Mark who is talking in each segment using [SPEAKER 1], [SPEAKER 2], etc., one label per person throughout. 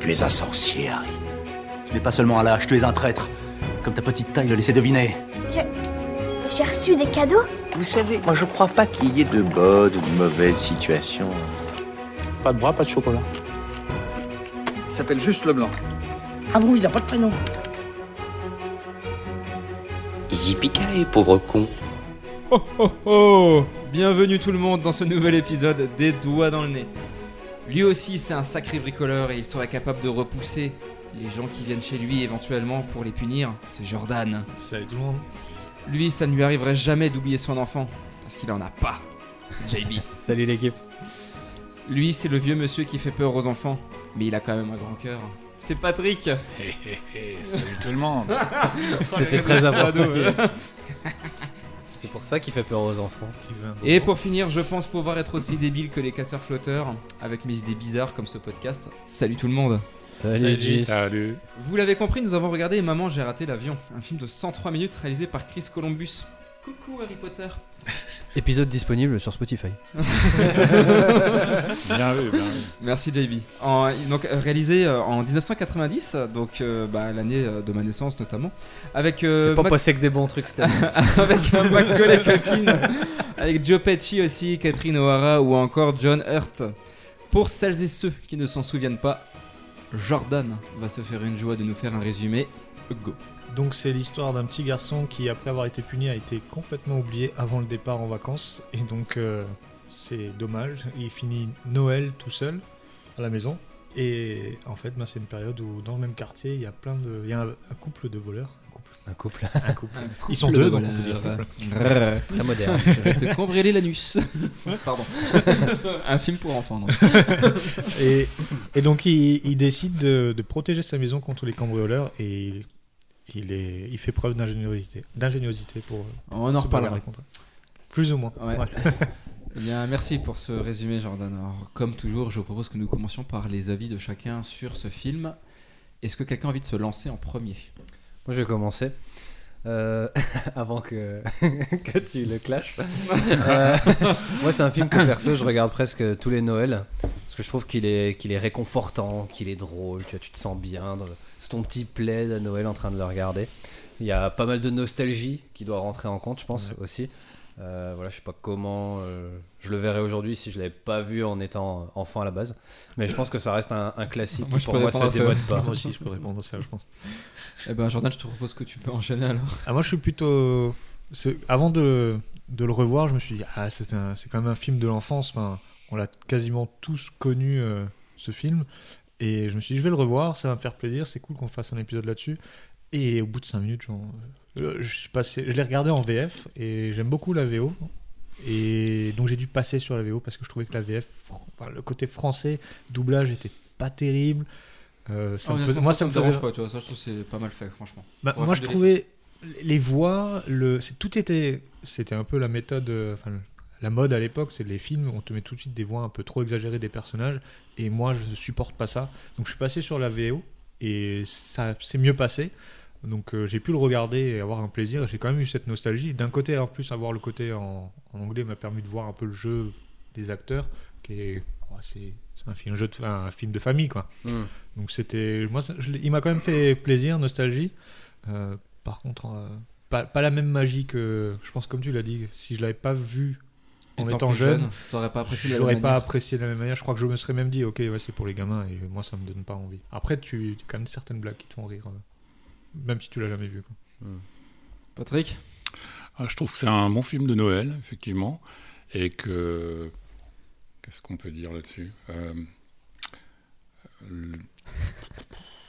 [SPEAKER 1] Tu es un sorcier, Harry.
[SPEAKER 2] Tu n'es pas seulement un lâche, tu es un traître. Comme ta petite taille le laissait deviner.
[SPEAKER 3] Je... J'ai reçu des cadeaux
[SPEAKER 1] Vous savez, moi je crois pas qu'il y ait de bonnes ou de mauvaises situations.
[SPEAKER 4] Pas de bras, pas de chocolat.
[SPEAKER 5] Il s'appelle juste Leblanc.
[SPEAKER 6] Ah bon, il n'a pas de prénom.
[SPEAKER 1] Yippee pauvre con.
[SPEAKER 7] Oh oh oh Bienvenue tout le monde dans ce nouvel épisode des doigts dans le nez. Lui aussi c'est un sacré bricoleur et il serait capable de repousser les gens qui viennent chez lui éventuellement pour les punir. C'est Jordan.
[SPEAKER 8] Salut tout le monde.
[SPEAKER 7] Lui ça ne lui arriverait jamais d'oublier son enfant parce qu'il en a pas. C'est JB.
[SPEAKER 8] Salut l'équipe.
[SPEAKER 7] Lui c'est le vieux monsieur qui fait peur aux enfants mais il a quand même un grand cœur. C'est Patrick
[SPEAKER 8] Hé hé hé, salut tout le monde.
[SPEAKER 7] C'était
[SPEAKER 8] très
[SPEAKER 7] abordé.
[SPEAKER 9] C'est pour ça qu'il fait peur aux enfants.
[SPEAKER 8] Tu veux un bonbon
[SPEAKER 7] Et pour finir, je pense pouvoir être aussi débile que les casseurs flotteurs, avec mes idées bizarres comme ce podcast. Salut tout le monde
[SPEAKER 9] Salut, Jis.
[SPEAKER 8] Salut.
[SPEAKER 7] Vous l'avez compris, nous avons regardé Maman, j'ai raté l'avion, un film de 103 minutes réalisé par Chris Columbus. Coucou Harry Potter
[SPEAKER 9] Épisode disponible sur Spotify.
[SPEAKER 8] Bien vu, bien vu.
[SPEAKER 7] Merci JB. En- donc euh, réalisé euh, en 1990, donc euh, bah, l'année euh, de ma naissance notamment, avec euh,
[SPEAKER 9] C'est pas
[SPEAKER 7] Mac-
[SPEAKER 9] passé que des bons trucs cette année.
[SPEAKER 7] avec euh, Macaulay Culkin, avec Joe Pesci aussi, Catherine O'Hara ou encore John Hurt. Pour celles et ceux qui ne s'en souviennent pas, Jordan va se faire une joie de nous faire un résumé. Go.
[SPEAKER 8] Donc c'est l'histoire d'un petit garçon qui, après avoir été puni, a été complètement oublié avant le départ en vacances. Et donc euh, c'est dommage. Il finit Noël tout seul à la maison. Et en fait, ben, c'est une période où dans le même quartier, il y a plein de, il y a un, un couple de voleurs. Un couple.
[SPEAKER 9] Un couple hein,
[SPEAKER 8] Un couple. Ils sont deux, donc on peut dire couple.
[SPEAKER 7] Brrr.
[SPEAKER 9] très moderne.
[SPEAKER 7] Je vais te cambrioler l'anus. Pardon. un film pour enfants. donc.
[SPEAKER 8] Et, et donc il, il décide de, de protéger sa maison contre les cambrioleurs et il, il est, il fait preuve d'ingéniosité, d'ingéniosité pour.
[SPEAKER 7] On en
[SPEAKER 8] se barrer
[SPEAKER 7] reparlera.
[SPEAKER 8] des contrats. Plus ou moins.
[SPEAKER 7] Ouais.
[SPEAKER 8] Ouais.
[SPEAKER 7] Eh bien, merci pour ce résumé, Jordan. Alors, comme toujours, je vous propose que nous commencions par les avis de chacun sur ce film. Est-ce que quelqu'un a envie de se lancer en premier
[SPEAKER 9] Moi, je vais commencer. Euh, avant que, que tu le clashes. Euh, moi, c'est un film que perso, je regarde presque tous les Noëls. Parce que je trouve qu'il est, qu'il est réconfortant, qu'il est drôle. Tu, vois, tu te sens bien. dans le- C'est ton petit plaid à Noël en train de le regarder. Il y a pas mal de nostalgie qui doit rentrer en compte, je pense, aussi. Euh, voilà, je sais pas comment euh, je le verrais aujourd'hui si je l'avais pas vu en étant enfant à la base. Mais je pense que ça reste un, un classique.
[SPEAKER 7] Moi,
[SPEAKER 9] qui,
[SPEAKER 7] je
[SPEAKER 9] pour
[SPEAKER 7] peux
[SPEAKER 9] moi, ça
[SPEAKER 7] répondre à ça.
[SPEAKER 9] démode pas.
[SPEAKER 8] Moi aussi, je peux répondre à ça, je pense.
[SPEAKER 7] Eh bien, Jordan, je te propose que tu peux enchaîner alors.
[SPEAKER 8] Ah, moi, je suis plutôt. c'est- Avant de, de le revoir, je me suis dit, ah, c'est un- c'est quand même un film de l'enfance. Enfin, on l'a quasiment tous connu, euh, ce film. Et je me suis dit, je vais le revoir, ça va me faire plaisir, c'est cool qu'on fasse un épisode là-dessus. Et au bout de 5 minutes, genre, je, je suis passé, je l'ai regardé en VF et j'aime beaucoup la VO. Et donc j'ai dû passer sur la VO parce que je trouvais que la VF, fr- enfin, le côté français, doublage était pas terrible. Euh, ça me faisait- moi, ça, me faisait-
[SPEAKER 7] dérange pas, tu vois. Ça, je trouve que c'est pas mal fait, franchement.
[SPEAKER 8] bah,
[SPEAKER 7] Ouais, faut
[SPEAKER 8] moi, je
[SPEAKER 7] dire-
[SPEAKER 8] trouvais les voix, le, c'est- tout était, c'était un peu la méthode, euh, enfin, le- la mode à l'époque, c'est les films, on te met tout de suite des voix un peu trop exagérées des personnages, et moi, je supporte pas ça. Donc, je suis passé sur la VO, et ça s'est mieux passé. Donc, euh, j'ai pu le regarder et avoir un plaisir, et j'ai quand même eu cette nostalgie. D'un côté, en plus, avoir le côté en, en anglais m'a permis de voir un peu le jeu des acteurs, qui est, oh, c'est, c'est un film, un jeu de- un film de famille, quoi.
[SPEAKER 9] Hmm.
[SPEAKER 8] Donc c'était, moi, ça- je l'ai- il m'a quand même fait plaisir, nostalgie. Euh, par contre, euh, pas, pas la même magie que, je pense comme tu l'as dit, si je l'avais pas vu en étant,
[SPEAKER 7] plus
[SPEAKER 8] jeune,
[SPEAKER 7] t'aurais pas apprécié la
[SPEAKER 8] j'aurais
[SPEAKER 7] même
[SPEAKER 8] pas
[SPEAKER 7] manière.
[SPEAKER 8] apprécié de la même manière. Je crois que je me serais même dit, ok, ouais, c'est pour les gamins, et moi ça me donne pas envie. Après, tu as quand même certaines blagues qui te font rire, euh, même si tu l'as jamais vu. quoi.
[SPEAKER 7] Patrick
[SPEAKER 10] Ah, je trouve que c'est un bon film de Noël, effectivement, et que qu'est-ce qu'on peut dire là-dessus Euh, le-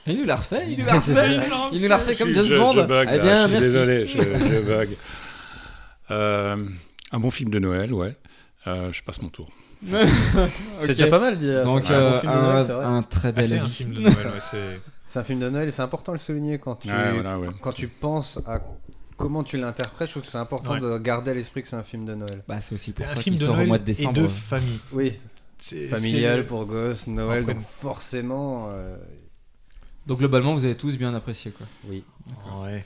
[SPEAKER 7] Il nous l'a refait, il nous l'a refait, il nous l'a refait. Il nous l'a refait comme
[SPEAKER 10] Je-
[SPEAKER 7] James
[SPEAKER 10] je- je
[SPEAKER 7] Bond.
[SPEAKER 10] bug,
[SPEAKER 7] eh
[SPEAKER 10] là,
[SPEAKER 7] bien,
[SPEAKER 10] je suis
[SPEAKER 7] merci.
[SPEAKER 10] Désolé, je, je bug. Euh, un bon film de Noël, ouais. Euh, je passe mon tour.
[SPEAKER 9] C'est déjà pas mal. dire.
[SPEAKER 7] Donc,
[SPEAKER 9] C'est un bon
[SPEAKER 7] euh,
[SPEAKER 9] film de Noël, c'est
[SPEAKER 7] un,
[SPEAKER 9] vrai.
[SPEAKER 7] un très
[SPEAKER 8] Ah,
[SPEAKER 7] bel
[SPEAKER 8] c'est un
[SPEAKER 7] avis.
[SPEAKER 8] film de Noël, ouais, c'est.
[SPEAKER 9] C'est un film de Noël et c'est important de le souligner quand tu,
[SPEAKER 10] Ouais, voilà, ouais.
[SPEAKER 9] quand tu penses à comment tu l'interprètes. Je trouve que c'est important
[SPEAKER 8] Ouais.
[SPEAKER 9] de garder à l'esprit que c'est un film de Noël.
[SPEAKER 7] Bah, c'est aussi pour
[SPEAKER 8] un
[SPEAKER 7] ça
[SPEAKER 8] film
[SPEAKER 7] qu'il
[SPEAKER 8] de
[SPEAKER 7] sort au
[SPEAKER 8] Noël
[SPEAKER 7] mois de
[SPEAKER 8] et
[SPEAKER 7] décembre.
[SPEAKER 8] de famille.
[SPEAKER 9] Oui,
[SPEAKER 8] C'est- c'est-
[SPEAKER 9] familial pour gosses, Noël,
[SPEAKER 8] Après-
[SPEAKER 9] donc forcément. euh,
[SPEAKER 7] Donc, globalement, vous avez tous bien apprécié, quoi.
[SPEAKER 9] oui.
[SPEAKER 8] Ouais.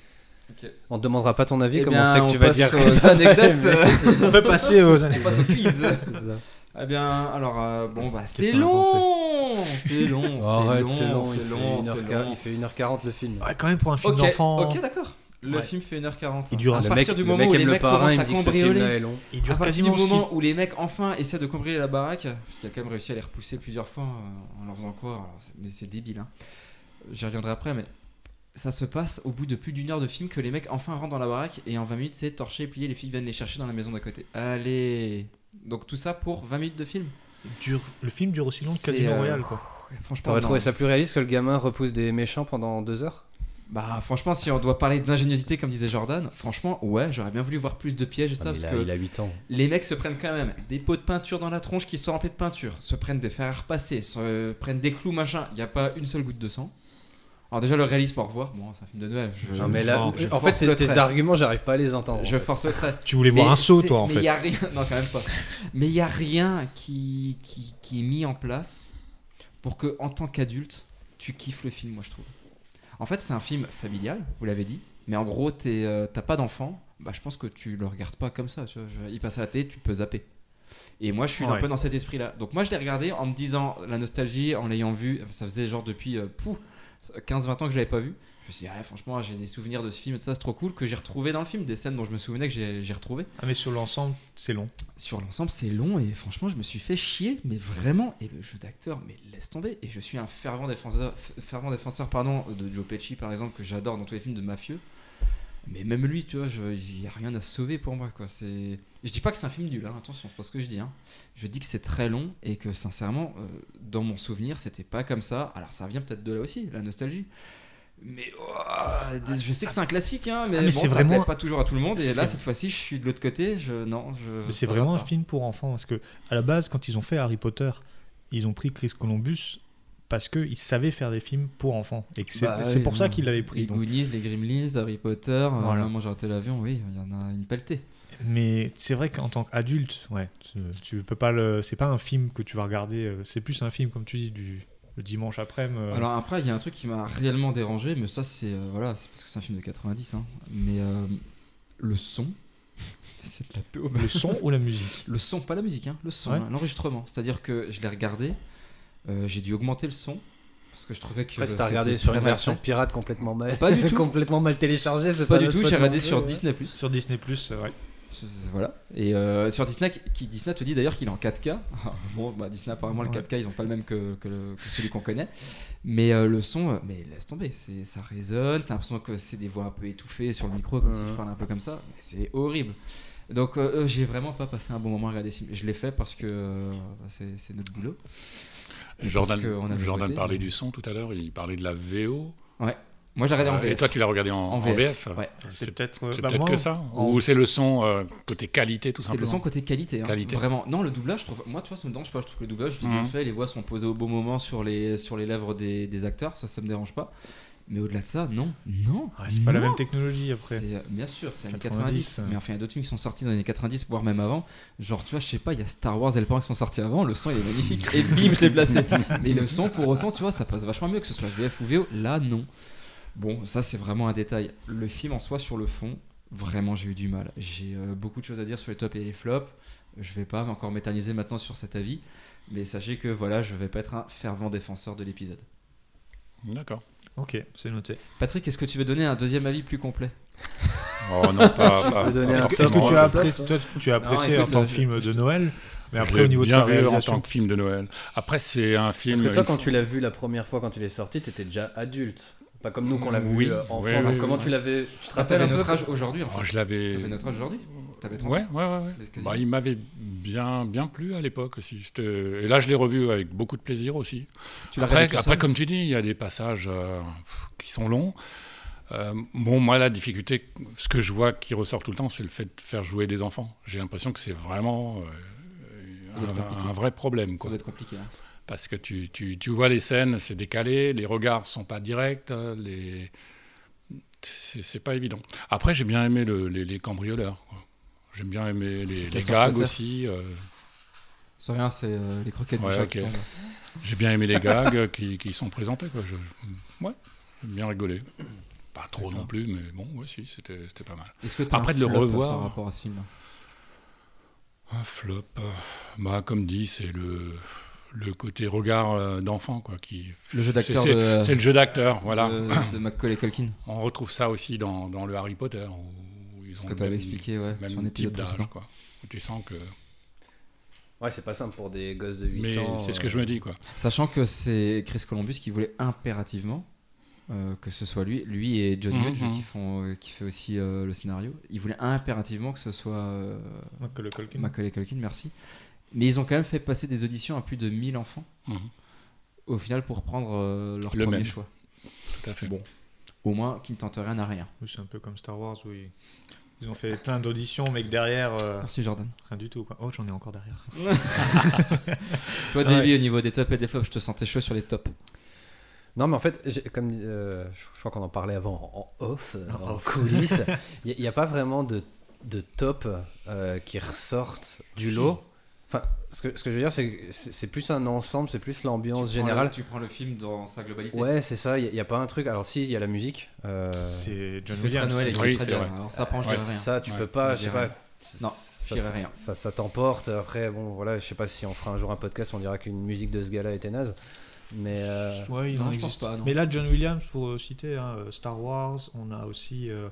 [SPEAKER 9] On te demandera pas ton avis,
[SPEAKER 7] Eh
[SPEAKER 9] comme on
[SPEAKER 7] bien,
[SPEAKER 9] sait que tu vas
[SPEAKER 7] passe
[SPEAKER 9] dire.
[SPEAKER 7] aux anecdotes.
[SPEAKER 8] On peut passer aux années.
[SPEAKER 7] On passe au quiz.
[SPEAKER 9] C'est ça.
[SPEAKER 7] Eh bien, alors, euh, bon, bah, c'est
[SPEAKER 8] qu'on a
[SPEAKER 7] long C'est long,
[SPEAKER 9] Arrête,
[SPEAKER 7] c'est
[SPEAKER 9] c'est long,
[SPEAKER 7] long,
[SPEAKER 9] il
[SPEAKER 7] c'est
[SPEAKER 9] fait
[SPEAKER 7] long,
[SPEAKER 9] une heure
[SPEAKER 7] c'est
[SPEAKER 9] quar-
[SPEAKER 7] long.
[SPEAKER 9] il fait 1h40 le film.
[SPEAKER 8] Ouais, quand même, pour un film
[SPEAKER 7] Ok,
[SPEAKER 8] d'enfant,
[SPEAKER 7] ok, d'accord. Le
[SPEAKER 8] Ouais.
[SPEAKER 7] film fait 1h40.
[SPEAKER 8] Il dure
[SPEAKER 7] à
[SPEAKER 8] un- le
[SPEAKER 7] partir du moment
[SPEAKER 9] mec
[SPEAKER 7] où
[SPEAKER 9] aime
[SPEAKER 7] les
[SPEAKER 9] le
[SPEAKER 7] mecs
[SPEAKER 9] parrain, il
[SPEAKER 7] commencent
[SPEAKER 9] me
[SPEAKER 7] à
[SPEAKER 9] dit que ce film-là
[SPEAKER 7] cambrioler,
[SPEAKER 9] est long.
[SPEAKER 8] il
[SPEAKER 7] à
[SPEAKER 8] dure
[SPEAKER 7] partir du
[SPEAKER 8] quasiment
[SPEAKER 7] moment où les mecs enfin essaient de cambrioler la baraque, parce qu'il a quand même réussi à les repousser plusieurs fois euh, en leur faisant quoi, alors, c'est- mais c'est débile. Hein. J'y reviendrai après, mais ça se passe au bout de plus d'une heure de film que les mecs enfin rentrent dans la baraque et en 20 minutes c'est torché et plié, les filles viennent les chercher dans la maison d'à côté. Allez Donc tout ça pour 20 minutes de film
[SPEAKER 8] six- dure- le film dure aussi long que
[SPEAKER 7] C'est,
[SPEAKER 8] Casino
[SPEAKER 7] euh,
[SPEAKER 8] Royale, quoi.
[SPEAKER 7] Ouais, Franchement,
[SPEAKER 9] T'aurais
[SPEAKER 7] non.
[SPEAKER 9] trouvé ça plus réaliste que le gamin repousse des méchants pendant 2 heures
[SPEAKER 7] Bah franchement, si on doit parler d'ingéniosité comme disait Jordan, franchement, ouais, j'aurais bien voulu voir plus de pièges
[SPEAKER 9] Ah,
[SPEAKER 7] et ça, parce que
[SPEAKER 9] 8 ans.
[SPEAKER 7] les mecs se prennent quand même des pots de peinture dans la tronche qui sont remplis de peinture, se prennent des fers à repasser, se euh, prennent des clous, machin, il n'y a pas une seule goutte de sang. Alors déjà, le réalisme, au revoir, bon, c'est un film de Noël. Je,
[SPEAKER 9] Non, mais là,
[SPEAKER 7] je
[SPEAKER 9] en fait,
[SPEAKER 7] force le
[SPEAKER 9] tes- tes
[SPEAKER 7] trait.
[SPEAKER 9] arguments, j'arrive pas à les entendre. en
[SPEAKER 7] Je
[SPEAKER 9] fait.
[SPEAKER 7] force le trait.
[SPEAKER 8] Tu voulais voir
[SPEAKER 7] Mais
[SPEAKER 8] un saut,
[SPEAKER 7] c'est-
[SPEAKER 8] toi, en
[SPEAKER 7] mais
[SPEAKER 8] fait.
[SPEAKER 7] y a rien... Non, quand même pas. Mais il n'y a rien qui, qui, qui est mis en place pour que, en tant qu'adulte, tu kiffes le film, moi, je trouve. En fait, c'est un film familial, vous l'avez dit, mais en gros, t'es, euh, t'as pas d'enfant, bah, je pense que tu le regardes pas comme ça. Tu vois. Je- Il passe à la télé, tu peux zapper. Et moi, je suis un
[SPEAKER 8] Ouais.
[SPEAKER 7] peu dans cet esprit-là. Donc, moi, je l'ai regardé en me disant la nostalgie, en l'ayant vu. Ça faisait genre depuis euh, pouf, 15-20 ans que je l'avais pas vu. Je me suis dit, Ah, franchement, j'ai des souvenirs de ce film et de ça, c'est trop cool que j'ai retrouvé dans le film, des scènes dont je me souvenais que j'ai, j'ai retrouvé
[SPEAKER 8] Ah, mais sur l'ensemble, c'est long.
[SPEAKER 7] sur l'ensemble, c'est long et franchement, je me suis fait chier, mais vraiment. Et le jeu d'acteur, mais laisse tomber. Et je suis un fervent défenseur, f- fervent défenseur pardon, de Joe Pesci, par exemple, que j'adore dans tous les films de mafieux. Mais même lui, tu vois, je- il n'y a rien à sauver pour moi. Quoi. C'est... Je dis pas que c'est un film nul, hein, attention, c'est pas ce que je dis. hein. Je dis que c'est très long et que sincèrement, euh, dans mon souvenir, c'était pas comme ça. Alors ça vient peut-être de là aussi, la nostalgie. Mais ouah, des- je sais que c'est un classique, hein, mais,
[SPEAKER 8] Ah,
[SPEAKER 7] bon,
[SPEAKER 8] mais c'est
[SPEAKER 7] ça
[SPEAKER 8] vraiment-
[SPEAKER 7] plaît pas toujours à tout le monde. Et là,
[SPEAKER 8] c'est-
[SPEAKER 7] cette fois-ci, je suis de l'autre côté. Je... Non, je...
[SPEAKER 9] Euh,
[SPEAKER 8] Mais c'est
[SPEAKER 7] Euh, ça va
[SPEAKER 8] vraiment un
[SPEAKER 7] pas.
[SPEAKER 8] film pour enfants parce que à la base, quand ils ont fait Harry Potter, ils ont pris Chris Columbus parce qu'ils savaient faire des films pour enfants et que c'est
[SPEAKER 7] Bah,
[SPEAKER 8] c'est
[SPEAKER 7] oui,
[SPEAKER 8] pour ça
[SPEAKER 7] oui.
[SPEAKER 8] qu'ils l'avaient pris.
[SPEAKER 7] Les
[SPEAKER 8] donc.
[SPEAKER 7] Goonies, les Gremlins, Harry Potter, euh,
[SPEAKER 8] Voilà.
[SPEAKER 7] Maman j'ai raté l'avion, oui, il y en a une pelletée.
[SPEAKER 8] Mais c'est vrai qu'en tant qu'adulte, ouais, tu, tu peux pas le. C'est pas un film que tu vas regarder. euh, C'est plus un film, comme tu dis, du le dimanche après-midi. euh,
[SPEAKER 7] Alors après, il y a un truc qui m'a réellement dérangé, mais ça c'est euh, voilà, c'est parce que c'est un film de 90, hein. mais euh, le son, c'est de la daube.
[SPEAKER 8] le son ou la musique.
[SPEAKER 7] Le son, pas la musique, hein, le son,
[SPEAKER 8] Ouais.
[SPEAKER 7] hein, l'enregistrement. C'est-à-dire que je l'ai regardé, euh, j'ai dû augmenter le son parce que je trouvais que.
[SPEAKER 9] Après, si t'as
[SPEAKER 7] c'était
[SPEAKER 9] regardé sur
[SPEAKER 7] très
[SPEAKER 9] une
[SPEAKER 7] mal
[SPEAKER 9] version
[SPEAKER 7] fait.
[SPEAKER 9] pirate complètement mal,
[SPEAKER 7] Pas du tout.
[SPEAKER 9] complètement mal téléchargée, c'est
[SPEAKER 7] Pas
[SPEAKER 9] pas
[SPEAKER 7] du
[SPEAKER 9] notre
[SPEAKER 7] tout,
[SPEAKER 9] faute
[SPEAKER 7] j'ai
[SPEAKER 9] non
[SPEAKER 7] regardé
[SPEAKER 9] plus,
[SPEAKER 7] sur
[SPEAKER 9] ouais.
[SPEAKER 7] Disney Plus.
[SPEAKER 8] Sur Disney Plus, ouais.
[SPEAKER 7] Voilà. Et euh, sur Disney, qui, Disney te dit d'ailleurs qu'il est en 4K. bon, bah, Disney, apparemment, le
[SPEAKER 8] Ouais.
[SPEAKER 7] 4K, ils ont pas le même que, que le- que celui qu'on connaît. Mais euh, le son, euh, mais laisse tomber, c'est, ça résonne. T'as l'impression que c'est des voix un peu étouffées sur le micro, comme si
[SPEAKER 9] Ouais.
[SPEAKER 7] je parlais un peu comme ça. Mais C'est horrible. Donc, euh, euh, j'ai vraiment pas passé un bon moment à regarder ce film. Je l'ai fait parce que euh, c'est, c'est notre boulot. Et
[SPEAKER 10] Jordan,
[SPEAKER 7] parce qu'on avait
[SPEAKER 10] Jordan
[SPEAKER 7] voté.
[SPEAKER 10] parlait du son tout à l'heure, il parlait de la VO.
[SPEAKER 7] Moi, j'ai regardé en
[SPEAKER 10] Euh,
[SPEAKER 7] VF.
[SPEAKER 10] Et toi, tu l'as regardé en, en VF.
[SPEAKER 7] Ouais.
[SPEAKER 10] C'est peut-être
[SPEAKER 8] peut-être euh,
[SPEAKER 10] c'est
[SPEAKER 8] bah,
[SPEAKER 10] peut-être
[SPEAKER 8] moi,
[SPEAKER 10] que ça
[SPEAKER 8] en-
[SPEAKER 10] Ou c'est le son euh, côté qualité, tout
[SPEAKER 7] C'est le
[SPEAKER 10] simplement
[SPEAKER 7] son côté qualité, hein.
[SPEAKER 10] Qualité.
[SPEAKER 7] Vraiment. Non, le doublage, je trouve. Moi, tu vois, ça me dérange pas. Je trouve que le doublage, il est bien
[SPEAKER 10] Mhm.
[SPEAKER 7] fait. Les voix sont posées au bon moment sur les, sur les lèvres des, des acteurs. Ça, ça me dérange pas. Mais au-delà de ça, non. Non.
[SPEAKER 8] Ouais, c'est pas la
[SPEAKER 7] Mm. non.
[SPEAKER 8] même technologie après. euh.
[SPEAKER 7] C'est, euh, bien sûr, c'est années 90.
[SPEAKER 8] 90,
[SPEAKER 7] Mais enfin, il y a d'autres films qui sont sortis dans les années 90, voire même avant. Genre, tu vois, je sais pas, il y a Star Wars et le Parrain qui sont sortis avant. Le son, il est magnifique. Et bim, je l'ai placé. Mais le son, pour autant, tu vois, ça passe vachement mieux que ce soit VF ou VO. Là, non. Bon, ça, c'est vraiment un détail. Le film en soi, sur le fond, vraiment, j'ai eu du mal. J'ai euh, beaucoup de choses à dire sur les tops et les flops. Je vais pas encore m'éterniser maintenant sur cet avis. Mais sachez que voilà, je vais pas être un fervent défenseur de l'épisode.
[SPEAKER 10] D'accord.
[SPEAKER 8] Ok, c'est noté.
[SPEAKER 7] Patrick, est-ce que tu veux donner un deuxième avis plus complet
[SPEAKER 10] Oh non, pas. pas-
[SPEAKER 9] peux donner
[SPEAKER 10] pas
[SPEAKER 9] un-
[SPEAKER 8] Est-ce que,
[SPEAKER 9] Est-ce que
[SPEAKER 10] forcément, euh,
[SPEAKER 8] tu
[SPEAKER 9] apprécié-
[SPEAKER 10] ça.
[SPEAKER 8] as apprécié, tu as apprécié
[SPEAKER 7] écoute,
[SPEAKER 8] en tant
[SPEAKER 7] euh,
[SPEAKER 8] que film de Noël, mais
[SPEAKER 10] Je
[SPEAKER 8] après
[SPEAKER 10] l'ai
[SPEAKER 8] au niveau de
[SPEAKER 10] bien
[SPEAKER 8] sa
[SPEAKER 10] vu en tant
[SPEAKER 8] réalisation.
[SPEAKER 10] que film de Noël. Après, c'est un film.
[SPEAKER 9] Parce que toi,
[SPEAKER 10] une
[SPEAKER 9] quand tu l'as vu la première fois, quand il est sorti, t'étais déjà adulte. Pas comme nous qu'on l'a
[SPEAKER 10] Oui,
[SPEAKER 9] vu euh, enfant.
[SPEAKER 10] oui, oui,
[SPEAKER 9] Comment
[SPEAKER 10] oui.
[SPEAKER 9] tu l'avais Tu te
[SPEAKER 7] Ah,
[SPEAKER 9] rappelles
[SPEAKER 7] T'avais
[SPEAKER 9] un peu
[SPEAKER 7] notre âge aujourd'hui, en fait.
[SPEAKER 10] Oh, je l'avais.
[SPEAKER 7] T'avais notre âge aujourd'hui T'avais 30
[SPEAKER 10] Ouais, ouais, ouais. ouais.
[SPEAKER 7] Parce que-
[SPEAKER 10] Bah, il m'avait bien, bien plu à l'époque aussi. Je te- Et là, je l'ai revu avec beaucoup de plaisir aussi.
[SPEAKER 7] Tu l'as
[SPEAKER 10] Après,
[SPEAKER 7] regardé tout
[SPEAKER 10] après
[SPEAKER 7] seul
[SPEAKER 10] comme tu dis, il y a des passages euh, pff, qui sont longs. Euh, bon, moi, la difficulté, ce que je vois qui ressort tout le temps, c'est le fait de faire jouer des enfants. J'ai l'impression que c'est vraiment euh,
[SPEAKER 7] Ça doit être compliqué.
[SPEAKER 10] un, un vrai problème.
[SPEAKER 7] Ça
[SPEAKER 10] Quoi.
[SPEAKER 7] doit être compliqué. hein.
[SPEAKER 10] Parce que tu, tu- tu vois les scènes, c'est décalé, les regards sont pas directs, euh, les... c'est c'est pas évident. Après, j'ai bien aimé le- les, les cambrioleurs. quoi. J'aime bien aimé les, les gags
[SPEAKER 7] sorteurs.
[SPEAKER 10] aussi. euh,
[SPEAKER 7] Sans rien, c'est euh, les croquettes
[SPEAKER 10] Ouais,
[SPEAKER 7] du chat
[SPEAKER 10] ok.
[SPEAKER 7] qui tombent.
[SPEAKER 10] j'ai bien aimé les gags euh, qui, qui sont présentés. Quoi. Je- je- ouais, j'ai bien rigolé. Pas trop non plus, mais bon, ouais, si, c'était c'était pas mal.
[SPEAKER 7] Est-ce que t'as
[SPEAKER 10] Après
[SPEAKER 7] un
[SPEAKER 10] de le
[SPEAKER 7] flop
[SPEAKER 10] revoir.
[SPEAKER 7] par rapport à ce film
[SPEAKER 10] Un flop. euh, Bah, comme dit, c'est le, le côté regard euh, d'enfant, quoi. Qui,
[SPEAKER 7] Le jeu
[SPEAKER 10] c'est,
[SPEAKER 7] d'acteur
[SPEAKER 10] c'est-
[SPEAKER 7] de,
[SPEAKER 10] c'est le jeu d'acteur, voilà.
[SPEAKER 7] de, de Macaulay Culkin.
[SPEAKER 10] On retrouve ça aussi dans, dans le Harry Potter, où ils
[SPEAKER 7] Ce
[SPEAKER 10] ont
[SPEAKER 7] que
[SPEAKER 10] le
[SPEAKER 7] tu avais
[SPEAKER 10] même-
[SPEAKER 7] expliqué ouais,
[SPEAKER 10] même
[SPEAKER 7] sur un épisode
[SPEAKER 10] type d'âge,
[SPEAKER 7] précédent.
[SPEAKER 10] quoi. Où tu sens que.
[SPEAKER 9] Ouais, c'est pas simple pour des gosses de 8
[SPEAKER 10] Mais
[SPEAKER 9] ans.
[SPEAKER 10] c'est ce que
[SPEAKER 9] euh,
[SPEAKER 10] je me dis, quoi.
[SPEAKER 7] Sachant que c'est Chris Columbus qui voulait impérativement euh, que ce soit lui, lui et John
[SPEAKER 10] Mhm.
[SPEAKER 7] Hughes qui, font, euh, qui fait aussi euh, le scénario. Ils voulaient impérativement que ce soit euh,
[SPEAKER 8] Que le Culkin.
[SPEAKER 7] Macaulay Culkin, merci. Mais ils ont quand même fait passer des auditions à plus de 1000 enfants
[SPEAKER 10] Mhm.
[SPEAKER 7] au final pour prendre euh, leur
[SPEAKER 10] Le
[SPEAKER 7] premier
[SPEAKER 10] même.
[SPEAKER 7] choix.
[SPEAKER 10] Tout à fait.
[SPEAKER 7] Bon. Au moins, qui ne tentent rien à rien.
[SPEAKER 8] Oui, C'est un peu comme Star Wars où ils, ils ont fait plein d'auditions, mais que derrière, euh,
[SPEAKER 7] Merci Jordan.
[SPEAKER 8] rien du tout. Quoi. Oh, j'en ai encore derrière.
[SPEAKER 7] Toi,
[SPEAKER 8] Ouais.
[SPEAKER 7] JB, au niveau des tops et des flops, je te sentais chaud sur les tops.
[SPEAKER 9] Non, mais en fait, j'ai- comme euh, je je crois qu'on en parlait avant en en off, euh, en coulisses, il n'y a, pas vraiment de, de top euh, qui ressortent du lot. Enfin, ce que, ce que je veux dire, c'est que c'est c'est plus un ensemble, c'est plus l'ambiance générale.
[SPEAKER 7] tu prends le film dans sa globalité.
[SPEAKER 9] Ouais, c'est ça, il n'y a, pas un truc. Alors, si, il y a la musique. euh,
[SPEAKER 8] C'est John
[SPEAKER 7] Fais très
[SPEAKER 8] Williams.
[SPEAKER 7] Noël et
[SPEAKER 10] Oui,
[SPEAKER 7] Fais très
[SPEAKER 10] c'est
[SPEAKER 7] bien.
[SPEAKER 10] vrai.
[SPEAKER 7] Alors ça prend, je
[SPEAKER 10] Ouais,
[SPEAKER 7] dirais rien.
[SPEAKER 9] Ça, tu
[SPEAKER 10] Ouais,
[SPEAKER 9] peux pas,
[SPEAKER 7] je
[SPEAKER 9] je sais pas.
[SPEAKER 7] dirais rien. Non,
[SPEAKER 9] ça,
[SPEAKER 7] je
[SPEAKER 9] ça-
[SPEAKER 7] dirais rien.
[SPEAKER 9] ça- ça t'emporte. Après, bon, voilà, je sais pas si on fera un jour un podcast, on dira qu'une musique de ce gars-là était naze. Mais. euh,
[SPEAKER 8] Ouais, il
[SPEAKER 7] Non,
[SPEAKER 8] en
[SPEAKER 7] je pense
[SPEAKER 8] existe.
[SPEAKER 7] pas, non.
[SPEAKER 8] Mais là, John Williams, pour euh, citer hein, euh, Star Wars, on a aussi euh,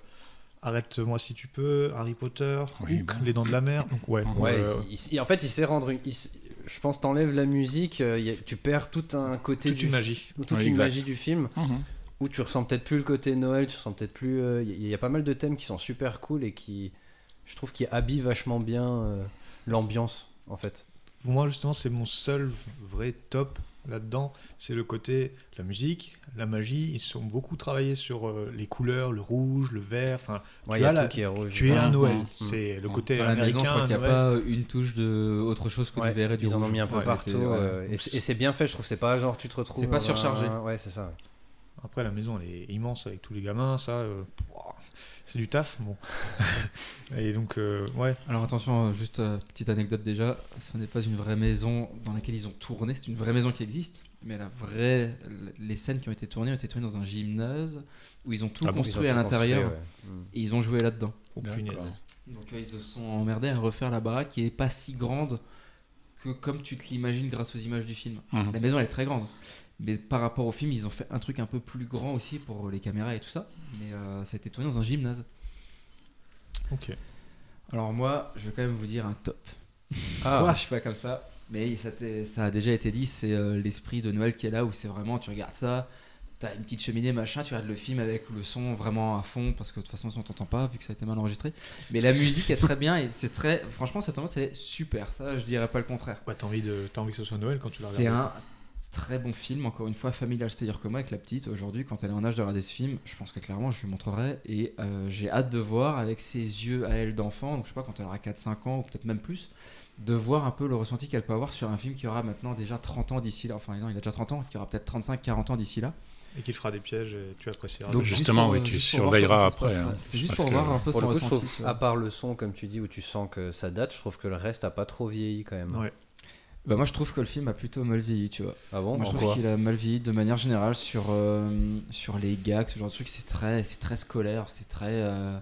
[SPEAKER 8] Arrête-moi si tu peux, Harry Potter,
[SPEAKER 10] Oui,
[SPEAKER 9] bah.
[SPEAKER 8] Hook,
[SPEAKER 10] bon.
[SPEAKER 8] Les Dents de la Mer. Donc, ouais.
[SPEAKER 9] Ouais,
[SPEAKER 8] euh,
[SPEAKER 9] il- il- il- en fait, il sait rendre. une- il s- je pense, t'enlèves la musique, euh, il y a- tu perds tout un côté.
[SPEAKER 8] toute
[SPEAKER 9] du,
[SPEAKER 8] une magie.
[SPEAKER 9] ou Toute
[SPEAKER 10] Ouais,
[SPEAKER 9] une
[SPEAKER 10] exact.
[SPEAKER 9] magie du film
[SPEAKER 10] Mhm.
[SPEAKER 9] où tu ressens peut-être plus le côté Noël, tu ressens peut-être plus. euh, Il y, a- il y a pas mal de thèmes qui sont super cool et qui, je trouve, qui habillent vachement bien euh, l'ambiance, en fait.
[SPEAKER 8] Pour moi, justement, c'est mon seul vrai top là-dedans. C'est le côté la musique, la magie. Ils ont beaucoup travaillé sur euh, les couleurs, le rouge, le vert. Enfin,
[SPEAKER 9] Ouais,
[SPEAKER 8] tu
[SPEAKER 9] il y a
[SPEAKER 8] as la-
[SPEAKER 9] tout qui est rouge.
[SPEAKER 8] tu es
[SPEAKER 10] Ah,
[SPEAKER 8] un Noël.
[SPEAKER 10] ah,
[SPEAKER 8] c'est le
[SPEAKER 10] ah.
[SPEAKER 8] côté
[SPEAKER 7] Mmh. Dans la
[SPEAKER 8] américain.
[SPEAKER 7] maison, je crois qu'il n'y a
[SPEAKER 8] Noël.
[SPEAKER 7] pas une touche de autre chose que
[SPEAKER 9] Ouais,
[SPEAKER 7] du vert et du
[SPEAKER 9] ils en
[SPEAKER 7] rouge.
[SPEAKER 9] ont mis un peu
[SPEAKER 7] Ouais,
[SPEAKER 9] partout
[SPEAKER 7] c'était- ouais.
[SPEAKER 9] euh, et, c'est- et c'est bien fait je trouve c'est pas genre tu te retrouves
[SPEAKER 7] C'est pas
[SPEAKER 9] dans un-
[SPEAKER 7] surchargé.
[SPEAKER 9] ouais c'est ça
[SPEAKER 8] Après, la maison, elle est immense avec tous les gamins. Ça, euh, c'est du taf. Bon. Et donc, euh, ouais.
[SPEAKER 7] Alors attention, euh, juste euh, petite anecdote déjà, ce n'est pas une vraie maison dans laquelle ils ont tourné, c'est une vraie maison qui existe, mais la vraie, les scènes qui ont été tournées ont été tournées dans un gymnase où ils ont tout
[SPEAKER 9] Ah bon,
[SPEAKER 7] construit
[SPEAKER 9] ils ont
[SPEAKER 7] à
[SPEAKER 9] tout construit,
[SPEAKER 7] l'intérieur
[SPEAKER 9] ouais. Mm.
[SPEAKER 7] et ils ont joué là-dedans.
[SPEAKER 8] Oh,
[SPEAKER 10] D'accord.
[SPEAKER 8] punaise.
[SPEAKER 7] Donc euh, ils se sont emmerdés à refaire la baraque qui n'est pas si grande que comme tu te l'imagines grâce aux images du film.
[SPEAKER 10] Mhm.
[SPEAKER 7] La maison elle est très grande. Mais par rapport au film, ils ont fait un truc un peu plus grand aussi pour les caméras et tout ça. Mais euh, ça a été tourné dans un gymnase.
[SPEAKER 8] Ok.
[SPEAKER 7] Alors moi, je vais quand même vous dire un top.
[SPEAKER 9] Ah.
[SPEAKER 7] Ouah, je suis pas comme ça. Mais ça, t'est- ça a déjà été dit, c'est euh, l'esprit de Noël qui est là où c'est vraiment, tu regardes ça, t'as une petite cheminée, machin, tu regardes le film avec le son vraiment à fond parce que de toute façon, on t'entend pas vu que ça a été mal enregistré. Mais la musique est très bien et c'est très. Franchement, cette ambiance elle est super. Ça, je dirais pas le contraire.
[SPEAKER 8] Ouais, t'as envie, de... t'as envie que ce soit Noël quand tu l'as
[SPEAKER 7] C'est
[SPEAKER 8] regardé.
[SPEAKER 7] un très bon film, encore une fois familial, c'est-à-dire que moi avec la petite aujourd'hui, quand elle est en âge de regarder ce film, je pense que clairement je lui montrerai et euh, j'ai hâte de voir avec ses yeux à elle d'enfant, donc je sais pas quand elle aura 4-5 ans ou peut-être même plus, de voir un peu le ressenti qu'elle peut avoir sur un film qui aura maintenant déjà 30 ans d'ici là, enfin non il a déjà 30 ans, qui aura peut-être 35-40 ans d'ici là.
[SPEAKER 8] Et qu'il fera des pièges et tu apprécieras.
[SPEAKER 7] Donc,
[SPEAKER 8] le jeu.
[SPEAKER 7] juste
[SPEAKER 10] Ah, Justement,
[SPEAKER 7] pour,
[SPEAKER 10] oui,
[SPEAKER 7] euh,
[SPEAKER 10] tu
[SPEAKER 7] juste pour voir
[SPEAKER 10] surveilleras
[SPEAKER 7] comment ça se passe,
[SPEAKER 10] après.
[SPEAKER 7] ouais.
[SPEAKER 10] hein.
[SPEAKER 7] C'est juste
[SPEAKER 10] Parce
[SPEAKER 7] pour
[SPEAKER 10] que-
[SPEAKER 7] voir un peu
[SPEAKER 9] Pour
[SPEAKER 7] son
[SPEAKER 9] le coup, je
[SPEAKER 7] ressenti.
[SPEAKER 9] trouve,
[SPEAKER 7] tu vois.
[SPEAKER 9] à part le son, comme tu dis, où tu sens que ça date, je trouve que le reste a pas trop vieilli quand même.
[SPEAKER 8] Ouais.
[SPEAKER 7] Bah, moi je trouve que le film a plutôt mal vieilli, tu vois.
[SPEAKER 9] Ah bon
[SPEAKER 7] Moi, je
[SPEAKER 9] En
[SPEAKER 7] trouve
[SPEAKER 9] quoi
[SPEAKER 7] qu'il a mal vieilli de manière générale sur, euh, sur les gags, ce genre de truc. C'est très, c'est très scolaire, c'est très. euh,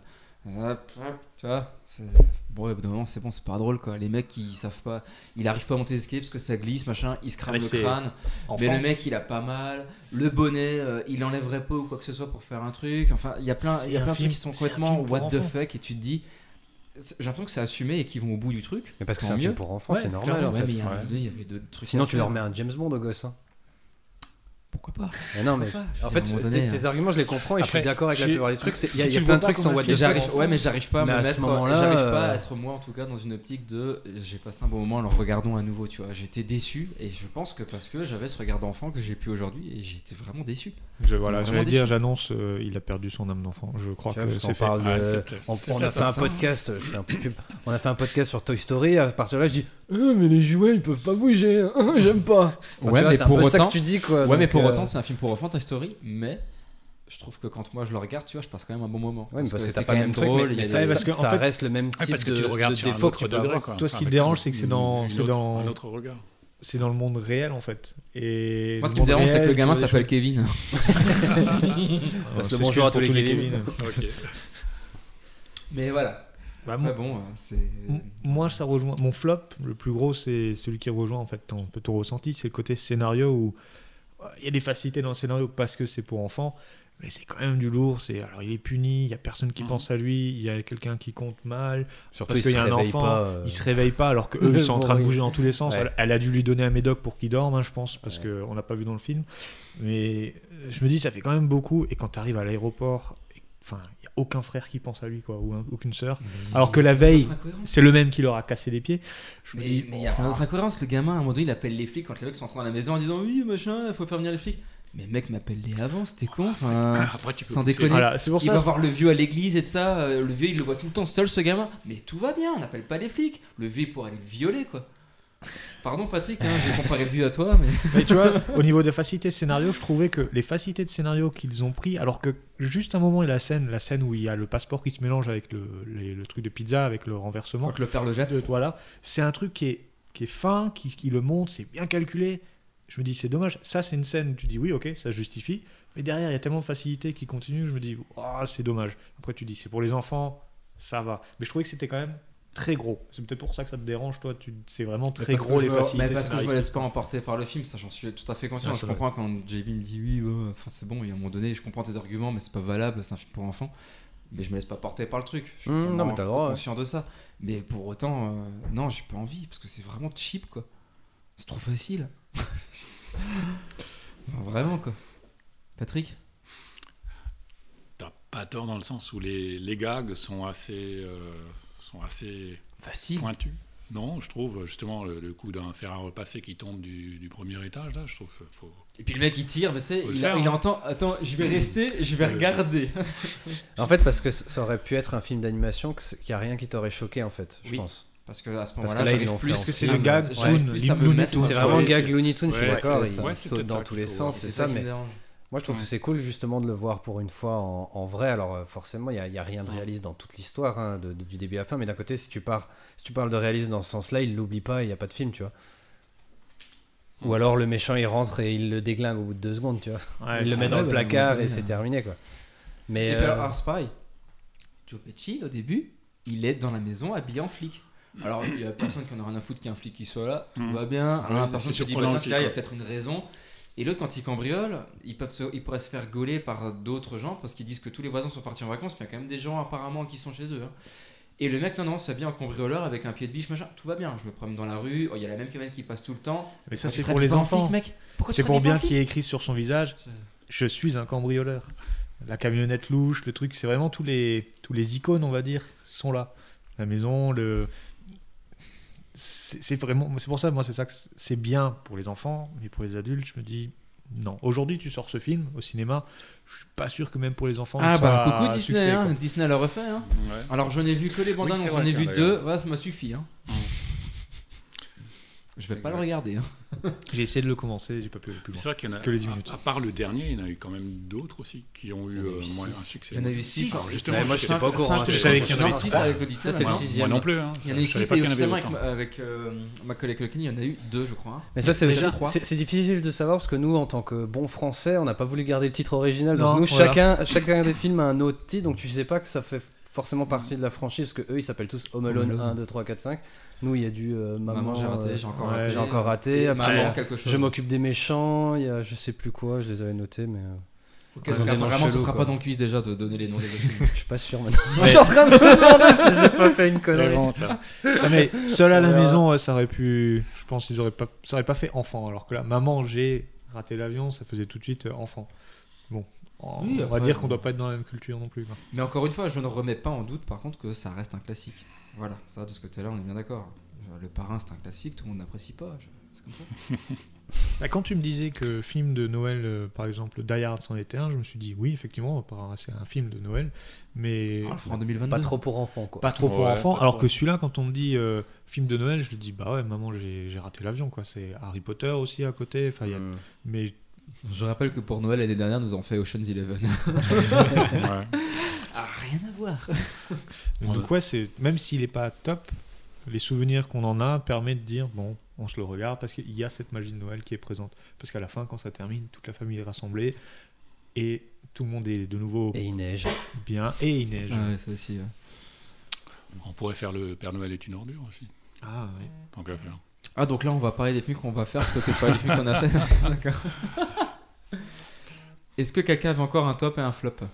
[SPEAKER 7] hop, hop, tu vois c'est- Bon, au bout d'un moment, c'est bon, c'est pas drôle quoi. Les mecs, ils savent pas. Il arrive pas à monter les escaliers parce que ça glisse, machin. Il se crame
[SPEAKER 9] Ah,
[SPEAKER 7] le
[SPEAKER 8] Mais c'est
[SPEAKER 7] crâne.
[SPEAKER 8] Enfant,
[SPEAKER 7] Mais le mec, il a pas mal. Le bonnet, euh, il enlèverait pas ou quoi que ce soit pour faire un truc. Enfin, il y a plein, il y
[SPEAKER 8] C'est
[SPEAKER 7] a
[SPEAKER 8] un
[SPEAKER 7] plein de
[SPEAKER 8] film-
[SPEAKER 7] trucs qui sont
[SPEAKER 8] c'est un
[SPEAKER 7] complètement
[SPEAKER 8] film pour
[SPEAKER 7] what the
[SPEAKER 8] enfants.
[SPEAKER 7] fuck et tu te dis. c'est- J'ai l'impression que c'est assumé et qu'ils vont au bout du truc.
[SPEAKER 9] Mais parce que
[SPEAKER 7] Tant
[SPEAKER 9] c'est un
[SPEAKER 7] mieux.
[SPEAKER 9] film pour enfants,
[SPEAKER 8] Ouais,
[SPEAKER 9] c'est normal
[SPEAKER 8] clairement,
[SPEAKER 9] en
[SPEAKER 7] Ouais,
[SPEAKER 9] fait.
[SPEAKER 7] mais il y a un
[SPEAKER 10] ouais.
[SPEAKER 7] moment donné, il y avait d'autres trucs.
[SPEAKER 9] Sinon,
[SPEAKER 7] à
[SPEAKER 9] tu leur
[SPEAKER 7] faire.
[SPEAKER 9] mets un James Bond au gosse. hein.
[SPEAKER 7] Pourquoi pas
[SPEAKER 9] Mais non, mais
[SPEAKER 7] Pourquoi pas
[SPEAKER 9] en
[SPEAKER 7] Je veux
[SPEAKER 9] fait,
[SPEAKER 7] dire, à un
[SPEAKER 9] tes,
[SPEAKER 7] moment donné, hein.
[SPEAKER 9] tes arguments, je les comprends et je suis
[SPEAKER 10] Après,
[SPEAKER 9] d'accord avec la
[SPEAKER 8] j'ai-
[SPEAKER 9] plupart des trucs. c'est- Il y a,
[SPEAKER 8] si
[SPEAKER 9] il y a
[SPEAKER 8] tu le
[SPEAKER 9] plein de
[SPEAKER 8] vois
[SPEAKER 9] trucs qui
[SPEAKER 8] pas
[SPEAKER 9] sont
[SPEAKER 8] comme
[SPEAKER 9] what
[SPEAKER 8] un
[SPEAKER 9] the
[SPEAKER 7] Mais
[SPEAKER 8] film,
[SPEAKER 9] fuck.
[SPEAKER 7] j'arrive, ouais, mais j'arrive pas à
[SPEAKER 9] Mais
[SPEAKER 7] me
[SPEAKER 9] à ce
[SPEAKER 7] mettre,
[SPEAKER 9] moment-là,
[SPEAKER 7] j'arrive pas à
[SPEAKER 9] euh,
[SPEAKER 7] être moi en tout cas dans une optique de euh, j'ai passé un bon moment, alors regardons à nouveau, tu vois. J'étais déçu et je pense que parce que j'avais ce regard d'enfant que j'ai plus aujourd'hui et j'étais vraiment déçu.
[SPEAKER 8] Je,
[SPEAKER 7] Ça m'a
[SPEAKER 8] voilà,
[SPEAKER 7] vraiment
[SPEAKER 8] j'allais dire,
[SPEAKER 7] déçu.
[SPEAKER 8] j'annonce, euh, il a perdu son âme d'enfant. Je crois
[SPEAKER 9] Tu vois,
[SPEAKER 8] que
[SPEAKER 9] parce qu'on
[SPEAKER 8] c'est fait.
[SPEAKER 9] parle
[SPEAKER 10] Ah,
[SPEAKER 9] de-
[SPEAKER 10] c'est peut-être-
[SPEAKER 9] on, on a
[SPEAKER 10] peut-être
[SPEAKER 9] fait un
[SPEAKER 10] ça.
[SPEAKER 9] podcast, je fais un peu de pub. on a fait un podcast sur Toy Story. À partir de là, je dis Euh, mais les jouets ils peuvent pas bouger, hein, j'aime pas. Enfin,
[SPEAKER 7] Ouais,
[SPEAKER 9] tu vois,
[SPEAKER 7] mais
[SPEAKER 9] c'est un
[SPEAKER 7] pour
[SPEAKER 9] peu ça
[SPEAKER 7] autant-
[SPEAKER 9] que tu dis quoi.
[SPEAKER 7] ouais, mais
[SPEAKER 9] donc,
[SPEAKER 7] pour
[SPEAKER 9] euh,
[SPEAKER 7] autant, c'est un film pour enfants, Toy Story, mais je trouve que quand moi je le regarde, tu vois, je passe quand même un bon moment.
[SPEAKER 9] Ouais, mais parce que
[SPEAKER 7] c'est
[SPEAKER 9] t'as pas le même truc,
[SPEAKER 7] drôle,
[SPEAKER 9] mais-
[SPEAKER 7] il y a
[SPEAKER 9] mais
[SPEAKER 7] des-
[SPEAKER 8] ça,
[SPEAKER 9] ça,
[SPEAKER 8] parce que, en
[SPEAKER 9] ça
[SPEAKER 8] fait-
[SPEAKER 9] reste le même type
[SPEAKER 10] parce que
[SPEAKER 9] de,
[SPEAKER 10] tu le regardes
[SPEAKER 9] de
[SPEAKER 10] sur un
[SPEAKER 9] défaut
[SPEAKER 10] autre
[SPEAKER 9] que tu peux
[SPEAKER 10] degré,
[SPEAKER 9] avoir.
[SPEAKER 10] quoi.
[SPEAKER 8] Toi, ce qui
[SPEAKER 10] Avec
[SPEAKER 8] te dérange,
[SPEAKER 10] un-
[SPEAKER 8] c'est que c'est dans-
[SPEAKER 10] une
[SPEAKER 8] c'est
[SPEAKER 10] autre-
[SPEAKER 8] dans-
[SPEAKER 10] un autre regard.
[SPEAKER 8] C'est dans le monde réel en fait. Et
[SPEAKER 7] Moi, ce qui
[SPEAKER 8] le
[SPEAKER 7] me
[SPEAKER 8] monde
[SPEAKER 7] dérange, c'est que
[SPEAKER 8] réel,
[SPEAKER 7] le
[SPEAKER 8] tu
[SPEAKER 7] gamin
[SPEAKER 8] vois des
[SPEAKER 7] s'appelle Kevin.
[SPEAKER 8] choses-
[SPEAKER 9] Parce que
[SPEAKER 8] Alors,
[SPEAKER 9] bonjour à
[SPEAKER 8] s'excuse
[SPEAKER 9] tous
[SPEAKER 8] pour
[SPEAKER 9] les Kevin.
[SPEAKER 10] Ok.
[SPEAKER 7] Mais voilà.
[SPEAKER 8] Bah, mon-
[SPEAKER 7] Ah bon, euh, c'est.
[SPEAKER 8] m- moi, ça rejoint. Mon flop, le plus gros, c'est celui qui rejoint en fait un peu ton ressenti, c'est le côté scénario où euh, il y a des facilités dans le scénario parce que c'est pour enfants, mais c'est quand même du lourd. C'est alors il est puni, il y a personne
[SPEAKER 9] Mhm.
[SPEAKER 8] qui pense à lui, il y a quelqu'un qui compte mal.
[SPEAKER 9] Surtout,
[SPEAKER 8] parce
[SPEAKER 9] il
[SPEAKER 8] qu'il y
[SPEAKER 9] se
[SPEAKER 8] a un
[SPEAKER 9] réveille
[SPEAKER 8] enfant,
[SPEAKER 9] pas, euh,
[SPEAKER 8] il se réveille pas alors qu'eux ils sont en train de
[SPEAKER 9] Bon, oui.
[SPEAKER 8] bouger dans tous les sens.
[SPEAKER 9] Ouais.
[SPEAKER 8] Elle, elle a dû lui donner un médoc pour qu'il dorme, hein, je pense, parce
[SPEAKER 9] Ouais.
[SPEAKER 8] que qu'on n'a pas vu dans le film. Mais euh, je me dis, ça fait quand même beaucoup. Et quand tu arrives à l'aéroport, et- enfin, il n'y a aucun frère qui pense à lui, quoi, ou un- aucune
[SPEAKER 7] Mmh.
[SPEAKER 8] sœur.
[SPEAKER 9] Mmh.
[SPEAKER 8] Alors que la veille, c'est le même qui leur a cassé les pieds. Je me
[SPEAKER 7] Mais
[SPEAKER 8] dis, oh.
[SPEAKER 7] il y a pas d'autre incohérence. Le gamin, à un moment donné, il appelle les flics quand les mecs sont rentrés à la maison en disant Oui, machin, faut faire venir les flics. Mais mec m'appelle les avant, c'était con. Enfin,
[SPEAKER 10] Après, tu peux
[SPEAKER 7] Sans
[SPEAKER 10] pousser.
[SPEAKER 7] déconner.
[SPEAKER 8] voilà, c'est pour
[SPEAKER 7] il
[SPEAKER 8] ça.
[SPEAKER 7] va voir le vieux à l'église et ça. euh, Le vieux, il le voit tout le temps seul, ce gamin. Mais tout va bien, on n'appelle pas les flics. Le vieux, il pourrait aller le violer, quoi. Pardon, Patrick, hein, j'ai comparé le vieux à toi, mais.
[SPEAKER 8] Mais tu vois, au niveau des facilités de scénario, je trouvais que les facilités de scénario qu'ils ont pris, alors que juste un moment, il y a la scène, la scène où il y a le passeport qui se mélange avec le, les- le truc de pizza, avec le renversement.
[SPEAKER 7] Quand le père le jette.
[SPEAKER 8] de toi là. C'est un truc qui est, qui est fin, qui, qui le monte, c'est bien calculé. Je me dis, c'est dommage. Ça, c'est une scène, tu dis oui, ok, ça justifie. Mais derrière, il y a tellement de facilité qui continue, je me dis, Ah, c'est dommage. Après, tu dis, c'est pour les enfants, ça va. Mais je trouvais que c'était quand même très gros. C'est peut-être pour ça que ça te dérange, toi. Tu, c'est vraiment très
[SPEAKER 7] Parce que
[SPEAKER 8] gros
[SPEAKER 7] je
[SPEAKER 8] les
[SPEAKER 7] me-
[SPEAKER 8] facilités.
[SPEAKER 7] Mais parce que je me
[SPEAKER 8] scénaristiques.
[SPEAKER 7] laisse pas emporter par le film, ça j'en suis tout à fait conscient.
[SPEAKER 8] Ah,
[SPEAKER 7] je
[SPEAKER 8] c'est vrai.
[SPEAKER 7] comprends quand JB me dit oui, ouais, enfin c'est bon, et à un moment donné, je comprends tes arguments, mais c'est pas valable, c'est un film pour enfants. Mais je me laisse pas porter par le truc. Je suis
[SPEAKER 9] Mmh, non,
[SPEAKER 7] totalement
[SPEAKER 9] mais t'as le droit, ouais.
[SPEAKER 7] conscient de ça. Mais pour autant, euh, non, j'ai pas envie parce que c'est vraiment cheap quoi. C'est trop facile. Non, vraiment quoi. Patrick
[SPEAKER 10] T'as pas tort dans le sens où les, les gags sont assez, euh, sont assez
[SPEAKER 7] Facile.
[SPEAKER 10] pointus. Non, je trouve justement le, le coup d'un fer à repasser qui tombe du, du premier étage, là, je trouve qu'il faut.
[SPEAKER 7] Et puis le mec il tire, mais tu sais,
[SPEAKER 10] Faut le
[SPEAKER 7] il,
[SPEAKER 10] faire,
[SPEAKER 7] il
[SPEAKER 10] hein.
[SPEAKER 7] entend Attends, je vais rester, je vais
[SPEAKER 10] Euh,
[SPEAKER 7] regarder.
[SPEAKER 9] En fait, parce que c- ça aurait pu être un film d'animation que c- qu'il n'y a rien qui t'aurait choqué, en fait, je
[SPEAKER 7] Oui.
[SPEAKER 9] pense.
[SPEAKER 7] Parce que à ce
[SPEAKER 9] que
[SPEAKER 7] moment-là,
[SPEAKER 9] là, ils
[SPEAKER 7] j'arrive
[SPEAKER 9] l'ont fait
[SPEAKER 7] plus
[SPEAKER 9] en
[SPEAKER 8] c'est
[SPEAKER 7] à
[SPEAKER 8] le
[SPEAKER 7] me-
[SPEAKER 8] gag
[SPEAKER 7] j'arrive
[SPEAKER 8] Toon,
[SPEAKER 7] plus à me
[SPEAKER 8] Looney
[SPEAKER 7] mettre
[SPEAKER 8] Tunes,
[SPEAKER 7] sur
[SPEAKER 9] C'est
[SPEAKER 8] Ouais,
[SPEAKER 9] vraiment
[SPEAKER 10] ouais,
[SPEAKER 9] gag
[SPEAKER 10] c'est-
[SPEAKER 9] Looney Tunes, je suis
[SPEAKER 10] ouais,
[SPEAKER 9] d'accord.
[SPEAKER 7] c'est-
[SPEAKER 9] il
[SPEAKER 10] ouais, c'est
[SPEAKER 9] saute
[SPEAKER 10] peut-être
[SPEAKER 9] dans
[SPEAKER 10] ça
[SPEAKER 9] tous
[SPEAKER 10] qu'il
[SPEAKER 9] les
[SPEAKER 10] faut
[SPEAKER 9] sens,
[SPEAKER 10] voir.
[SPEAKER 9] c'est ça.
[SPEAKER 7] qui me
[SPEAKER 9] Mais
[SPEAKER 7] dérange.
[SPEAKER 9] moi, je trouve que
[SPEAKER 7] Ouais.
[SPEAKER 9] c'est cool justement de le voir pour une fois en, en vrai. Alors, euh, forcément, il n'y a, il y a rien de réaliste dans toute l'histoire, hein, de- de- du début à la fin. Mais d'un côté, si tu, pars, si tu parles de réalisme dans ce sens-là, il l'oublie pas, il n'y a pas de film, tu vois. Ou alors le méchant il rentre et il le déglingue au bout de deux secondes, tu vois.
[SPEAKER 8] Ouais,
[SPEAKER 9] il le
[SPEAKER 8] c'est-
[SPEAKER 9] met dans
[SPEAKER 7] ouais,
[SPEAKER 9] le
[SPEAKER 7] bah,
[SPEAKER 9] placard
[SPEAKER 7] ouais,
[SPEAKER 9] et
[SPEAKER 7] ouais.
[SPEAKER 9] c'est terminé, quoi. Mais
[SPEAKER 7] Et
[SPEAKER 9] euh,
[SPEAKER 7] puis alors, alors, c'est pareil. Joe Pesci, au début, il est dans la maison habillé en flic. Alors, il y a personne qui en a rien à foutre qu'un flic qui soit là, tout
[SPEAKER 8] Mm.
[SPEAKER 10] Mhm.
[SPEAKER 7] va bien. Alors, la
[SPEAKER 10] Ouais,
[SPEAKER 7] personne
[SPEAKER 10] c'est
[SPEAKER 7] se dit, bah,
[SPEAKER 10] surprenant
[SPEAKER 7] tiens,
[SPEAKER 10] aussi,
[SPEAKER 7] là, il y a
[SPEAKER 10] quoi.
[SPEAKER 7] peut-être une raison. Et l'autre, quand il cambriole, ils, peuvent se, ils pourraient se faire gauler par d'autres gens parce qu'ils disent que tous les voisins sont partis en vacances, mais il y a quand même des gens apparemment qui sont chez eux. hein. Et le mec, non, non, s'habille en cambrioleur avec un pied de biche, machin, tout va bien. Je me promène dans la rue, oh, il y a la même camionnette qui passe tout le temps.
[SPEAKER 8] Mais
[SPEAKER 7] Pourquoi
[SPEAKER 8] ça, c'est
[SPEAKER 7] tu te
[SPEAKER 8] pour les
[SPEAKER 7] habilles pas en
[SPEAKER 8] enfants.
[SPEAKER 7] flic, mec Pourquoi tu
[SPEAKER 8] C'est
[SPEAKER 7] te
[SPEAKER 8] pour
[SPEAKER 7] habilles pas en
[SPEAKER 8] bien
[SPEAKER 7] flic
[SPEAKER 8] qu'il y ait écrit sur son visage
[SPEAKER 7] C'est-
[SPEAKER 8] Je suis un cambrioleur. La camionnette louche, le truc, c'est vraiment tous les, tous les icônes, on va dire, sont là. La maison, le. C'est c'est vraiment. C'est pour ça, moi, c'est ça que c'est- c'est bien pour les enfants, mais pour les adultes, je me dis. Non. Aujourd'hui, tu sors ce film au cinéma. Je suis pas sûr que même pour les enfants.
[SPEAKER 7] Ah
[SPEAKER 8] il
[SPEAKER 7] bah,
[SPEAKER 8] soit
[SPEAKER 7] coucou
[SPEAKER 8] un
[SPEAKER 7] Disney,
[SPEAKER 8] succès,
[SPEAKER 7] hein.
[SPEAKER 8] quoi.
[SPEAKER 7] Disney l'a refait. Hein.
[SPEAKER 10] Ouais.
[SPEAKER 7] Alors j'en ai vu que les bandes
[SPEAKER 10] Oui, c'est
[SPEAKER 7] annonces,
[SPEAKER 10] vrai,
[SPEAKER 7] j'en ai
[SPEAKER 10] tiens,
[SPEAKER 7] vu
[SPEAKER 10] d'ailleurs.
[SPEAKER 7] deux, voilà, ça m'a suffi. Hein. Je vais pas le regarder. Hein.
[SPEAKER 8] J'ai essayé de le commencer, j'ai pas pu aller plus
[SPEAKER 10] Mais
[SPEAKER 8] loin.
[SPEAKER 10] C'est vrai qu'il y en a,
[SPEAKER 8] Que les dix
[SPEAKER 10] à-
[SPEAKER 8] minutes.
[SPEAKER 10] à, part le dernier, il y en a eu quand même d'autres aussi qui ont eu
[SPEAKER 7] Il y en a eu
[SPEAKER 10] euh, moins un
[SPEAKER 7] six.
[SPEAKER 10] succès.
[SPEAKER 7] Il y en a eu six.
[SPEAKER 10] Alors, justement,
[SPEAKER 9] Ouais, moi,
[SPEAKER 10] je
[SPEAKER 9] je
[SPEAKER 10] sais
[SPEAKER 9] sais pas au courant, hein,
[SPEAKER 7] cinq,
[SPEAKER 10] je
[SPEAKER 7] cinq,
[SPEAKER 10] savais
[SPEAKER 7] cinq,
[SPEAKER 10] qu'il y en avait
[SPEAKER 7] six
[SPEAKER 10] trois.
[SPEAKER 7] avec le Disney.
[SPEAKER 9] Ça, c'est le
[SPEAKER 10] Moi,
[SPEAKER 7] maintenant.
[SPEAKER 10] non-
[SPEAKER 9] sixième.
[SPEAKER 10] Moi non plus. Hein.
[SPEAKER 7] Il y en a
[SPEAKER 10] Je
[SPEAKER 7] eu
[SPEAKER 10] savais
[SPEAKER 7] six
[SPEAKER 10] pas
[SPEAKER 7] et
[SPEAKER 10] qu'il y en avait
[SPEAKER 7] officiellement avec,
[SPEAKER 10] autant.
[SPEAKER 7] ma- avec euh, ma collègue Leclerc, il y en a eu deux, je crois. hein.
[SPEAKER 9] Mais ça, c'est
[SPEAKER 7] Déjà
[SPEAKER 9] aussi-
[SPEAKER 7] trois.
[SPEAKER 9] c'est- c'est difficile de savoir parce que nous, en tant que bons Français, on n'a pas voulu garder le titre original.
[SPEAKER 8] Non,
[SPEAKER 9] Donc nous,
[SPEAKER 8] voilà.
[SPEAKER 9] chacun, chacun des films a un autre titre, donc tu sais pas que ça fait forcément partie de la franchise parce que eux, ils s'appellent tous Home Alone
[SPEAKER 7] Home Alone.
[SPEAKER 9] 1, 2, 3, 4, 5. Nous, il y a du euh, Maman,
[SPEAKER 7] Maman, j'ai raté,
[SPEAKER 9] euh,
[SPEAKER 7] j'ai encore
[SPEAKER 8] ouais,
[SPEAKER 7] raté.
[SPEAKER 9] j'ai encore raté.
[SPEAKER 7] Et
[SPEAKER 9] Maman,
[SPEAKER 7] Maman, quelque chose.
[SPEAKER 9] je m'occupe des méchants. Il y a je sais plus quoi. Je les avais notés, mais euh,
[SPEAKER 7] Auquel
[SPEAKER 9] Ils ont
[SPEAKER 7] cas,
[SPEAKER 9] des noms
[SPEAKER 7] Vraiment, ce
[SPEAKER 9] chelous,
[SPEAKER 7] sera
[SPEAKER 9] quoi.
[SPEAKER 7] pas dans le cuisse déjà de donner les noms des films.
[SPEAKER 9] je suis pas sûr maintenant. je suis en train de me demander si j'ai pas fait une connerie.
[SPEAKER 10] Vraiment, ça.
[SPEAKER 8] Non, Ah, mais seul à la
[SPEAKER 9] Voilà.
[SPEAKER 8] maison, ouais, ça aurait pu. Je pense qu'ils auraient pas, ça aurait pas fait enfant. Alors que là, maman, j'ai raté l'avion, ça faisait tout de suite euh, enfant. Bon, on,
[SPEAKER 7] Oui,
[SPEAKER 8] on va
[SPEAKER 7] après,
[SPEAKER 8] dire qu'on
[SPEAKER 7] bon.
[SPEAKER 8] doit pas être dans la même culture non plus. quoi.
[SPEAKER 7] Mais encore une fois, je ne remets pas en doute par contre que ça reste un classique. Voilà, ça de ce côté-là, on est bien d'accord. Genre, Le parrain, c'est un classique, tout le monde n'apprécie pas. je- C'est comme ça.
[SPEAKER 8] Bah, quand tu me disais que film de Noël, euh, par exemple, Die Hard c'en était un, je me suis dit oui, effectivement, par- c'est un film de Noël, mais
[SPEAKER 7] On Ah, le fera en 2022.
[SPEAKER 9] Pas trop pour enfants, quoi.
[SPEAKER 8] pas trop pour
[SPEAKER 10] Ouais,
[SPEAKER 8] enfants.
[SPEAKER 10] pas
[SPEAKER 8] Alors
[SPEAKER 10] trop.
[SPEAKER 8] que celui-là, quand on me dit euh, film de Noël, je dis bah ouais, maman, j'ai j'ai raté l'avion quoi. C'est Harry Potter aussi à côté. Enfin, il y a-
[SPEAKER 9] Mm.
[SPEAKER 8] mais
[SPEAKER 7] Je rappelle que pour Noël l'année dernière, nous avons fait Ocean's Eleven.
[SPEAKER 10] Ouais.
[SPEAKER 7] Ah, rien à voir.
[SPEAKER 10] Ouais.
[SPEAKER 8] Donc ouais, c'est même s'il n'est pas top, les souvenirs qu'on en a permettent de dire bon, on se le regarde parce qu'il y a cette magie de Noël qui est présente. Parce qu'à la fin, quand ça termine, toute la famille est rassemblée et tout le monde est de nouveau
[SPEAKER 9] Et il neige.
[SPEAKER 7] Ah
[SPEAKER 8] bien et il neige.
[SPEAKER 7] Ouais, ça aussi. ouais.
[SPEAKER 10] On pourrait faire le Père Noël est une ordure aussi,
[SPEAKER 8] Ah, oui.
[SPEAKER 10] tant qu'à faire.
[SPEAKER 7] Ah, donc là, on va parler des films qu'on va faire plutôt que de parler des films qu'on a fait. D'accord. Est-ce que quelqu'un avait encore un top et un flop Eh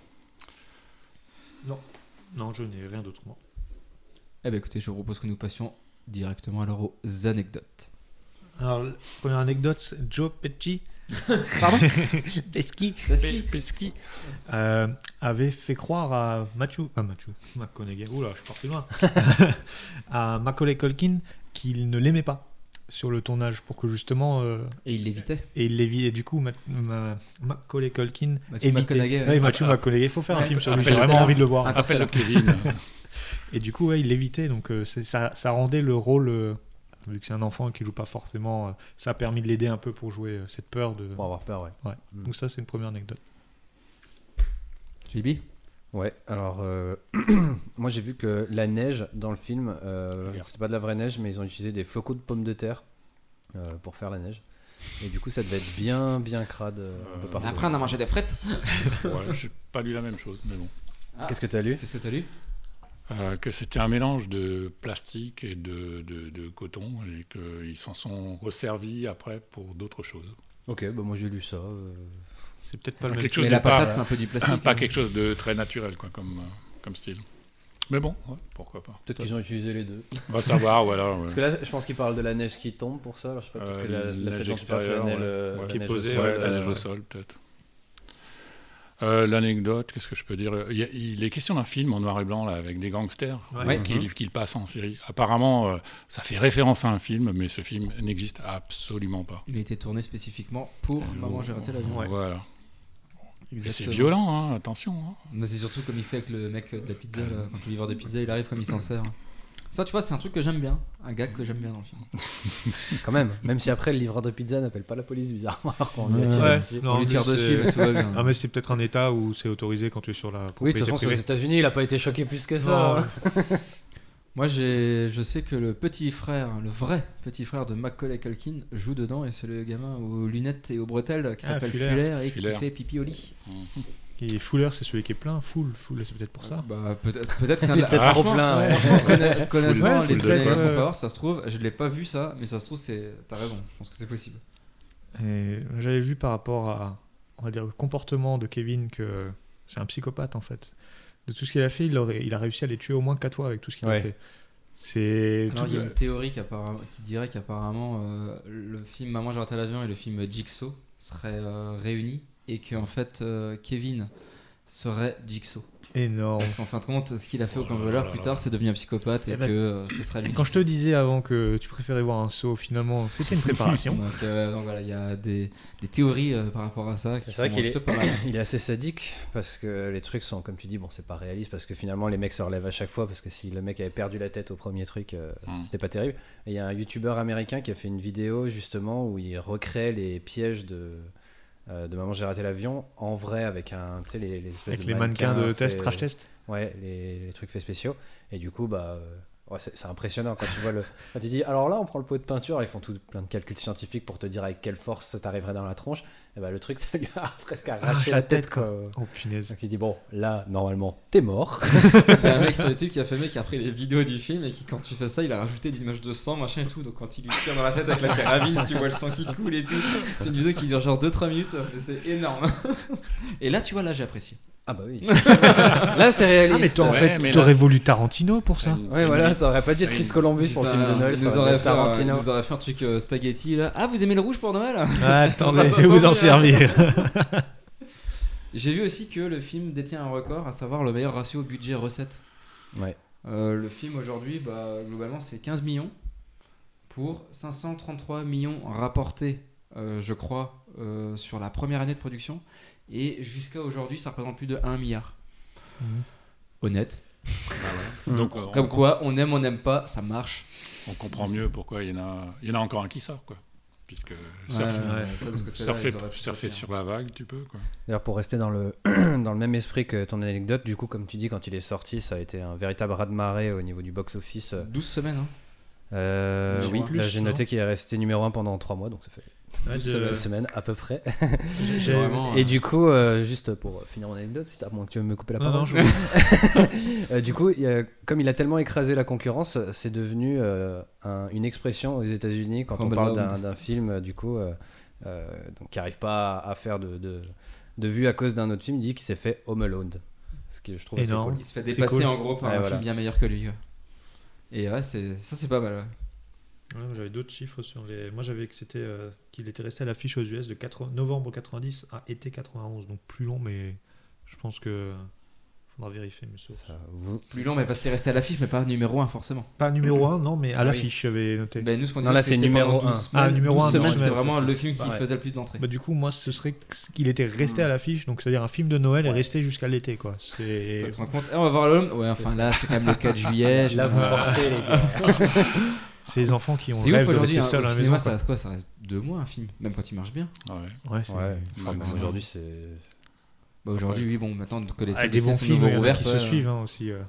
[SPEAKER 8] Non, je n'ai rien d'autre. moi.
[SPEAKER 7] Eh bien, écoutez, je vous propose que nous passions directement alors aux anecdotes.
[SPEAKER 8] Alors, la première anecdote, c'est Joe Pesci.
[SPEAKER 7] Pardon
[SPEAKER 8] Pesci
[SPEAKER 10] Pesky.
[SPEAKER 8] euh, avait fait croire à Matthew, à Matthew McConaughey, oula, je suis parti loin, à Macaulay Culkin qu'il ne l'aimait pas sur le tournage pour que justement euh,
[SPEAKER 7] Et il l'évitait.
[SPEAKER 8] et il l'évite et du coup Ma- Ma- Macaulay Culkin
[SPEAKER 7] Matthew
[SPEAKER 8] évitait
[SPEAKER 7] McConaughey, ouais. Ah,
[SPEAKER 8] Ouais, Matthew McConaughey il faut faire un
[SPEAKER 7] Ouais. ah,
[SPEAKER 8] film sur lui j'ai
[SPEAKER 10] Appelle-
[SPEAKER 8] vraiment envie de le voir
[SPEAKER 10] Appelle Kevin.
[SPEAKER 8] et du coup, ouais, il l'évitait, donc euh, c'est- ça, ça rendait le rôle, euh, vu que c'est un enfant qui joue pas forcément, euh, ça a permis de l'aider un peu pour jouer euh, cette peur de.
[SPEAKER 9] Pour avoir peur, ouais.
[SPEAKER 8] Ouais. Donc ça, c'est une première anecdote.
[SPEAKER 7] JB
[SPEAKER 9] Ouais, alors euh, moi j'ai vu que la neige dans le film, euh,
[SPEAKER 10] Regarde.
[SPEAKER 9] c'était pas de la vraie neige, mais ils ont utilisé des flocons de pommes de terre euh, pour faire la neige. Et du coup, ça devait être bien, bien crade euh, un peu
[SPEAKER 10] Euh,
[SPEAKER 9] partout.
[SPEAKER 7] Après, on a mangé des frites.
[SPEAKER 10] Ouais, j'ai pas lu la même chose, mais bon.
[SPEAKER 9] Qu'est-ce que t'as lu
[SPEAKER 7] Qu'est-ce que t'as lu
[SPEAKER 10] Euh, que c'était un mélange de plastique et de, de- de coton et qu'ils s'en sont resservis après pour d'autres choses.
[SPEAKER 9] Ok, bah moi j'ai lu ça. euh.
[SPEAKER 8] C'est peut-être pas le
[SPEAKER 10] Enfin,
[SPEAKER 8] même.
[SPEAKER 10] quelque chose
[SPEAKER 7] Mais
[SPEAKER 10] de
[SPEAKER 7] la
[SPEAKER 10] pas,
[SPEAKER 7] patate, c'est un peu du plastique. hein.
[SPEAKER 10] pas quelque chose de très naturel quoi, comme, euh, comme style. Mais bon, ouais, pourquoi pas.
[SPEAKER 9] Peut-être qu'ils ont utilisé les deux.
[SPEAKER 10] On va savoir, voilà. ouais.
[SPEAKER 9] Parce que là, je pense qu'il parle de la neige qui tombe pour ça. Alors, je sais pas,
[SPEAKER 10] Euh,
[SPEAKER 9] peut-être que la, la
[SPEAKER 10] neige
[SPEAKER 9] fête d'anticipation,
[SPEAKER 10] extérieure, ouais.
[SPEAKER 9] elle,
[SPEAKER 10] Ouais,
[SPEAKER 9] la
[SPEAKER 10] qui est
[SPEAKER 9] neige au
[SPEAKER 10] posée,
[SPEAKER 9] sol,
[SPEAKER 10] ouais, la
[SPEAKER 9] euh,
[SPEAKER 10] neige au sol, peut-être. Euh, L'anecdote, qu'est-ce que je peux dire il, y a- il est question d'un film en noir et blanc là, avec des gangsters
[SPEAKER 8] Ouais.
[SPEAKER 10] euh, qui, qui le passent en série. Apparemment, euh, ça fait référence à un film, mais ce film n'existe absolument pas.
[SPEAKER 7] Il a été tourné spécifiquement pour
[SPEAKER 8] Ah,
[SPEAKER 7] Maman, j'ai raté l'avion.
[SPEAKER 10] Voilà. Et c'est
[SPEAKER 7] Exactement.
[SPEAKER 10] violent, hein, attention. hein.
[SPEAKER 7] Mais c'est surtout comme il fait avec le mec de la pizza, là. quand le livreur de pizza, il arrive comme il s'en sert. Ça, tu vois, c'est un truc que j'aime bien. Un gag que j'aime bien dans le film.
[SPEAKER 9] Quand même, même si après le livreur de pizza n'appelle pas la police, bizarrement, alors qu'on lui a tiré
[SPEAKER 8] Ouais,
[SPEAKER 9] dessus.
[SPEAKER 8] non,
[SPEAKER 7] On lui
[SPEAKER 8] mais
[SPEAKER 7] tire
[SPEAKER 8] c'est-
[SPEAKER 7] dessus, mais tout va bien.
[SPEAKER 8] Ah, mais c'est peut-être un état où c'est autorisé quand tu es sur la
[SPEAKER 9] Oui, de
[SPEAKER 8] propriété
[SPEAKER 9] toute façon, c'est aux
[SPEAKER 8] privée.
[SPEAKER 9] États-Unis, il a pas été choqué plus que
[SPEAKER 8] Non,
[SPEAKER 9] ça. hein.
[SPEAKER 8] ouais.
[SPEAKER 7] Moi, j'ai, je sais que le petit frère, le vrai petit frère de Macaulay Culkin joue dedans et c'est le gamin aux lunettes et aux bretelles qui
[SPEAKER 8] Ah,
[SPEAKER 7] s'appelle
[SPEAKER 8] Fuller.
[SPEAKER 7] Fuller et
[SPEAKER 10] Fuller.
[SPEAKER 7] qui fait pipi au lit.
[SPEAKER 8] Et Fuller, c'est celui qui est plein. Full, full, c'est peut-être pour ça.
[SPEAKER 7] Bah, peut-être, peut-être que c'est un
[SPEAKER 9] Il est
[SPEAKER 10] Ah,
[SPEAKER 9] peut-être trop plein. ouais.
[SPEAKER 7] Conna- Connaissant
[SPEAKER 8] Ouais,
[SPEAKER 7] les
[SPEAKER 8] c'est peut-être,
[SPEAKER 7] anecdotes qu'on
[SPEAKER 8] ouais.
[SPEAKER 7] peut avoir, ça se trouve, je l'ai pas vu ça, mais ça se trouve, c'est... t'as raison, je pense que c'est possible.
[SPEAKER 8] Et j'avais vu par rapport à, on va dire, au comportement de Kevin que c'est un psychopathe en fait. De tout ce qu'il a fait, il, aurait, il a réussi à les tuer au moins quatre fois avec tout ce qu'il
[SPEAKER 9] Ouais.
[SPEAKER 8] a fait. C'est
[SPEAKER 7] Alors,
[SPEAKER 8] tout-
[SPEAKER 7] il y a une théorie qui, appara- qui dirait qu'apparemment euh, le film Maman j'ai raté l'avion et le film Jigsaw seraient euh, réunis et que en fait euh, Kevin serait Jigsaw.
[SPEAKER 8] énorme.
[SPEAKER 7] Parce qu'en fin de compte, ce qu'il a fait au
[SPEAKER 10] Oh là
[SPEAKER 7] cambrioleur
[SPEAKER 10] là
[SPEAKER 7] plus
[SPEAKER 10] là.
[SPEAKER 7] tard, c'est devenu un psychopathe et,
[SPEAKER 8] Eh
[SPEAKER 7] que
[SPEAKER 8] ben,
[SPEAKER 7] euh, ce serait lui.
[SPEAKER 8] Quand je te disais avant que tu préférais voir un saut, finalement, c'était une préparation.
[SPEAKER 7] Donc, euh, donc voilà, il y a des, des théories euh, par rapport à ça qui
[SPEAKER 9] C'est vrai
[SPEAKER 7] sont
[SPEAKER 9] qu'il
[SPEAKER 7] plutôt
[SPEAKER 9] est,
[SPEAKER 7] pas mal.
[SPEAKER 9] il est assez sadique parce que les trucs sont, comme tu dis, bon, c'est pas réaliste parce que finalement les mecs se relèvent à chaque fois parce que si le mec avait perdu la tête au premier truc, euh,
[SPEAKER 10] Mm.
[SPEAKER 9] c'était pas terrible. Et il y a un youtubeur américain qui a fait une vidéo justement où il recrée les pièges de, euh, de Maman j'ai raté l'avion en vrai avec un, tu sais, les, les espèces
[SPEAKER 8] Avec
[SPEAKER 9] de
[SPEAKER 8] les mannequins de test,
[SPEAKER 9] faits-
[SPEAKER 8] trash test.
[SPEAKER 9] Ouais, les, les trucs faits spéciaux. Et du coup, bah. euh, ouais, c'est c'est impressionnant quand tu vois le. Quand tu dis, alors là, on prend le pot de peinture, ils font tout plein de calculs scientifiques pour te dire avec quelle force ça t'arriverait dans la tronche. Et bah, le truc, ça lui a presque arraché la tête, quoi.
[SPEAKER 8] Oh punaise.
[SPEAKER 9] Donc il dit, bon, là, normalement, t'es mort.
[SPEAKER 7] Il y a un mec sur YouTube qui a fait mec qui a pris les vidéos du film et qui quand tu fais ça il a rajouté des images de sang machin et tout donc quand il lui tire dans la tête avec la carabine tu vois le sang qui coule et tout c'est une vidéo qui dure genre 2-3 minutes mais c'est énorme et là tu vois là j'ai apprécié
[SPEAKER 9] Ah bah oui. là, c'est réaliste.
[SPEAKER 8] Ah, mais toi, en
[SPEAKER 10] Ouais, mais
[SPEAKER 8] fait,
[SPEAKER 10] là,
[SPEAKER 8] t'aurais
[SPEAKER 10] c'est-
[SPEAKER 8] voulu Tarantino pour ça
[SPEAKER 9] Ouais, voilà, ça aurait pas dû être Chris Columbus pour le
[SPEAKER 7] Putain,
[SPEAKER 9] film de Noël,
[SPEAKER 7] il
[SPEAKER 9] ça aurait
[SPEAKER 7] nous
[SPEAKER 9] dû
[SPEAKER 7] aurait
[SPEAKER 9] être
[SPEAKER 7] fait, un- il
[SPEAKER 9] Tarantino.
[SPEAKER 7] nous aurait fait un truc euh, spaghetti là ah vous aimez le rouge pour Noël
[SPEAKER 8] Attendez,
[SPEAKER 7] Ça
[SPEAKER 8] je vais vous
[SPEAKER 7] tombe bien.
[SPEAKER 8] en servir.
[SPEAKER 7] j'ai vu aussi que le film détient un record à savoir le meilleur ratio budget recette
[SPEAKER 9] Ouais.
[SPEAKER 7] Euh, le film aujourd'hui bah, globalement c'est 15 millions pour 533 millions rapportés, euh, je crois, euh, sur la première année de production. Et jusqu'à aujourd'hui, ça représente plus de 1 milliard.
[SPEAKER 8] Mhm.
[SPEAKER 7] Honnête.
[SPEAKER 10] Donc, euh,
[SPEAKER 7] Comme
[SPEAKER 10] on,
[SPEAKER 7] quoi, on aime, on n'aime pas, ça marche.
[SPEAKER 10] on comprend mieux pourquoi il y, en a, il y en a encore un qui sort, quoi. Puisque surf- surfer, surfer sur la vague, tu peux, quoi.
[SPEAKER 9] D'ailleurs, pour rester dans le, dans le même esprit que ton anecdote, du coup, comme tu dis, quand il est sorti, ça a été un véritable raz-de-marée au niveau du box-office.
[SPEAKER 7] 12 semaines. hein.
[SPEAKER 9] Euh,
[SPEAKER 7] Je
[SPEAKER 9] oui,
[SPEAKER 7] crois.
[SPEAKER 9] là j'ai
[SPEAKER 8] Plus,
[SPEAKER 9] noté qu'il est resté numéro 1 pendant 3 mois, donc ça fait
[SPEAKER 8] Ouais,
[SPEAKER 9] Douze-
[SPEAKER 8] de-
[SPEAKER 9] deux semaines à peu près.
[SPEAKER 8] j'ai-
[SPEAKER 7] Vraiment,
[SPEAKER 9] Et
[SPEAKER 7] euh,
[SPEAKER 9] du coup, euh, juste pour finir mon anecdote, à moins que tu veux me couper la
[SPEAKER 8] Non,
[SPEAKER 9] parole.
[SPEAKER 8] non, je-
[SPEAKER 9] Euh, du coup, il y a- comme il a tellement écrasé la concurrence, c'est devenu euh, un- une expression aux États-Unis quand on
[SPEAKER 7] Humble
[SPEAKER 9] parle
[SPEAKER 7] Bound.
[SPEAKER 9] d'un d'un film euh, du coup, euh, euh, donc, qui n'arrive pas à faire de, de, de vue à cause d'un autre film, il dit qu'il s'est fait home alone. Ce qui je trouve assez
[SPEAKER 8] Énorme.
[SPEAKER 9] cool.
[SPEAKER 7] il se fait
[SPEAKER 8] C'est
[SPEAKER 7] dépasser
[SPEAKER 8] cool.
[SPEAKER 7] en gros par
[SPEAKER 9] Ouais,
[SPEAKER 7] un
[SPEAKER 9] voilà.
[SPEAKER 7] film bien meilleur que lui. ouais. Et ouais, c'est- ça c'est pas mal. ouais.
[SPEAKER 8] Ouais, j'avais d'autres chiffres sur les. Moi, j'avais que c'était euh, qu'il était resté à l'affiche aux US de 80 novembre 90 à été 91, donc plus long, mais je pense que faudra vérifier mes sources.
[SPEAKER 9] Ça vous-
[SPEAKER 7] Plus long, mais parce qu'il est resté à l'affiche, mais pas numéro 1 forcément.
[SPEAKER 8] Pas numéro 1, non, mais
[SPEAKER 7] Ah
[SPEAKER 8] à
[SPEAKER 7] oui.
[SPEAKER 8] l'affiche, j'avais noté.
[SPEAKER 7] Ben, nous, ce qu'on
[SPEAKER 9] Non,
[SPEAKER 7] disait,
[SPEAKER 9] là, c'est
[SPEAKER 7] c'était
[SPEAKER 9] numéro
[SPEAKER 7] pendant
[SPEAKER 9] un.
[SPEAKER 7] 12 semaines,
[SPEAKER 8] Ah, numéro
[SPEAKER 7] 12
[SPEAKER 8] un,
[SPEAKER 7] semaines,
[SPEAKER 8] non,
[SPEAKER 7] c'était
[SPEAKER 8] ouais,
[SPEAKER 7] vraiment
[SPEAKER 8] c'est-
[SPEAKER 7] le film qui
[SPEAKER 8] ouais.
[SPEAKER 7] faisait le plus d'entrées.
[SPEAKER 8] Bah, du coup, moi, ce serait qu'il était resté à l'affiche, donc c'est-à-dire un film de Noël est resté jusqu'à l'été, quoi. C'est.
[SPEAKER 7] Toi, tu te rends compte Eh, on va voir l'homme. Ouais, enfin là, c'est quand même le 4 juillet. Ah, je-
[SPEAKER 9] Là, vous forcez les gars.
[SPEAKER 8] C'est les enfants qui ont
[SPEAKER 7] C'est ouf
[SPEAKER 8] rêve de
[SPEAKER 7] aujourd'hui.
[SPEAKER 8] rester
[SPEAKER 7] hein, au
[SPEAKER 8] seuls à la maison.
[SPEAKER 7] cinéma, ça reste quoi Ça reste deux mois un film, même quand il marche bien.
[SPEAKER 10] Ah ouais.
[SPEAKER 8] quoi. Ouais, c'est-
[SPEAKER 9] Ouais,
[SPEAKER 10] c'est
[SPEAKER 9] enfin,
[SPEAKER 10] bon.
[SPEAKER 9] aujourd'hui, c'est.
[SPEAKER 7] Bah, aujourd'hui, oui, bon, maintenant que les
[SPEAKER 8] Avec
[SPEAKER 7] salles
[SPEAKER 8] des
[SPEAKER 7] de cinéma
[SPEAKER 8] bons
[SPEAKER 7] sont
[SPEAKER 8] films
[SPEAKER 7] nouveau
[SPEAKER 8] euh,
[SPEAKER 7] rouvertes,
[SPEAKER 8] qui se
[SPEAKER 7] ouais,
[SPEAKER 8] suivent hein, aussi. euh,
[SPEAKER 7] ouais.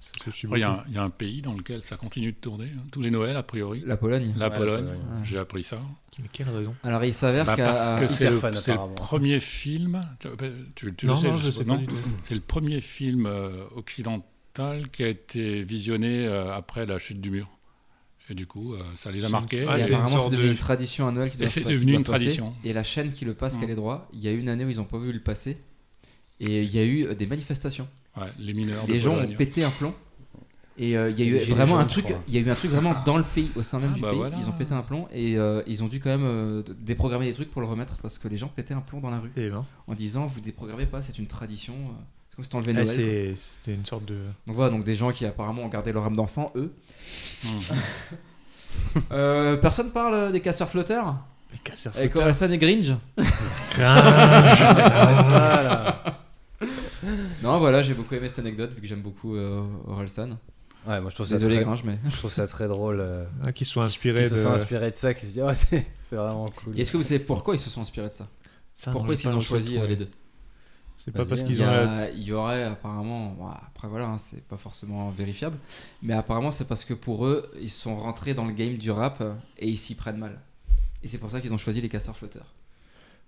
[SPEAKER 8] ça se suit
[SPEAKER 10] Après, Oh, Il y, a
[SPEAKER 8] beaucoup.
[SPEAKER 10] un- il y a un pays dans lequel ça continue de tourner, hein, tous les Noëls a priori.
[SPEAKER 7] La Pologne.
[SPEAKER 10] La Pologne,
[SPEAKER 7] Pologne.
[SPEAKER 10] j'ai appris ça.
[SPEAKER 8] Mais quelle raison
[SPEAKER 7] Alors il s'avère
[SPEAKER 10] Bah,
[SPEAKER 7] qu'à
[SPEAKER 10] parce que c'est
[SPEAKER 9] hyper
[SPEAKER 10] le,
[SPEAKER 9] fan,
[SPEAKER 10] c'est le
[SPEAKER 9] apparemment.
[SPEAKER 10] premier film. Tu, tu- tu
[SPEAKER 8] Non,
[SPEAKER 10] le sais,
[SPEAKER 8] non, je
[SPEAKER 10] je
[SPEAKER 8] sais
[SPEAKER 10] suppose,
[SPEAKER 8] pas
[SPEAKER 10] non
[SPEAKER 8] du tout.
[SPEAKER 10] C'est le premier film euh, occidental qui a été visionné euh, après la chute du mur. Et du coup, euh, ça les a
[SPEAKER 8] C'est-
[SPEAKER 10] marqués.
[SPEAKER 8] Ah,
[SPEAKER 10] Et-
[SPEAKER 7] Et
[SPEAKER 8] c'est une
[SPEAKER 7] apparemment, c'est
[SPEAKER 8] sorte
[SPEAKER 7] devenu
[SPEAKER 8] de-
[SPEAKER 7] une tradition à Noël qui doit
[SPEAKER 10] Et c'est
[SPEAKER 7] qui doit
[SPEAKER 10] devenu une
[SPEAKER 7] passer.
[SPEAKER 10] tradition.
[SPEAKER 7] Et la chaîne qui le passe,
[SPEAKER 10] Mm.
[SPEAKER 7] qu'elle est droit, il y a une année où ils n'ont pas vu le passer. Et il y a eu euh, des manifestations.
[SPEAKER 10] ouais, les mineurs
[SPEAKER 7] les
[SPEAKER 10] de
[SPEAKER 7] gens
[SPEAKER 10] Pologne.
[SPEAKER 7] ont pété un plomb. Et euh, il y a
[SPEAKER 9] C'était
[SPEAKER 7] eu
[SPEAKER 9] les gilets
[SPEAKER 7] vraiment un
[SPEAKER 9] jaunes, je
[SPEAKER 7] truc.
[SPEAKER 9] crois.
[SPEAKER 7] Il y a eu un truc vraiment dans le pays, au sein même
[SPEAKER 10] Ah,
[SPEAKER 7] du
[SPEAKER 10] bah
[SPEAKER 7] pays.
[SPEAKER 10] voilà.
[SPEAKER 7] Ils ont pété un plomb et euh, ils ont dû quand même euh, déprogrammer des trucs pour le remettre parce que les gens pétaient un plomb dans la rue
[SPEAKER 8] Eh ben,
[SPEAKER 7] en disant vous déprogrammez pas, c'est une tradition. euh, C'est comme si t'enlevais
[SPEAKER 8] eh,
[SPEAKER 7] Noël. quoi.
[SPEAKER 8] c'est- c'était une sorte de.
[SPEAKER 7] Donc voilà, donc des gens qui apparemment ont gardé leur âme d'enfant, eux.
[SPEAKER 10] Mmh.
[SPEAKER 7] Euh, personne parle euh, des casseurs flotteurs
[SPEAKER 8] Les casseurs
[SPEAKER 7] Avec Orelsan et Gringe
[SPEAKER 9] Ça, là.
[SPEAKER 7] Non, voilà, j'ai beaucoup aimé cette anecdote vu que j'aime beaucoup euh, Orelsan.
[SPEAKER 9] Ouais, moi, je trouve ça,
[SPEAKER 7] Désolé,
[SPEAKER 9] très...
[SPEAKER 7] Gringe, mais.
[SPEAKER 9] je trouve ça très drôle. euh,
[SPEAKER 8] Ah, qui sont
[SPEAKER 9] qu'ils-
[SPEAKER 8] inspirés
[SPEAKER 9] qu'ils se
[SPEAKER 8] de.
[SPEAKER 9] sont inspirés de ça, qui se disent, oh, c'est c'est vraiment cool.
[SPEAKER 7] Et Est-ce que vous savez pourquoi ils se sont inspirés de ça
[SPEAKER 8] Ça,
[SPEAKER 7] Pourquoi
[SPEAKER 8] j'ai
[SPEAKER 7] est-ce qu'ils
[SPEAKER 8] pas
[SPEAKER 7] ont
[SPEAKER 8] réussi à
[SPEAKER 7] choisi euh,
[SPEAKER 8] trouver.
[SPEAKER 7] les deux
[SPEAKER 8] C'est pas
[SPEAKER 9] Vas-y,
[SPEAKER 8] parce
[SPEAKER 9] hein.
[SPEAKER 7] Il y,
[SPEAKER 8] qu'ils ont. la-
[SPEAKER 7] a- il y aurait apparemment, bon, après voilà, hein, c'est pas forcément vérifiable, mais apparemment c'est parce que pour eux, ils sont rentrés dans le game du rap euh, et ils s'y prennent mal. Et c'est pour ça qu'ils ont choisi les casseurs flotteurs.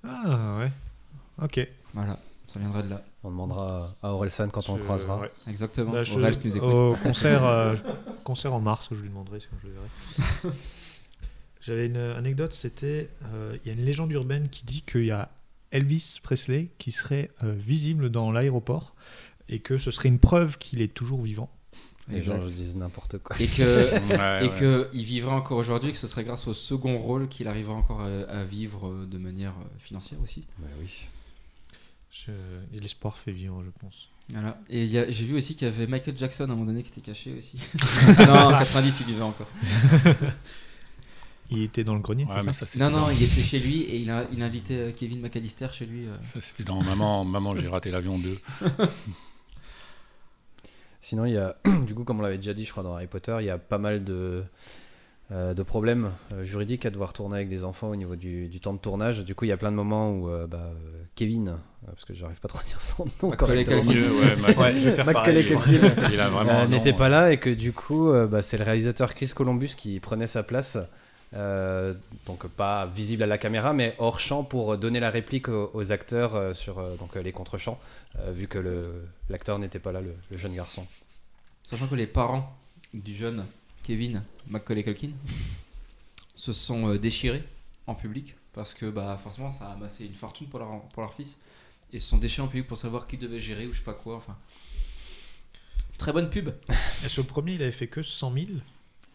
[SPEAKER 8] Ah ouais. Ok.
[SPEAKER 7] Voilà, ça viendrait de là.
[SPEAKER 9] On demandera à Orelsan quand on le
[SPEAKER 8] Je-
[SPEAKER 9] croisera.
[SPEAKER 8] ouais.
[SPEAKER 7] Exactement.
[SPEAKER 8] Bah, je-
[SPEAKER 7] Aurel qui nous écoute.
[SPEAKER 8] Au concert, euh, concert en mars, je lui demanderai si je le verrai. J'avais une anecdote, c'était euh, il y a une légende urbaine qui dit qu'il y a Elvis Presley qui serait euh, visible dans l'aéroport et que ce serait une preuve qu'il est toujours vivant.
[SPEAKER 9] Les gens
[SPEAKER 7] Exact.
[SPEAKER 9] disent n'importe quoi.
[SPEAKER 7] Et que
[SPEAKER 10] Ouais,
[SPEAKER 7] et
[SPEAKER 10] ouais.
[SPEAKER 7] qu'il vivrait encore aujourd'hui, que ce serait grâce au second rôle qu'il arrivera encore à, à vivre euh, de manière euh, financière aussi.
[SPEAKER 9] Bah oui.
[SPEAKER 8] Je- et L'espoir fait vivre, je pense.
[SPEAKER 7] Voilà. Et il y a- j'ai vu aussi qu'il y avait Michael Jackson à un moment donné qui était caché aussi. non, en 90, il vivait encore.
[SPEAKER 8] Il était dans le grenier.
[SPEAKER 10] Ouais,
[SPEAKER 8] c'est
[SPEAKER 10] mais
[SPEAKER 8] ça
[SPEAKER 10] ça, c'était
[SPEAKER 7] Non,
[SPEAKER 10] dans-
[SPEAKER 7] non, il était chez lui et il a, il a invité euh, Kevin McAllister chez lui. euh.
[SPEAKER 10] ça, c'était dans Maman, Maman j'ai raté l'avion 2.
[SPEAKER 9] Sinon, il y a, du coup, comme on l'avait déjà dit, je crois, dans Harry Potter, il y a pas mal de, euh, de problèmes euh, juridiques à devoir tourner avec des enfants au niveau du, du temps de tournage. Du coup, il y a plein de moments où euh, bah, euh, Kevin, euh, parce que j'arrive pas trop à dire son nom,
[SPEAKER 7] Macaulay
[SPEAKER 9] correctement,
[SPEAKER 7] Culkin.
[SPEAKER 10] ouais, Mac-
[SPEAKER 8] Ouais, je vais faire
[SPEAKER 9] Macaulay
[SPEAKER 8] pareil.
[SPEAKER 9] Culkin.
[SPEAKER 10] Il a vraiment.
[SPEAKER 9] euh,
[SPEAKER 10] un nom,
[SPEAKER 9] n'était
[SPEAKER 10] ouais.
[SPEAKER 9] pas là et que du coup, euh, bah, c'est le réalisateur Chris Columbus qui prenait sa place. euh, donc pas visible à la caméra, mais hors champ pour donner la réplique aux, aux acteurs euh, sur euh, donc, euh, les contre-champs, euh, vu que le- l'acteur n'était pas là, le- le jeune garçon.
[SPEAKER 7] Sachant que les parents du jeune Kevin McCauley Culkin se sont euh, déchirés en public parce que bah, forcément ça a amassé une fortune pour leur, pour leur fils. Et se sont déchirés en public pour savoir qui devait gérer ou je sais pas quoi. Enfin. Très bonne pub.
[SPEAKER 8] Et sur le premier, il avait fait que 100 000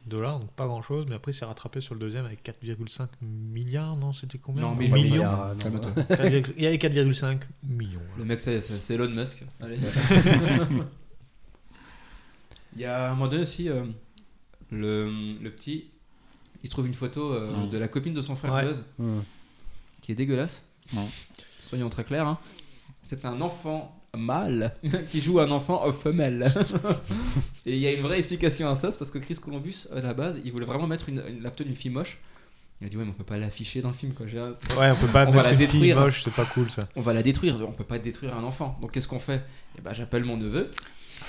[SPEAKER 8] dollars, donc pas grand chose, mais après, il s'est rattrapé sur le deuxième avec 4,5 milliards, non C'était combien
[SPEAKER 7] Non, mais
[SPEAKER 8] mais
[SPEAKER 9] Pas
[SPEAKER 7] millions.
[SPEAKER 9] milliard, euh, non.
[SPEAKER 7] Calme-toi.
[SPEAKER 8] Il y avait 4,5 millions.
[SPEAKER 7] Le mec, c'est- c'est c'est Elon Musk. Allez. Il y a un moment donné aussi, euh, le, le petit, il trouve une photo euh,
[SPEAKER 10] Mm.
[SPEAKER 7] de la copine de son frère
[SPEAKER 8] Ouais.
[SPEAKER 7] Buzz,
[SPEAKER 9] Hmm.
[SPEAKER 7] qui est dégueulasse.
[SPEAKER 10] Mm.
[SPEAKER 7] Soyons très clairs. hein. C'est un enfant mâle qui joue un enfant femelle. Et il y a une vraie explication à ça, c'est parce que Chris Columbus, à la base, il voulait vraiment mettre une, une, la photo d'une fille moche. Il a dit, ouais, mais on peut pas l'afficher dans le film. Quoi. J'ai un-
[SPEAKER 8] Ouais, on peut pas
[SPEAKER 7] On va
[SPEAKER 8] mettre
[SPEAKER 7] la
[SPEAKER 8] une fille
[SPEAKER 7] détruire.
[SPEAKER 8] moche, c'est pas cool ça.
[SPEAKER 7] on va la détruire, on peut pas détruire un enfant. Donc qu'est-ce qu'on fait Eh ben j'appelle mon neveu,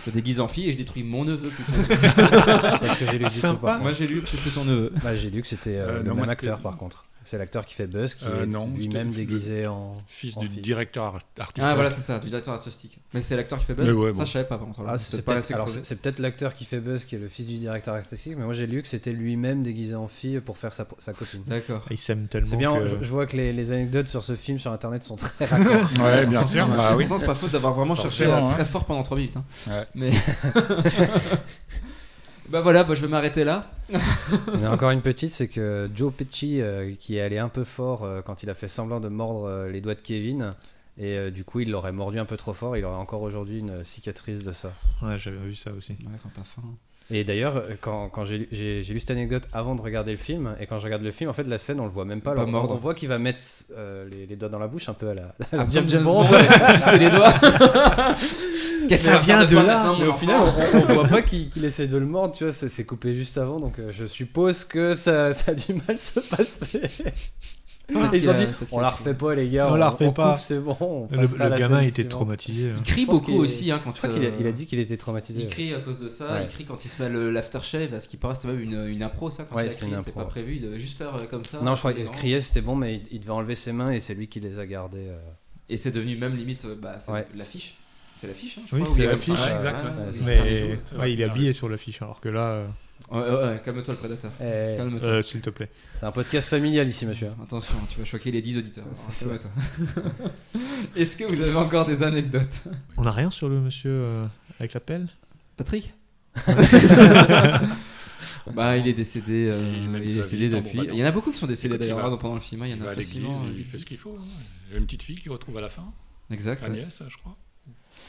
[SPEAKER 7] je déguise en fille et je détruis mon neveu. plutôt.
[SPEAKER 9] C'est pas ce que j'ai lu du tout,
[SPEAKER 8] Sympa.
[SPEAKER 9] par contre.
[SPEAKER 7] Moi j'ai lu que c'était son neveu.
[SPEAKER 9] Bah, j'ai lu que c'était euh,
[SPEAKER 10] Euh,
[SPEAKER 9] le
[SPEAKER 10] non,
[SPEAKER 9] même
[SPEAKER 10] moi,
[SPEAKER 9] acteur
[SPEAKER 10] c'était-
[SPEAKER 9] par contre. C'est l'acteur qui fait Buzz, qui
[SPEAKER 10] Euh,
[SPEAKER 9] est
[SPEAKER 10] non,
[SPEAKER 9] lui-même
[SPEAKER 10] c'était le-
[SPEAKER 9] déguisé en.
[SPEAKER 10] Fils
[SPEAKER 9] en
[SPEAKER 10] du
[SPEAKER 9] fils.
[SPEAKER 10] directeur art- artistique.
[SPEAKER 7] Ah voilà, c'est ça, du directeur artistique. Mais c'est l'acteur qui fait buzz.
[SPEAKER 10] Mais ouais,
[SPEAKER 7] ça,
[SPEAKER 10] bon.
[SPEAKER 7] je savais pas, par contre. alors.
[SPEAKER 9] Ah, c'est c'est
[SPEAKER 7] Peut-être pas
[SPEAKER 9] peut-être
[SPEAKER 7] assez
[SPEAKER 9] alors,
[SPEAKER 7] creusé.
[SPEAKER 9] c'est- c'est peut-être l'acteur qui fait Buzz qui est le fils du directeur artistique, mais moi j'ai lu que c'était lui-même déguisé en fille pour faire sa, sa copine.
[SPEAKER 7] D'accord.
[SPEAKER 8] Ils s'aiment tellement.
[SPEAKER 9] C'est bien,
[SPEAKER 8] que-
[SPEAKER 9] je, je vois que les, les anecdotes sur ce film sur internet sont très raccortes.
[SPEAKER 10] Ouais, bien sûr. bah oui.
[SPEAKER 7] Pourtant, c'est pas faute d'avoir vraiment cherché euh,
[SPEAKER 10] Forcément, hein.
[SPEAKER 7] très fort pendant 3 minutes. hein.
[SPEAKER 10] Ouais.
[SPEAKER 7] Mais. bah voilà, bah, je vais m'arrêter là.
[SPEAKER 9] Il y en a encore une petite, c'est que Joe Pesci, euh, qui est allé un peu fort euh, quand il a fait semblant de mordre euh, les doigts de Kevin, et euh, du coup il l'aurait mordu un peu trop fort, il aurait encore aujourd'hui une euh, cicatrice de ça.
[SPEAKER 8] Ouais, j'avais vu ça aussi.
[SPEAKER 7] Ouais, quand t'as faim.
[SPEAKER 9] Et d'ailleurs, euh, quand, quand j'ai lu- j'ai j'ai lu cette anecdote avant de regarder le film, et quand je regarde le film, en fait, la scène, on le voit même pas.
[SPEAKER 7] Pas
[SPEAKER 9] Alors, on-
[SPEAKER 7] mordre.
[SPEAKER 9] on voit qu'il va mettre euh, les, les doigts dans la bouche, un peu à la, à la
[SPEAKER 7] Ah,
[SPEAKER 9] James,
[SPEAKER 7] James
[SPEAKER 9] Bond.
[SPEAKER 7] Bond, Sucer les doigts. Qu'est-ce
[SPEAKER 8] Ça
[SPEAKER 7] qu'on va faire
[SPEAKER 8] vient de
[SPEAKER 7] toi
[SPEAKER 8] là,
[SPEAKER 7] maintenant, mon
[SPEAKER 9] Mais au
[SPEAKER 7] enfant
[SPEAKER 9] final, on, on voit pas qu'il qu'il essaie de le mordre, tu vois, c'est c'est coupé juste avant, donc euh, je suppose que ça, ça a du mal se passer.
[SPEAKER 7] Peut-être
[SPEAKER 9] Et ils ont
[SPEAKER 7] qu'il a-
[SPEAKER 9] dit,
[SPEAKER 7] peut-être qu'il
[SPEAKER 9] on
[SPEAKER 7] a-
[SPEAKER 9] la refait pas, les gars,
[SPEAKER 8] On la refait
[SPEAKER 9] on
[SPEAKER 8] pas.
[SPEAKER 9] coupe, C'est bon, on
[SPEAKER 8] Le,
[SPEAKER 9] passera à
[SPEAKER 8] le
[SPEAKER 9] la
[SPEAKER 8] gamin
[SPEAKER 9] scène
[SPEAKER 8] était
[SPEAKER 9] suivante.
[SPEAKER 8] traumatisé. hein.
[SPEAKER 7] Il crie
[SPEAKER 9] Je pense
[SPEAKER 7] beaucoup
[SPEAKER 9] qu'il-
[SPEAKER 7] aussi hein, quand
[SPEAKER 9] Je crois qu'il a,
[SPEAKER 7] euh,
[SPEAKER 9] il a dit qu'il était traumatisé.
[SPEAKER 7] Il
[SPEAKER 9] ouais.
[SPEAKER 7] crie à cause de ça,
[SPEAKER 9] Ouais.
[SPEAKER 7] il crie quand il se met le- l'aftershave, à ce qui paraît c'était même une, une impro ça, quand
[SPEAKER 9] Ouais,
[SPEAKER 7] il a
[SPEAKER 9] c'était
[SPEAKER 7] crié,
[SPEAKER 9] une
[SPEAKER 7] c'était
[SPEAKER 9] impro,
[SPEAKER 7] pas
[SPEAKER 9] ouais.
[SPEAKER 7] prévu, il devait juste faire euh, comme ça.
[SPEAKER 9] Non, je crois qu'il
[SPEAKER 7] Et-
[SPEAKER 9] criait, c'était bon, mais il, il devait enlever ses mains et c'est lui qui les a gardées. euh.
[SPEAKER 7] Et c'est devenu même limite, euh, bah, c'est
[SPEAKER 9] Ouais.
[SPEAKER 7] l'affiche. C'est l'affiche, hein, je
[SPEAKER 8] Oui,
[SPEAKER 7] crois,
[SPEAKER 8] c'est
[SPEAKER 7] où il est
[SPEAKER 8] l'affiche,
[SPEAKER 7] comme ça,
[SPEAKER 10] exact,
[SPEAKER 7] ouais,
[SPEAKER 10] ouais.
[SPEAKER 7] ouais,
[SPEAKER 9] Ouais,
[SPEAKER 7] il se tient Ah, les
[SPEAKER 8] Mais
[SPEAKER 7] joues.
[SPEAKER 10] c'est vrai.
[SPEAKER 8] ouais, il est habillé sur l'affiche, alors que là, euh,
[SPEAKER 7] Ouais, ouais, ouais, calme-toi le prédateur,
[SPEAKER 9] Eh,
[SPEAKER 7] calme-toi.
[SPEAKER 8] euh, s'il te plaît.
[SPEAKER 9] C'est un podcast familial ici, monsieur.
[SPEAKER 7] Attention, hein, tu vas choquer les 10 auditeurs.
[SPEAKER 9] C'est ça.
[SPEAKER 7] calme-toi. Est-ce que vous avez encore des anecdotes
[SPEAKER 8] On a rien sur le monsieur euh, avec la pelle
[SPEAKER 7] Patrick Bah, il est décédé, euh,
[SPEAKER 10] Il mène
[SPEAKER 7] il est
[SPEAKER 10] sa
[SPEAKER 7] décédé
[SPEAKER 10] vie dans
[SPEAKER 7] depuis.
[SPEAKER 10] mon bâton.
[SPEAKER 7] Il y en a beaucoup qui sont décédés
[SPEAKER 10] Écoute, il
[SPEAKER 7] d'ailleurs
[SPEAKER 10] va-
[SPEAKER 7] hein, pendant le film. hein, Il y
[SPEAKER 10] Il
[SPEAKER 7] en
[SPEAKER 10] va
[SPEAKER 7] a
[SPEAKER 10] à Bah, l'église,
[SPEAKER 7] facilement, euh,
[SPEAKER 10] il fait ce qu'il faut. hein. Il y a une petite fille qu'il retrouve à la fin,
[SPEAKER 7] Exact.
[SPEAKER 10] sa nièce, je crois.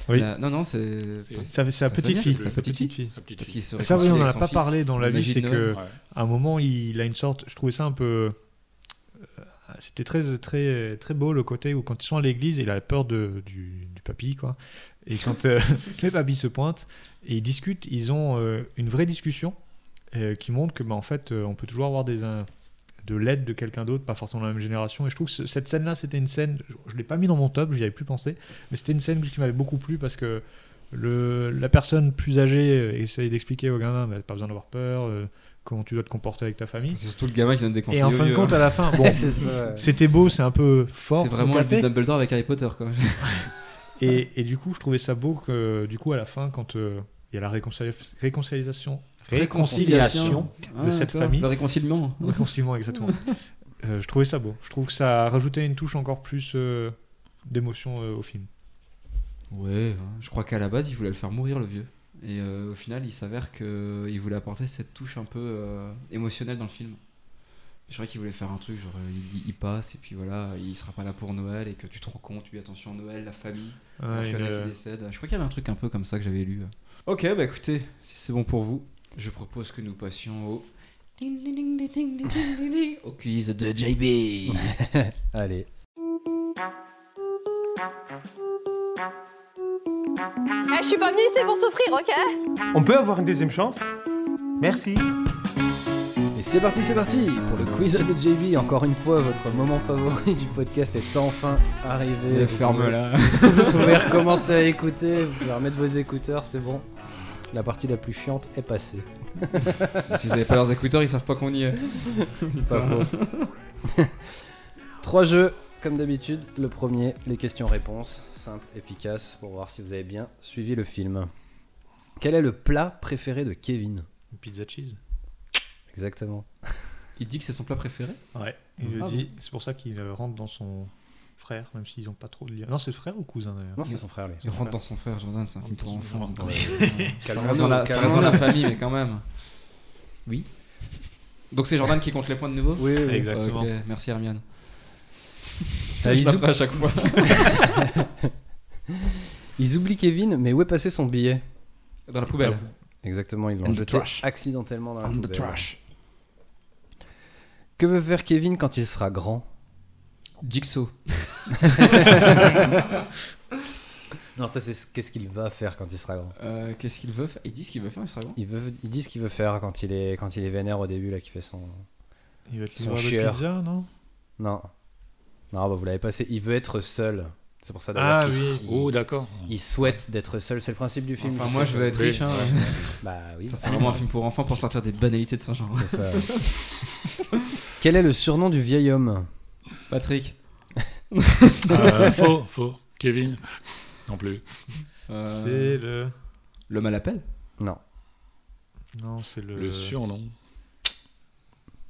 [SPEAKER 8] Oui.
[SPEAKER 7] La- Non, non, c'est.
[SPEAKER 10] C'est-
[SPEAKER 8] Ça fait- C'est
[SPEAKER 7] Sa
[SPEAKER 8] la petite
[SPEAKER 7] nièce,
[SPEAKER 8] fille.
[SPEAKER 7] c'est
[SPEAKER 8] Sa
[SPEAKER 7] sa petite
[SPEAKER 8] petite fille.
[SPEAKER 10] Sa petite
[SPEAKER 7] Parce qu'il
[SPEAKER 10] fille.
[SPEAKER 7] se
[SPEAKER 8] Ça, oui, on
[SPEAKER 7] réconcilie
[SPEAKER 8] en a
[SPEAKER 7] avec son
[SPEAKER 8] pas
[SPEAKER 7] fils,
[SPEAKER 8] parlé dans la
[SPEAKER 7] la
[SPEAKER 8] vie,
[SPEAKER 7] magie
[SPEAKER 8] c'est
[SPEAKER 7] de Noël.
[SPEAKER 8] que
[SPEAKER 10] Ouais.
[SPEAKER 8] à un moment, il a une sorte. Je trouvais ça un peu. euh, C'était très, très, très beau le côté où quand ils sont à l'église, il a peur de, du, du papy, quoi. Et quand euh, les papys se pointent et ils discutent, ils ont euh, une vraie discussion euh, qui montre que, bah, en fait, euh, on peut toujours avoir des, euh, de l'aide de quelqu'un d'autre, pas forcément la même génération. Et je trouve que ce- cette scène-là, c'était une scène. je- Je l'ai pas mis dans mon top, j'y avais plus pensé, mais c'était une scène qui m'avait beaucoup plu parce que le, la personne plus âgée euh, essaye d'expliquer au gamin, bah, pas besoin d'avoir peur. euh, comment tu dois te comporter avec ta famille.
[SPEAKER 7] C'est surtout le gamin qui donne des conseils.
[SPEAKER 8] Et en
[SPEAKER 7] aux
[SPEAKER 8] fin de
[SPEAKER 7] vieux,
[SPEAKER 8] compte,
[SPEAKER 7] hein.
[SPEAKER 8] à la fin, bon,
[SPEAKER 9] C'est ça.
[SPEAKER 8] c'était beau, c'est un peu fort.
[SPEAKER 7] c'est
[SPEAKER 8] le
[SPEAKER 7] vraiment le
[SPEAKER 8] café.
[SPEAKER 7] but Dumbledore avec Harry Potter. Quoi.
[SPEAKER 8] et, et du coup, je trouvais ça beau que, du coup, à la fin, quand euh, il y a la réconcilia- réconciliation, réconciliation,
[SPEAKER 7] Ah,
[SPEAKER 8] de cette
[SPEAKER 7] tu vois,
[SPEAKER 8] famille.
[SPEAKER 7] Le réconciliement.
[SPEAKER 8] réconciliement, exactement. Euh, je trouvais ça beau. Je trouve que ça a rajouté une touche encore plus euh, d'émotion euh, au film.
[SPEAKER 7] Ouais, je crois qu'à la base, il voulait le faire mourir, le vieux. Et euh, au final, il s'avère qu'il voulait apporter cette touche un peu euh, émotionnelle dans le film. Je crois qu'il voulait faire un truc, genre euh, il, il passe et puis voilà, il sera pas là pour Noël et que tu te rends compte, lui attention Noël, la famille, alors
[SPEAKER 8] Ouais,
[SPEAKER 7] qu'il y en a
[SPEAKER 8] une, euh,
[SPEAKER 7] qui décèdent. Je crois qu'il y avait un truc un peu comme ça que j'avais lu. euh, Ok, bah écoutez, si c'est bon pour vous, je propose que nous passions au. Ding, ding, ding, ding, ding, ding, ding, ding, Au quiz de JB.
[SPEAKER 9] Allez.
[SPEAKER 11] Eh, je suis pas venue ici pour souffrir, ok
[SPEAKER 12] On peut avoir une deuxième chance Merci.
[SPEAKER 9] Et c'est parti, c'est parti pour le quiz de JB. Encore une fois, votre moment favori du podcast est enfin arrivé. Vous pouvez-
[SPEAKER 7] Ferme-la.
[SPEAKER 9] Vous pouvez recommencer à écouter, vous pouvez remettre vos écouteurs, c'est bon. La partie la plus chiante est passée.
[SPEAKER 7] si vous avez pas leurs écouteurs, ils savent pas qu'on y est.
[SPEAKER 9] C'est pas faux. Trois jeux, comme d'habitude. Le premier, les questions-réponses, simple, efficace, pour voir si vous avez bien suivi le film. Quel est le plat préféré de Kevin
[SPEAKER 8] pizza cheese.
[SPEAKER 9] Exactement.
[SPEAKER 7] Il dit que c'est son plat préféré
[SPEAKER 8] Ouais. Il le
[SPEAKER 7] Ah
[SPEAKER 8] dit. C'est pour ça qu'il euh, rentre dans son frère, même s'ils n'ont pas trop de lien. Non, c'est frère ou cousin d'ailleurs.
[SPEAKER 9] Non, c'est son frère, lui.
[SPEAKER 7] Il rentre dans son frère, Jordan, c'est un film
[SPEAKER 8] Rentre
[SPEAKER 7] pour
[SPEAKER 8] dans son
[SPEAKER 7] enfants.
[SPEAKER 8] frère.
[SPEAKER 7] Ouais. Ça reste
[SPEAKER 9] Calmons-nous,
[SPEAKER 7] dans la- Ça reste dans la
[SPEAKER 9] calmons-nous.
[SPEAKER 7] famille, mais quand même. Oui. Donc c'est Jordan qui compte les points de nouveau Ah,
[SPEAKER 9] Oui, oui, oui.
[SPEAKER 8] Exactement.
[SPEAKER 7] Ok, merci Hermione.
[SPEAKER 9] Euh,
[SPEAKER 7] Je
[SPEAKER 9] ils,
[SPEAKER 7] tape à chaque fois.
[SPEAKER 9] ils oublient Kevin, mais où est passé son billet
[SPEAKER 7] Dans la poubelle.
[SPEAKER 9] Exactement, ils
[SPEAKER 7] In
[SPEAKER 9] l'ont
[SPEAKER 7] the
[SPEAKER 9] jeté
[SPEAKER 7] trash.
[SPEAKER 9] accidentellement dans la
[SPEAKER 7] On the
[SPEAKER 9] poubelle.
[SPEAKER 7] trash.
[SPEAKER 9] Que veut faire Kevin quand il sera grand
[SPEAKER 7] Jigsaw.
[SPEAKER 9] Non, ça c'est ce- qu'est-ce qu'il va faire quand il sera grand.
[SPEAKER 7] Euh, Qu'est-ce qu'il veut faire Il dit ce qu'il veut faire, il sera bon.
[SPEAKER 9] Il, veut, il dit ce qu'il veut faire quand il est quand il est vénère au début là qui fait son
[SPEAKER 8] Il va être
[SPEAKER 9] Son
[SPEAKER 8] livreur de
[SPEAKER 9] chieur.
[SPEAKER 8] pizza, non
[SPEAKER 9] non non bah vous l'avez passé. Il veut être seul. C'est pour ça d'ailleurs
[SPEAKER 8] Ah
[SPEAKER 9] qu'il
[SPEAKER 8] oui.
[SPEAKER 9] qu'il-
[SPEAKER 10] Oh, d'accord.
[SPEAKER 9] il souhaite d'être seul. C'est le principe du film.
[SPEAKER 7] Enfin,
[SPEAKER 9] je
[SPEAKER 7] moi
[SPEAKER 9] sais
[SPEAKER 7] je
[SPEAKER 9] pas.
[SPEAKER 7] veux être
[SPEAKER 10] Oui.
[SPEAKER 7] riche. Hein,
[SPEAKER 9] Bah oui.
[SPEAKER 7] Ça, c'est vraiment un film pour enfants pour sortir des banalités de ce genre.
[SPEAKER 9] C'est ça. Quel est le surnom du vieil homme
[SPEAKER 7] Patrick.
[SPEAKER 10] Euh, faux, faux. Kevin Non plus.
[SPEAKER 7] Euh,
[SPEAKER 8] C'est le.
[SPEAKER 7] L'homme à l'appel
[SPEAKER 9] Non.
[SPEAKER 8] Non, c'est le. euh,
[SPEAKER 10] Le surnom.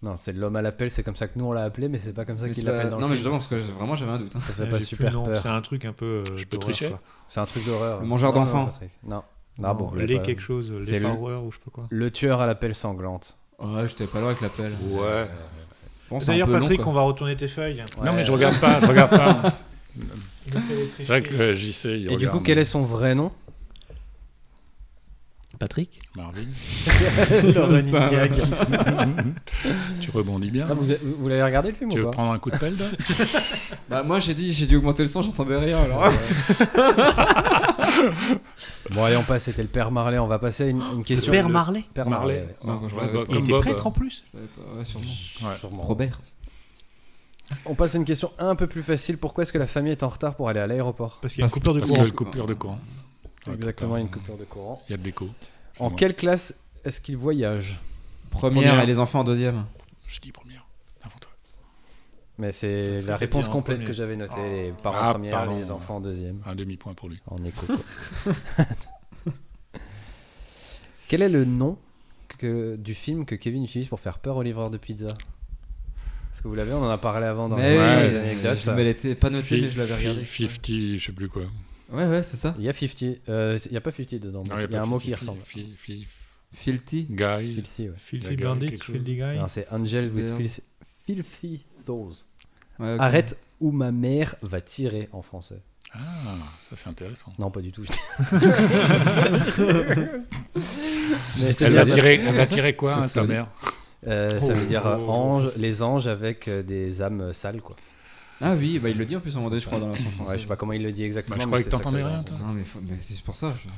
[SPEAKER 9] Non, c'est l'homme à l'appel, c'est comme ça que nous on l'a appelé, mais c'est pas comme ça
[SPEAKER 7] Mais
[SPEAKER 9] qu'il
[SPEAKER 7] c'est pas-
[SPEAKER 9] l'appelle dans
[SPEAKER 7] Non,
[SPEAKER 9] le
[SPEAKER 7] mais
[SPEAKER 9] film.
[SPEAKER 7] justement, parce que vraiment j'avais un doute. hein.
[SPEAKER 9] Ça fait
[SPEAKER 8] Ouais,
[SPEAKER 9] pas
[SPEAKER 8] Eh, j'ai plus
[SPEAKER 9] super
[SPEAKER 8] le nom.
[SPEAKER 9] peur.
[SPEAKER 8] C'est un truc un peu. euh,
[SPEAKER 10] Je peux
[SPEAKER 8] d'horreur,
[SPEAKER 10] tricher
[SPEAKER 8] quoi.
[SPEAKER 9] C'est un truc d'horreur.
[SPEAKER 7] Le mangeur
[SPEAKER 9] Non, non,
[SPEAKER 7] d'enfants.
[SPEAKER 9] Patrick, Non. Ah bon,
[SPEAKER 8] les
[SPEAKER 9] il a pas-
[SPEAKER 8] quelque chose, euh,
[SPEAKER 9] C'est
[SPEAKER 8] les
[SPEAKER 9] le-
[SPEAKER 8] Farware ou je sais pas quoi.
[SPEAKER 9] Le tueur à l'appel sanglante.
[SPEAKER 7] Ouais, j'étais pas loin avec l'appel.
[SPEAKER 10] Ouais.
[SPEAKER 7] Bon, c'est un
[SPEAKER 8] D'ailleurs,
[SPEAKER 7] peu long,
[SPEAKER 8] Patrick,
[SPEAKER 7] quoi.
[SPEAKER 8] on va retourner tes feuilles.
[SPEAKER 10] Euh, Non, mais je regarde pas, je regarde pas.
[SPEAKER 8] C'est
[SPEAKER 10] C'est vrai que euh, JC, il
[SPEAKER 9] Et
[SPEAKER 10] regarde.
[SPEAKER 9] du coup, quel est son vrai nom
[SPEAKER 2] Patrick
[SPEAKER 10] Marvin,
[SPEAKER 8] le running gag.
[SPEAKER 10] tu rebondis bien.
[SPEAKER 9] Ah, Vous vous- vous l'avez regardé le film
[SPEAKER 10] Tu
[SPEAKER 9] ou
[SPEAKER 10] veux
[SPEAKER 9] pas
[SPEAKER 10] prendre un coup de pelle, toi
[SPEAKER 7] Bah, moi j'ai dit, j'ai dû augmenter le son, j'entendais rien alors.
[SPEAKER 9] Bon, allez, on passe. C'était le père Marley. On va passer à une, une question.
[SPEAKER 2] Père Marley
[SPEAKER 9] Père
[SPEAKER 10] Marley.
[SPEAKER 9] Marley, ouais.
[SPEAKER 7] Non, je vois
[SPEAKER 10] Ah, Ouais, bah. Bob,
[SPEAKER 7] pas.
[SPEAKER 2] Il
[SPEAKER 10] comme
[SPEAKER 2] était
[SPEAKER 10] Bob.
[SPEAKER 2] prêtre en plus
[SPEAKER 7] Ouais, ouais, sûrement.
[SPEAKER 10] Ouais.
[SPEAKER 9] Sûrement.
[SPEAKER 7] Robert.
[SPEAKER 9] On passe à une question un peu plus facile. Pourquoi est-ce que la famille est en retard pour aller à l'aéroport
[SPEAKER 8] Parce qu'il y a une coupure de
[SPEAKER 10] Parce
[SPEAKER 8] courant.
[SPEAKER 10] qu'il y a une coupure de courant. Ouais,
[SPEAKER 9] Exactement,
[SPEAKER 10] putain.
[SPEAKER 9] une coupure de courant.
[SPEAKER 10] Il y a de l'écho. C'est
[SPEAKER 9] En
[SPEAKER 10] moi.
[SPEAKER 9] quelle classe est-ce qu'il voyage
[SPEAKER 7] Première,
[SPEAKER 10] Première.
[SPEAKER 7] et les enfants en deuxième.
[SPEAKER 10] Je dis première. Avant toi.
[SPEAKER 9] Mais c'est
[SPEAKER 8] Tout
[SPEAKER 9] la
[SPEAKER 8] était
[SPEAKER 9] réponse
[SPEAKER 8] en
[SPEAKER 9] complète
[SPEAKER 8] premier.
[SPEAKER 9] que j'avais notée. Les parents
[SPEAKER 10] Ah,
[SPEAKER 9] première,
[SPEAKER 10] pardon.
[SPEAKER 9] les enfants en deuxième.
[SPEAKER 10] Un demi-point pour lui.
[SPEAKER 9] En écho. quoi. Quel est le nom que, du film que Kevin utilise pour faire peur au livreur de pizza Est-ce que vous l'avez On en a parlé avant dans
[SPEAKER 7] Mais
[SPEAKER 10] Ouais,
[SPEAKER 7] oui,
[SPEAKER 9] les anecdotes.
[SPEAKER 7] je-
[SPEAKER 9] ça.
[SPEAKER 7] mais elle était pas notée,
[SPEAKER 10] Fi-
[SPEAKER 7] mais je l'avais
[SPEAKER 10] fi-
[SPEAKER 7] regardée.
[SPEAKER 10] 50, je sais plus quoi.
[SPEAKER 7] Ouais, ouais, c'est ça.
[SPEAKER 9] Il y a 50. euh, il n'y a pas 50 dedans. mais
[SPEAKER 10] Non,
[SPEAKER 9] c'est- il y a
[SPEAKER 10] pas
[SPEAKER 9] un mot
[SPEAKER 10] 50,
[SPEAKER 9] qui y ressemble.
[SPEAKER 10] fi- fi-
[SPEAKER 7] Filthy.
[SPEAKER 10] Guy.
[SPEAKER 9] Filthy, ouais.
[SPEAKER 10] Il y
[SPEAKER 8] Filthy
[SPEAKER 10] a
[SPEAKER 8] Bandit,
[SPEAKER 10] quelque chose.
[SPEAKER 8] Filthy Guy.
[SPEAKER 9] Non, c'est Angel
[SPEAKER 7] C'est
[SPEAKER 9] with
[SPEAKER 7] bien.
[SPEAKER 9] Filthy, filthy Thoughts.
[SPEAKER 7] Ouais, ok.
[SPEAKER 9] Arrête où ma mère va tirer en français.
[SPEAKER 10] Ah, ça c'est intéressant.
[SPEAKER 9] Non, pas du tout.
[SPEAKER 10] Elle va
[SPEAKER 9] c'est-
[SPEAKER 10] tirer, elle va tirer quoi,
[SPEAKER 9] Ça,
[SPEAKER 10] hein,
[SPEAKER 9] ça
[SPEAKER 10] ta
[SPEAKER 9] veut
[SPEAKER 10] mère
[SPEAKER 9] Euh, ça
[SPEAKER 10] Oh.
[SPEAKER 9] veut dire euh,
[SPEAKER 10] Oh.
[SPEAKER 9] ange, les anges avec euh, des âmes euh, sales, quoi.
[SPEAKER 7] Ah oui, bah il le dit en plus à un moment donné, je crois, dans la chanson française.
[SPEAKER 9] Ouais, je sais pas comment il le dit exactement.
[SPEAKER 10] Bah, Je
[SPEAKER 9] mais
[SPEAKER 10] croyais que
[SPEAKER 9] c'est ça
[SPEAKER 10] t'entendais
[SPEAKER 9] ça veut
[SPEAKER 10] rien,
[SPEAKER 9] dire.
[SPEAKER 10] toi.
[SPEAKER 7] Non, mais, faut- mais c'est pour ça. Je...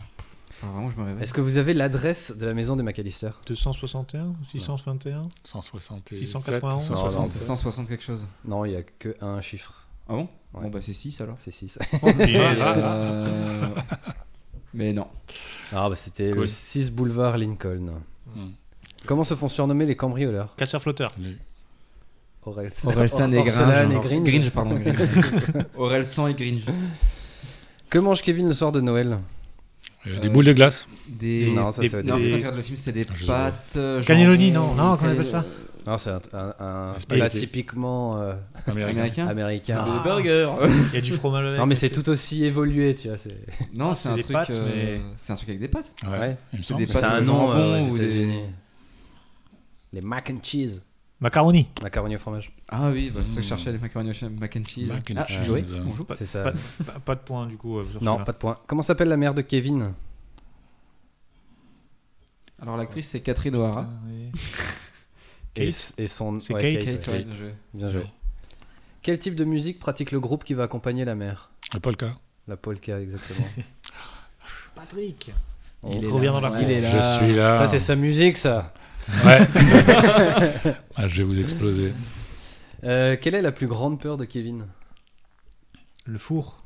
[SPEAKER 7] Enfin, vraiment, je me réveille.
[SPEAKER 9] Est-ce que vous avez l'adresse de la maison des McAllister
[SPEAKER 8] 261 621
[SPEAKER 10] 167,
[SPEAKER 8] 691,
[SPEAKER 10] 160.
[SPEAKER 7] C'est 160 quelque chose.
[SPEAKER 9] Non, il y a que un chiffre.
[SPEAKER 7] Ah bon
[SPEAKER 9] Ouais.
[SPEAKER 7] Bon, bah c'est 6 alors.
[SPEAKER 9] C'est 6.
[SPEAKER 7] Euh, Mais non.
[SPEAKER 9] ah, bah c'était le
[SPEAKER 10] Cool.
[SPEAKER 9] 6 boulevard Lincoln.
[SPEAKER 10] Hmm.
[SPEAKER 9] Comment se font surnommer les cambrioleurs
[SPEAKER 8] Casseur flotteur.
[SPEAKER 9] Orelsan
[SPEAKER 7] Orelsan et
[SPEAKER 9] Orselsan
[SPEAKER 7] Gringe.
[SPEAKER 9] et Gringe.
[SPEAKER 7] Gringe, pardon. Gringe. Orelsan et Gringe.
[SPEAKER 9] Que mange Kevin le soir de Noël
[SPEAKER 10] Euh, Des boules de glace.
[SPEAKER 7] Des.
[SPEAKER 9] Non, ça,
[SPEAKER 8] des-
[SPEAKER 9] ça veut
[SPEAKER 7] Non,
[SPEAKER 9] dire-
[SPEAKER 7] c'est quand tu regardes le film, c'est des
[SPEAKER 10] Ah, je
[SPEAKER 7] pâtes. euh,
[SPEAKER 8] Cannelloni,
[SPEAKER 7] jambon,
[SPEAKER 8] non, non, comment on
[SPEAKER 7] cannell-
[SPEAKER 8] appelle ça
[SPEAKER 9] Non, c'est un, un- un plat
[SPEAKER 10] spaghetti.
[SPEAKER 9] typiquement euh,
[SPEAKER 10] Américain.
[SPEAKER 7] Américain
[SPEAKER 9] américain.
[SPEAKER 8] Ah.
[SPEAKER 7] burgers
[SPEAKER 8] Il y a du fromage avec.
[SPEAKER 9] Non, mais c'est tout aussi évolué, tu vois. C'est
[SPEAKER 7] Non,
[SPEAKER 8] c'est
[SPEAKER 7] c'est un
[SPEAKER 8] des
[SPEAKER 7] truc.
[SPEAKER 8] pâtes,
[SPEAKER 7] euh,
[SPEAKER 8] mais-
[SPEAKER 7] C'est un truc avec des pâtes.
[SPEAKER 10] Ouais,
[SPEAKER 9] Ouais.
[SPEAKER 10] il me
[SPEAKER 7] C'est
[SPEAKER 10] semble.
[SPEAKER 7] des
[SPEAKER 9] c'est
[SPEAKER 7] pâtes
[SPEAKER 9] un
[SPEAKER 7] au
[SPEAKER 9] nom euh,
[SPEAKER 7] jambon
[SPEAKER 9] aux
[SPEAKER 7] ou des-
[SPEAKER 9] États-Unis. Les mac and cheese.
[SPEAKER 8] Macaroni.
[SPEAKER 9] Macaroni au fromage.
[SPEAKER 7] Ah oui, bah, c'est ça que je
[SPEAKER 10] Mm.
[SPEAKER 7] cherchais, les macaroni au chien- mac and cheese.
[SPEAKER 10] Mac and
[SPEAKER 7] ah,
[SPEAKER 10] cheese.
[SPEAKER 7] Joey,
[SPEAKER 10] Euh,
[SPEAKER 7] bonjour.
[SPEAKER 8] Pas-
[SPEAKER 9] C'est ça.
[SPEAKER 8] pas- Pas, pas de point, du coup. euh, sur
[SPEAKER 9] Non,
[SPEAKER 8] celui-là.
[SPEAKER 9] pas de point. Comment s'appelle la mère de Kevin
[SPEAKER 7] Alors l'actrice, c'est Catherine O'Hara.
[SPEAKER 8] Ouais.
[SPEAKER 9] et,
[SPEAKER 8] Kate
[SPEAKER 9] s- et son.
[SPEAKER 8] C'est
[SPEAKER 9] ouais,
[SPEAKER 8] Kate,
[SPEAKER 9] Kate,
[SPEAKER 7] Kate, ouais,
[SPEAKER 9] Kate.
[SPEAKER 7] bien joué.
[SPEAKER 9] Bien joué. Quel type de musique pratique le groupe qui va accompagner la mère
[SPEAKER 10] Le polka.
[SPEAKER 9] La polka, exactement.
[SPEAKER 8] Patrick.
[SPEAKER 9] On
[SPEAKER 8] Il
[SPEAKER 9] est
[SPEAKER 8] revient dans la
[SPEAKER 7] Ah, Il est
[SPEAKER 8] course.
[SPEAKER 7] là.
[SPEAKER 10] Je suis là.
[SPEAKER 9] Ça, c'est sa musique, ça.
[SPEAKER 10] Ouais. Ah, je vais vous exploser.
[SPEAKER 9] Euh, quelle est la plus grande peur de Kevin
[SPEAKER 8] Le four.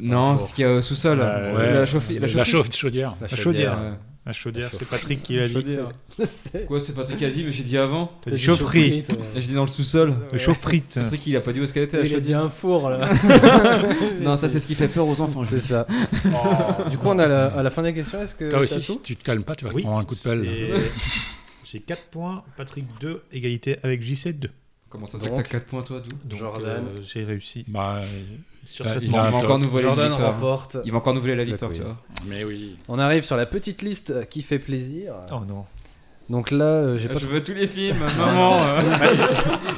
[SPEAKER 7] Non,
[SPEAKER 9] fort.
[SPEAKER 7] ce qu'il y a au sous-sol.
[SPEAKER 8] Euh,
[SPEAKER 7] C'est
[SPEAKER 10] ouais.
[SPEAKER 7] La Euh, chauffée.
[SPEAKER 10] La chauffe de chaudière.
[SPEAKER 8] La chaudière.
[SPEAKER 7] Ouais.
[SPEAKER 8] La chaudière,
[SPEAKER 9] La
[SPEAKER 8] c'est Patrick qui l'a dit.
[SPEAKER 9] C'est-
[SPEAKER 7] Quoi, c'est Patrick qui a dit, mais j'ai dit avant.
[SPEAKER 8] T'as dit chaufferie.
[SPEAKER 9] Chaufferie, toi.
[SPEAKER 7] Et J'ai dit dans le sous-sol.
[SPEAKER 8] Le chaufferite.
[SPEAKER 7] Patrick, il a pas dit où est-ce qu'elle était. la
[SPEAKER 9] Il a dit un four, là.
[SPEAKER 7] chaudière. Non, ça, c'est ce qui fait peur aux enfants. je
[SPEAKER 9] C'est
[SPEAKER 7] dis.
[SPEAKER 9] ça.
[SPEAKER 7] Oh.
[SPEAKER 9] Du coup, on a la, à la fin des questions. Est-ce que
[SPEAKER 10] Toi aussi,
[SPEAKER 9] t'as
[SPEAKER 10] si
[SPEAKER 9] tout
[SPEAKER 10] tu te calmes pas, tu vas te
[SPEAKER 8] Oui,
[SPEAKER 10] prendre un coup de pelle.
[SPEAKER 8] c'est- J'ai 4 points, Patrick 2, égalité avec JC 2.
[SPEAKER 7] Comment ça, c'est que
[SPEAKER 9] Donc.
[SPEAKER 7] t'as 4 points, toi, d'où
[SPEAKER 8] Donc,
[SPEAKER 9] Jordan.
[SPEAKER 8] euh, j'ai réussi
[SPEAKER 10] Bah,
[SPEAKER 8] sur
[SPEAKER 10] Là,
[SPEAKER 8] cette
[SPEAKER 10] il
[SPEAKER 7] Bon,
[SPEAKER 10] a
[SPEAKER 7] il
[SPEAKER 10] un
[SPEAKER 7] va encore
[SPEAKER 10] top.
[SPEAKER 7] nous voler la
[SPEAKER 9] Jordan
[SPEAKER 7] victoire.
[SPEAKER 9] remporte.
[SPEAKER 7] Il va encore nous voler la victoire,
[SPEAKER 9] Le
[SPEAKER 7] tu
[SPEAKER 9] quiz.
[SPEAKER 7] vois.
[SPEAKER 10] mais oui.
[SPEAKER 9] On arrive sur la petite liste euh, qui fait plaisir.
[SPEAKER 8] Oh non.
[SPEAKER 9] Donc là, euh, j'ai pas
[SPEAKER 7] Ah, Je veux tous les films, maman.
[SPEAKER 8] euh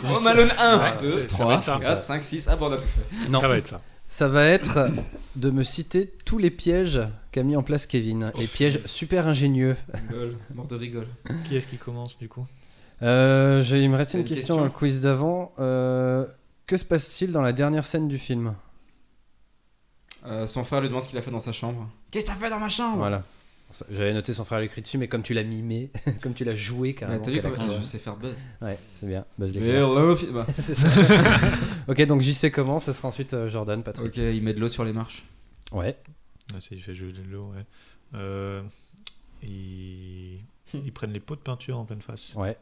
[SPEAKER 7] Oh, Malone 1,
[SPEAKER 10] Ouais,
[SPEAKER 7] 2,
[SPEAKER 10] c'est- ça va
[SPEAKER 7] 3,
[SPEAKER 10] être ça.
[SPEAKER 7] 4, 5, 6. Ah, bon, on a tout fait.
[SPEAKER 9] Non.
[SPEAKER 10] Ça va être ça.
[SPEAKER 9] Ça va être de me citer tous les pièges qu'a mis en place Kevin. les pièges super ingénieux.
[SPEAKER 7] Rigole, mort de rigole.
[SPEAKER 8] Qui est-ce qui commence du coup
[SPEAKER 9] Euh, j'ai- il me reste
[SPEAKER 7] T'as
[SPEAKER 9] une,
[SPEAKER 7] une
[SPEAKER 9] question
[SPEAKER 7] question
[SPEAKER 9] dans le quiz d'avant. Euh, que se passe-t-il dans la dernière scène du film
[SPEAKER 7] Euh, son frère lui demande ce qu'il a fait dans sa chambre. Qu'est-ce que t'as fait dans ma chambre
[SPEAKER 9] Voilà. J'avais noté son frère à l'écrit dessus, mais comme tu l'as mimé, comme tu l'as joué
[SPEAKER 7] Ouais,
[SPEAKER 9] carrément.
[SPEAKER 7] Ah, T'as vu
[SPEAKER 9] quel
[SPEAKER 7] comment
[SPEAKER 9] acteur.
[SPEAKER 7] je sais faire buzz
[SPEAKER 9] Ouais, c'est bien. Buzz
[SPEAKER 7] Mais
[SPEAKER 9] l'éclair.
[SPEAKER 7] l'eau fi- bah,
[SPEAKER 9] C'est ça. ok, donc JC commence, ce sera ensuite euh, Jordan, Patrick.
[SPEAKER 7] Ok, il met de l'eau sur les marches.
[SPEAKER 9] Ouais.
[SPEAKER 8] ah, c'est- Il fait jouer de l'eau, ouais. Euh, ils... ils prennent les pots de peinture en pleine face.
[SPEAKER 9] Ouais.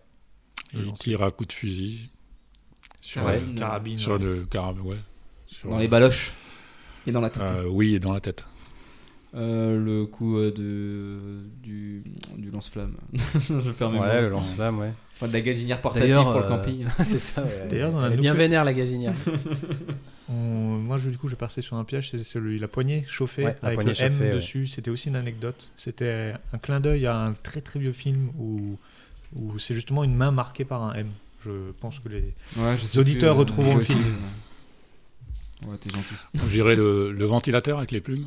[SPEAKER 10] Il
[SPEAKER 8] Non,
[SPEAKER 10] tire à coups de fusil.
[SPEAKER 7] Sur
[SPEAKER 10] Ouais.
[SPEAKER 7] la carabine.
[SPEAKER 10] Sur le carabine, ouais. Sur-
[SPEAKER 7] Dans les baloches. Et dans la tête.
[SPEAKER 10] Euh, oui, et dans la tête.
[SPEAKER 7] Euh, le coup euh, de, du, du lance-flamme. Je perds mes
[SPEAKER 9] Ouais,
[SPEAKER 7] mots.
[SPEAKER 9] le lance-flamme, ouais.
[SPEAKER 7] Enfin, de la gazinière portative
[SPEAKER 9] D'ailleurs,
[SPEAKER 7] pour le
[SPEAKER 9] euh,
[SPEAKER 7] camping.
[SPEAKER 9] c'est ça, ouais.
[SPEAKER 8] D'ailleurs, dans la
[SPEAKER 9] Elle est bien
[SPEAKER 8] nouvelle-
[SPEAKER 9] vénère, la gazinière.
[SPEAKER 8] On- Moi, je- du coup, j'ai passé sur un piège, c'est celui la poignée chauffée
[SPEAKER 9] Ouais, la
[SPEAKER 8] avec
[SPEAKER 9] poignée
[SPEAKER 8] le M
[SPEAKER 9] chauffée, ouais.
[SPEAKER 8] dessus. C'était aussi une anecdote. C'était un clin d'œil à un très très vieux film où, où c'est justement une main marquée par un M. Je pense que les,
[SPEAKER 7] Ouais, je sais
[SPEAKER 8] auditeurs
[SPEAKER 7] plus, euh,
[SPEAKER 8] retrouveront
[SPEAKER 7] je
[SPEAKER 8] le
[SPEAKER 7] sais
[SPEAKER 8] film.
[SPEAKER 7] plus. Ouais, t'es gentil.
[SPEAKER 10] J'irai le, le ventilateur avec les plumes.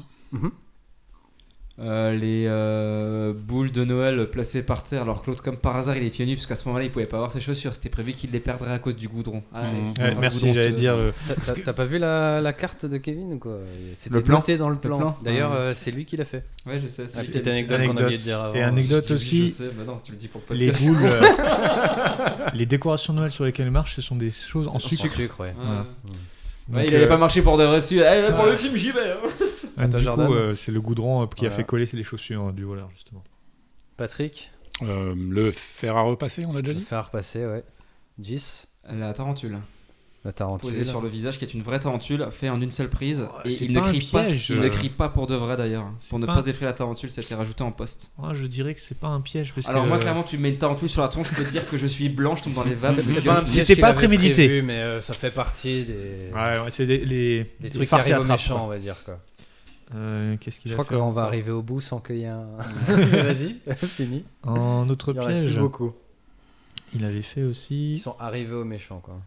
[SPEAKER 7] Euh, les euh, boules de Noël placées par terre. Alors Claude, comme par hasard, il est pieds nus parce qu'à ce moment-là, il pouvait pas avoir ses chaussures. C'était prévu qu'il les perdrait à cause du goudron. Ah,
[SPEAKER 10] Mhm.
[SPEAKER 7] allez,
[SPEAKER 10] Ouais,
[SPEAKER 7] on va
[SPEAKER 8] Ouais, merci,
[SPEAKER 7] goudron,
[SPEAKER 8] j'allais
[SPEAKER 7] si tu
[SPEAKER 8] dire.
[SPEAKER 7] veux.
[SPEAKER 8] euh,
[SPEAKER 9] T'as- T'as t'as pas vu la, la carte de Kevin ou quoi C'était
[SPEAKER 7] Le plan.
[SPEAKER 9] noté dans le plan.
[SPEAKER 7] plan. Ah
[SPEAKER 9] D'ailleurs,
[SPEAKER 7] Ouais.
[SPEAKER 9] euh, c'est lui qui l'a fait.
[SPEAKER 7] Ouais, je sais.
[SPEAKER 9] Ah,
[SPEAKER 7] c'est-
[SPEAKER 9] petite anecdote qu'on a oublié de dire avant.
[SPEAKER 8] Et
[SPEAKER 7] Je
[SPEAKER 8] anecdote
[SPEAKER 7] dis oui,
[SPEAKER 8] aussi,
[SPEAKER 7] Je sais, bah non, tu le dis pour le
[SPEAKER 8] les
[SPEAKER 7] podcast.
[SPEAKER 8] boules, euh, les décorations de Noël sur lesquelles elle marche, ce sont des choses en
[SPEAKER 9] Sucre.
[SPEAKER 8] sucre.
[SPEAKER 9] sucre, ouais.
[SPEAKER 7] Ouais.
[SPEAKER 8] Voilà.
[SPEAKER 7] Ouais,
[SPEAKER 8] Donc,
[SPEAKER 7] il avait
[SPEAKER 8] euh,
[SPEAKER 7] pas marché pour de vrai dessus. Eh, pour le film, j'y vais. hein.
[SPEAKER 8] Ah,
[SPEAKER 9] Attends,
[SPEAKER 8] du
[SPEAKER 9] Jordan.
[SPEAKER 8] coup, euh, c'est le goudron euh, qui
[SPEAKER 9] Voilà.
[SPEAKER 8] a fait coller les chaussures euh, du voleur, justement.
[SPEAKER 9] Patrick,
[SPEAKER 10] Euh, le fer à repasser, on l'a déjà
[SPEAKER 9] le
[SPEAKER 10] dit
[SPEAKER 9] fer à repasser, ouais. Gis,
[SPEAKER 7] La tarentule
[SPEAKER 9] la tarentule.
[SPEAKER 7] posée sur le visage, qui est une vraie tarentule, fait en une seule prise. et
[SPEAKER 8] c'est
[SPEAKER 7] il ne
[SPEAKER 8] pas un
[SPEAKER 7] crie pas.
[SPEAKER 8] piège,
[SPEAKER 7] Il ne
[SPEAKER 8] euh.
[SPEAKER 7] crie pas pour de vrai d'ailleurs.
[SPEAKER 8] C'est
[SPEAKER 7] Pour ne
[SPEAKER 8] pas
[SPEAKER 7] pas
[SPEAKER 8] un-
[SPEAKER 7] effrayer la tarentule, ça s'est rajouté en poste.
[SPEAKER 8] Moi, je dirais que c'est pas un piège. Parce
[SPEAKER 7] Alors
[SPEAKER 8] que,
[SPEAKER 7] moi,
[SPEAKER 8] euh,
[SPEAKER 7] clairement, tu mets une tarentule sur la tronche, je peux te dire que je suis blanc, je tombe dans les vagues.
[SPEAKER 9] C'est
[SPEAKER 7] pas
[SPEAKER 9] pas
[SPEAKER 7] un-
[SPEAKER 8] piège C'était qu'il pas avait prémédité. prévu,
[SPEAKER 9] mais euh, ça fait partie des,
[SPEAKER 8] Ouais, ouais, c'est des, les, les
[SPEAKER 9] trucs qui
[SPEAKER 8] farces et
[SPEAKER 9] arrivent aux
[SPEAKER 8] attrapes,
[SPEAKER 9] méchants,
[SPEAKER 8] quoi.
[SPEAKER 9] on va dire. Quoi.
[SPEAKER 8] Euh, Qu'est-ce qu'il
[SPEAKER 9] Je
[SPEAKER 8] a
[SPEAKER 9] crois
[SPEAKER 8] fait
[SPEAKER 9] qu'on va arriver au bout sans qu'il y ait un. Vas-y, fini.
[SPEAKER 8] En autre
[SPEAKER 9] Il en reste
[SPEAKER 8] piège,
[SPEAKER 9] plus beaucoup.
[SPEAKER 8] il avait fait
[SPEAKER 9] Ils
[SPEAKER 8] aussi.
[SPEAKER 9] sont arrivés aux méchants, quoi.